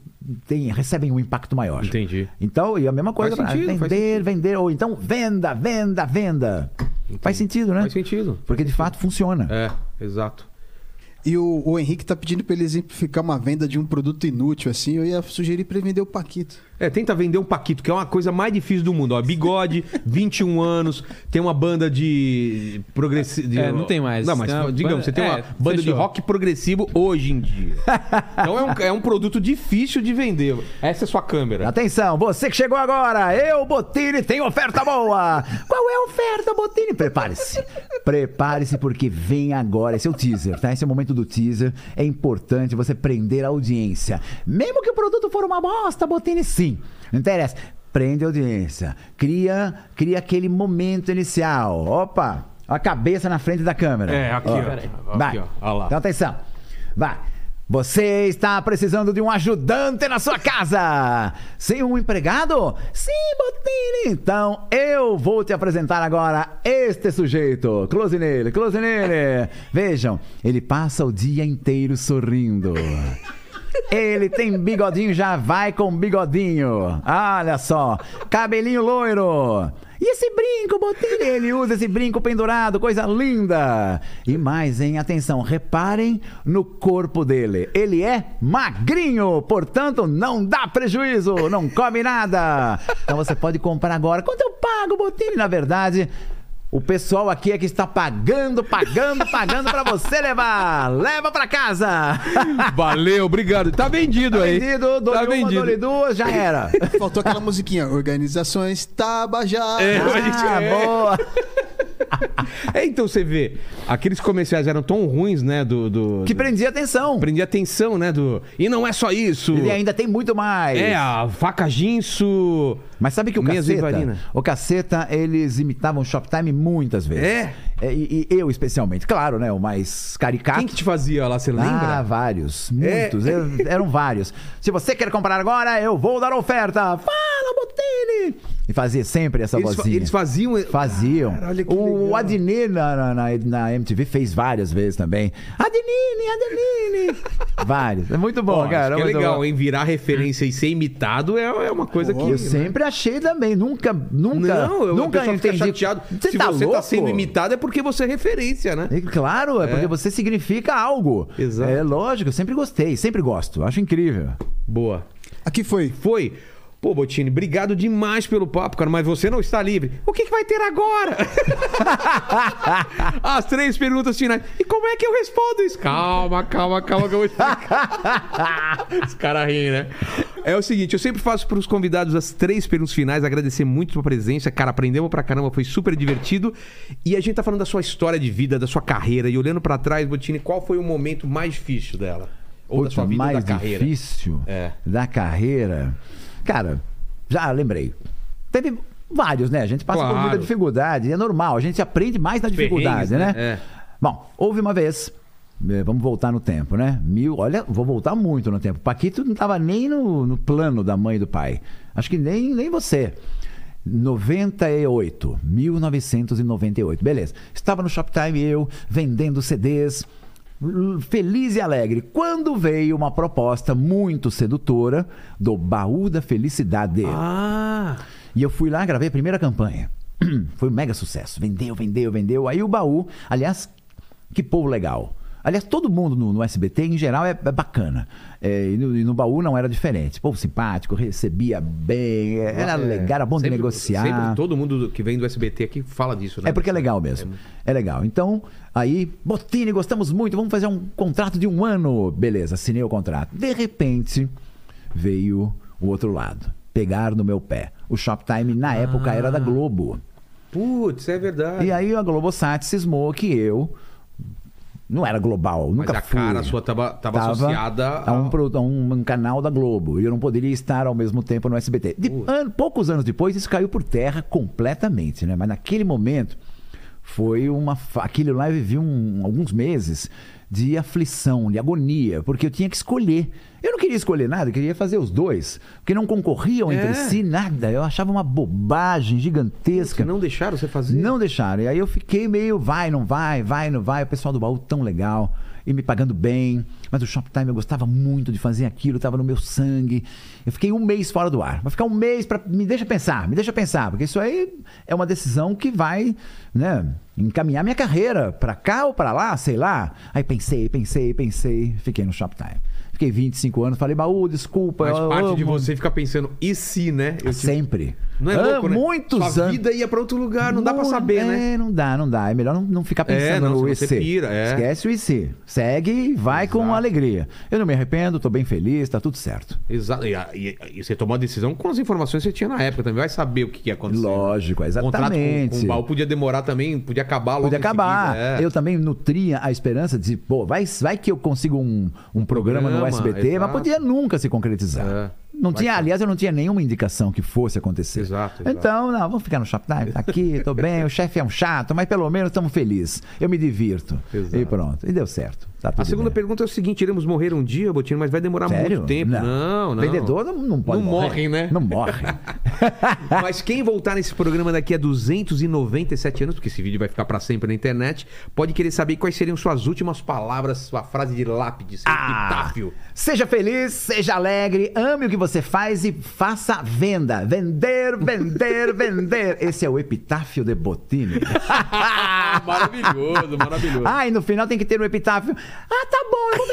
tem, recebem um impacto maior.
Entendi.
Então, e a mesma coisa,
Faz
ah,
sentido, faz
vender, vender, ou então venda, venda, venda. Faz sentido, né?
Faz sentido.
Porque de fato funciona.
É, exato.
E o, o Henrique tá pedindo pra ele exemplificar uma venda de um produto inútil, assim, eu ia sugerir pra ele vender o Paquito.
É, tenta vender um Paquito, que é uma coisa mais difícil do mundo. Ó, bigode, 21 anos, tem uma banda de. progressivo.
É, não tem mais.
Não, mas
Não,
digamos, você tem
é,
uma banda de
fechou.
rock progressivo hoje em dia. Então é um, é um produto difícil de vender. Essa é sua câmera.
Atenção, você que chegou agora, eu, Botini, tem oferta boa! Qual é a oferta, Botini? Prepare-se. Prepare-se, porque vem agora. Esse é o teaser, tá? Esse é o momento conceito do teaser é importante você prender a audiência. Mesmo que o produto for uma bosta, Botini, sim. Não interessa. Prende a audiência. Cria, cria aquele momento inicial. Opa! A cabeça na frente da câmera.
É, aqui, ó.
peraí.
Aqui,
Vai.
ó. Ó lá.
Então atenção. Vai. Você está precisando de um ajudante na sua casa? Sem um empregado? Sim, Botini! Então eu vou te apresentar agora este sujeito. Close nele, close nele! Vejam, ele passa o dia inteiro sorrindo. Ele tem bigodinho, já vai com bigodinho. Olha só, cabelinho loiro. E esse brinco, Botini? Ele usa esse brinco pendurado, coisa linda. E mais, hein? Atenção, reparem no corpo dele. Ele é magrinho, portanto, não dá prejuízo, não come nada. Então você pode comprar agora. Quanto eu pago, Botini? Na verdade, o pessoal aqui é que está pagando, pagando, pagando pra você levar. Leva pra casa.
Valeu, obrigado. Tá vendido aí.
Vendido, dole
tá
uma,
vendido.
dole duas, já era.
Faltou aquela musiquinha. Organizações Tabajara.
É,
É.
Ah, boa.
É, então você vê, aqueles comerciais eram tão ruins, né? Do, do,
Que
do-
prendia atenção.
prendia atenção, né? Do... E não é só isso.
Ele ainda tem muito mais.
É, a vaca ginsu.
Mas sabe que o
Meias
Caceta,
Vivarina.
o Caceta, eles imitavam o Shoptime muitas vezes.
É?
E, e eu especialmente, claro, né? O mais caricato.
Quem que te fazia lá, você
Ah,
lembra?
vários.
É.
Muitos. Eu- Eram vários. Se você quer comprar agora, eu vou dar oferta. Fala, Botini! E fazia sempre essa
eles, fa-
vozinha.
eles faziam.
Faziam.
Cara, olha que
o
legal.
Adnê na, na, na- na MTV fez várias vezes também. Adnine, Adnine! vários. É muito bom,
Ó, acho
cara.
que é
muito
legal,
bom.
hein? Virar referência e ser imitado é, é uma coisa que.
Eu sempre achei também. Nunca, nunca,
Não, eu
nunca
a pessoa fica
entendi.
chateado.
Você
Se
tá
você
louco?
tá sendo imitado é porque você é referência, né?
É Claro, é, porque você significa algo.
Exato.
É lógico, eu sempre gostei, sempre gosto. Acho incrível.
Boa.
Aqui foi.
Foi. Pô, Botini, obrigado demais pelo papo, cara, mas você não está livre. O que, que vai ter agora? As três perguntas finais. E como é que eu respondo isso? Calma, calma, calma, que eu vou explicar. Os caras riem, né? É o seguinte, eu sempre faço para os convidados as três perguntas finais, agradecer muito a sua presença, cara, aprendemos pra caramba, foi super divertido. E a gente tá falando da sua história de vida, da sua carreira, e olhando pra trás, Botini, qual foi o momento mais difícil dela? Ou da
Putz,
sua vida
mais
ou da carreira?
difícil
É.
da carreira. Cara, já lembrei. Teve vários, né? A gente passa por
Claro.
muita dificuldade. É normal, a gente aprende mais na dificuldade, né?
perrengues, né? É.
Bom, houve uma vez. eh, Vamos voltar no tempo, né? Mil, olha, vou voltar muito no tempo. Paquito não estava nem no, no plano da mãe e do pai. Acho que nem, nem você. 98, 1998. Beleza. Estava no Shoptime eu, vendendo CDs, l- feliz e alegre. Quando veio uma proposta muito sedutora do Baú da Felicidade.
Ah!
E eu fui lá, gravei a primeira campanha. Foi um mega sucesso. Vendeu, vendeu, vendeu. Aí o baú, aliás, que povo legal. Aliás, todo mundo no, no SBT, em geral, é, é bacana. É, e, no, e no baú não era diferente. Povo simpático, recebia bem, era
É.
legal, era bom
Sempre-
de negociar.
Sempre todo mundo que vem do SBT aqui fala disso, né?
É porque é legal mesmo. É legal. Então, aí, Botini, gostamos muito, vamos fazer um contrato de um ano. Beleza, assinei o contrato. De repente, veio o outro lado. Pegar no meu pé. O Shoptime, na época, era da Globo.
Putz, é verdade.
E aí a Globosat cismou que eu. Não era global,
Mas
nunca
a
fui.
cara sua tava, tava,
Tava
associada
a um, pro- a um- um canal da Globo. E eu não poderia estar ao mesmo tempo no SBT. De- ano- poucos anos depois, isso caiu por terra completamente, né? Mas naquele momento, foi uma. fa- Aquilo lá eu vivi um- alguns meses de aflição, de agonia, porque eu tinha que escolher. Eu não queria escolher nada, eu queria fazer os dois. Porque não concorriam entre
É.
si, nada. Eu achava uma bobagem gigantesca.
Que não deixaram você fazer?
Não deixaram. E aí eu fiquei meio vai, não vai, vai, não vai. O pessoal do baú tão legal e me pagando bem. Mas o Shoptime eu gostava muito de fazer aquilo, tava no meu sangue. Eu fiquei um mês fora do ar. Vai ficar um mês para me deixa pensar, me deixa pensar, porque isso aí é uma decisão que vai, né, encaminhar minha carreira para cá ou para lá, sei lá. Aí pensei, pensei, pensei, fiquei no Shoptime. Fiquei 25 anos, falei, baú, desculpa,
Mas
eu
parte de
amo. Ah,
você fica pensando, e se, né? Eu tive-
Sempre.
Não é
Ah,
louco, né?
Muitos
Sua
anos.
vida ia pra outro lugar, Ah, não dá pra saber,
é,
né?
não dá, não dá. É melhor não, não ficar pensando
É, não,
no
se
IC.
você pira, é.
Esquece o IC. Segue e vai com
Exato.
alegria. Eu não me arrependo, tô bem feliz, tá tudo certo.
Exato. E, a- e- e você tomou a decisão com as informações que você tinha na época também. Vai saber o que, que ia acontecer.
Lógico,
O contrato com,
exatamente.
com o baú podia demorar também, podia acabar logo.
Pode
em
acabar.
seguida, é.
Eu também nutria a esperança de, pô, vai, vai que eu consigo um, um programa, no
Programa,
SBT, mas
exato.
podia nunca se concretizar.
É.
Não
Vai
tinha,
que-
aliás, eu não tinha nenhuma indicação que fosse acontecer.
Exato, exato.
Então, não, vamos ficar no Shoptime, tá aqui, tô bem, o chefe é um chato, mas pelo menos estamos felizes. Eu me divirto.
Exato.
E pronto. E deu certo. Tá tudo
A segunda
bem.
pergunta é o seguinte: iremos morrer um dia, Botino, mas vai demorar
Sério?
muito tempo. Não, não.
Vendedor não, não pode
Não
morrer.
morrem, né?
Não morre.
Mas quem voltar nesse programa daqui a 297 anos, porque esse vídeo vai ficar pra sempre na internet, pode querer saber quais seriam suas últimas palavras, sua frase de lápide, seu
Ah,
epitáfio.
seja feliz, seja alegre, ame o que você faz e faça a venda. Vender, vender, vender. Esse é o epitáfio de Botini.
Ah, maravilhoso, maravilhoso.
Ah, e no final tem que ter um epitáfio. Ah, tá bom, eu vou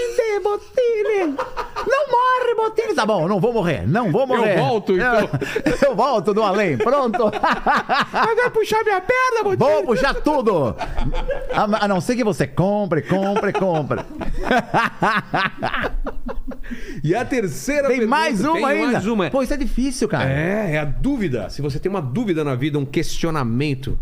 vender, Botini. Não morre, Botini. Tá bom, não vou morrer, não vou morrer.
volto, então.
Eu, eu volto do além, pronto.
vai puxar minha perna, Botino?
Vou puxar tudo. A, a não ser que você compre, compre, compre.
E a terceira
Tem
pergunta,
mais uma
tem
ainda.
mais uma.
Pô, isso é difícil, cara.
É, é a dúvida. Se você tem uma dúvida na vida, um questionamento,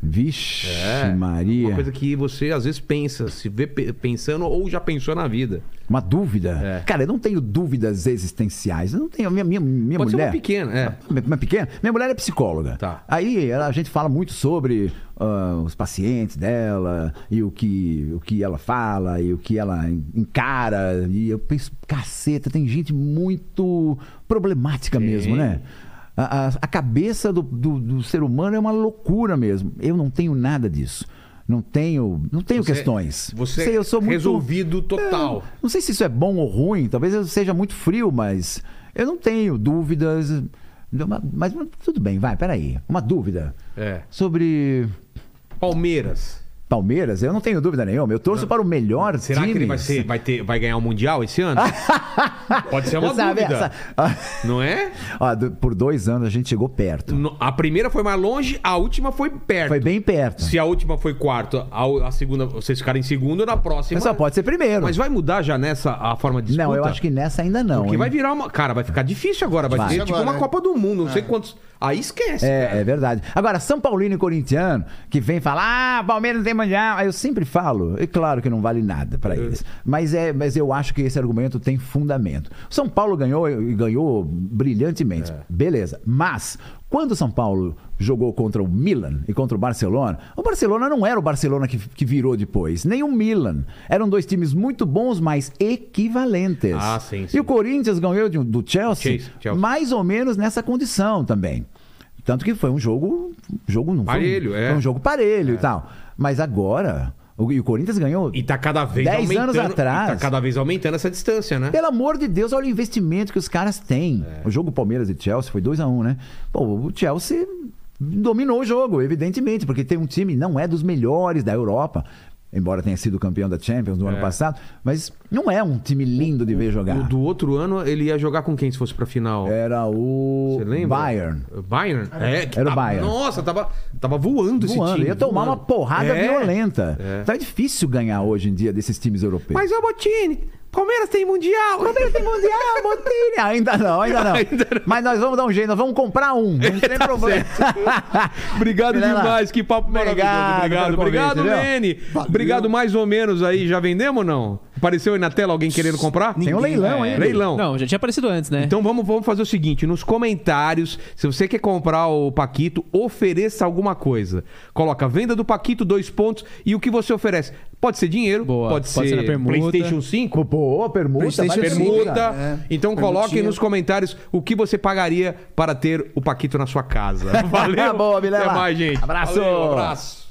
Vixe,
É,
Maria.
uma coisa que você às vezes pensa, se vê pe- pensando ou já pensou na vida.
Uma dúvida?
É.
Cara, eu não tenho dúvidas existenciais. Eu não tenho. Minha, minha, minha
Pode ser
mulher.
uma pequena, é.
Minha- Minha pequena? Minha mulher é psicóloga.
Tá.
Aí ela- a gente fala muito sobre ah, os pacientes dela e o que, o que ela fala e o que ela en- encara. E eu penso, caceta, tem gente muito problemática mesmo, né? A, a- a cabeça do, do- do ser humano é uma loucura mesmo. Eu não tenho nada disso. Não tenho, não tenho
Você- é
questões.
você
Sei, eu sou muito
resolvido total.
É, não sei se isso é bom ou ruim, talvez eu seja muito frio, mas eu não tenho dúvidas. Mas, mas tudo bem, vai, peraí. Uma dúvida.
É.
Sobre Ah.
Palmeiras.
Palmeiras, eu não tenho dúvida nenhuma. Eu torço para o melhor
Será
time.
que ele vai, ser, vai, ter, vai ganhar o Mundial esse ano? Pode ser uma
Sabe,
dúvida.
essa-
Não é?
Ó, do- por dois anos a gente chegou perto.
No- A primeira foi mais longe, a última foi perto.
Foi bem perto.
Se a última foi quarto, a, a segunda, vocês ficaram em segundo, na próxima.
Mas só pode ser primeiro.
Mas vai mudar já nessa a forma de disputa?
Não, eu acho que nessa ainda não.
Porque
hein?
vai virar uma. Cara, vai ficar difícil agora. Vai,
Vai.
ser tipo
Agora,
uma
né?
Copa do Mundo, não sei quantos. Aí esquece. cara.
É, é verdade. Agora, São Paulino e corintiano, que vem falar, ah, Palmeiras não tem mundial. Aí eu sempre falo, e claro que não vale nada pra eles. Mas, é, mas eu acho que esse argumento tem fundamento. São Paulo ganhou e ganhou brilhantemente.
É.
Beleza. Mas, quando o São Paulo jogou contra o Milan e contra o Barcelona, o Barcelona não era o Barcelona que, que virou depois, nem o Milan. Eram dois times muito bons, mas equivalentes.
Ah, sim, sim.
E o Corinthians ganhou de- um, do Chelsea,
Chelsea, Chelsea.
mais ou menos nessa condição também. Tanto que foi um jogo. jogo não foi um-
Parelho, é.
Foi um jogo parelho e tal. Mas agora. O, e o Corinthians ganhou.
E tá cada vez
Dez
aumentando.
anos atrás.
e tá cada vez aumentando essa distância, né?
Pelo amor de Deus, olha o investimento que os caras têm.
É.
O jogo Palmeiras e Chelsea foi 2 a 1 né? Pô, o Chelsea dominou o jogo, evidentemente, porque tem um time, não é dos melhores da Europa. Embora tenha sido campeão da Champions no ano passado, mas não é um time lindo de ver jogar.
É. O do outro ano, ele ia jogar com quem se fosse pra final?
Era o
Você lembra?
Bayern.
Bayern? É, que
Era o
tava-
Bayern.
Nossa, tava, tava voando, esse
voando.
time.
Ia tomar
voando.
uma porrada
É.
violenta.
É.
Tá difícil ganhar hoje em dia desses times europeus.
Mas, ô Botini, Palmeiras tem Mundial. Palmeiras tem
Ah, Botini! Ainda não, ainda não.
Ainda não. Tá
Mas nós vamos dar um jeito, nós vamos comprar um. Não tem problema.
Obrigado
Vilela,
demais, que papo
obrigado
maravilhoso. Obrigado,
pelo convite,
obrigado,
viu?
Lene. Obrigado mais ou menos aí. Já vendemos ou não? Apareceu aí na tela alguém querendo comprar?
Tem um leilão,
É.
hein?
Leilão.
Não, já tinha aparecido antes, né?
Então vamos, vamos fazer o seguinte: nos comentários, se você quer comprar o Paquito, ofereça alguma coisa. Coloca venda do Paquito, dois pontos, e o que você oferece? Pode ser dinheiro,
Boa,
pode,
pode
ser,
ser na permuta.
PlayStation 5,
Pô, permuta, vai
PlayStation
permuta.
permuta.
É,
Então coloquem
permutinha.
nos comentários o que você pagaria para ter o Paquito na sua casa. Valeu.
Boa, Vilela.
Até mais, gente.
Abraço.
Valeu, abraço.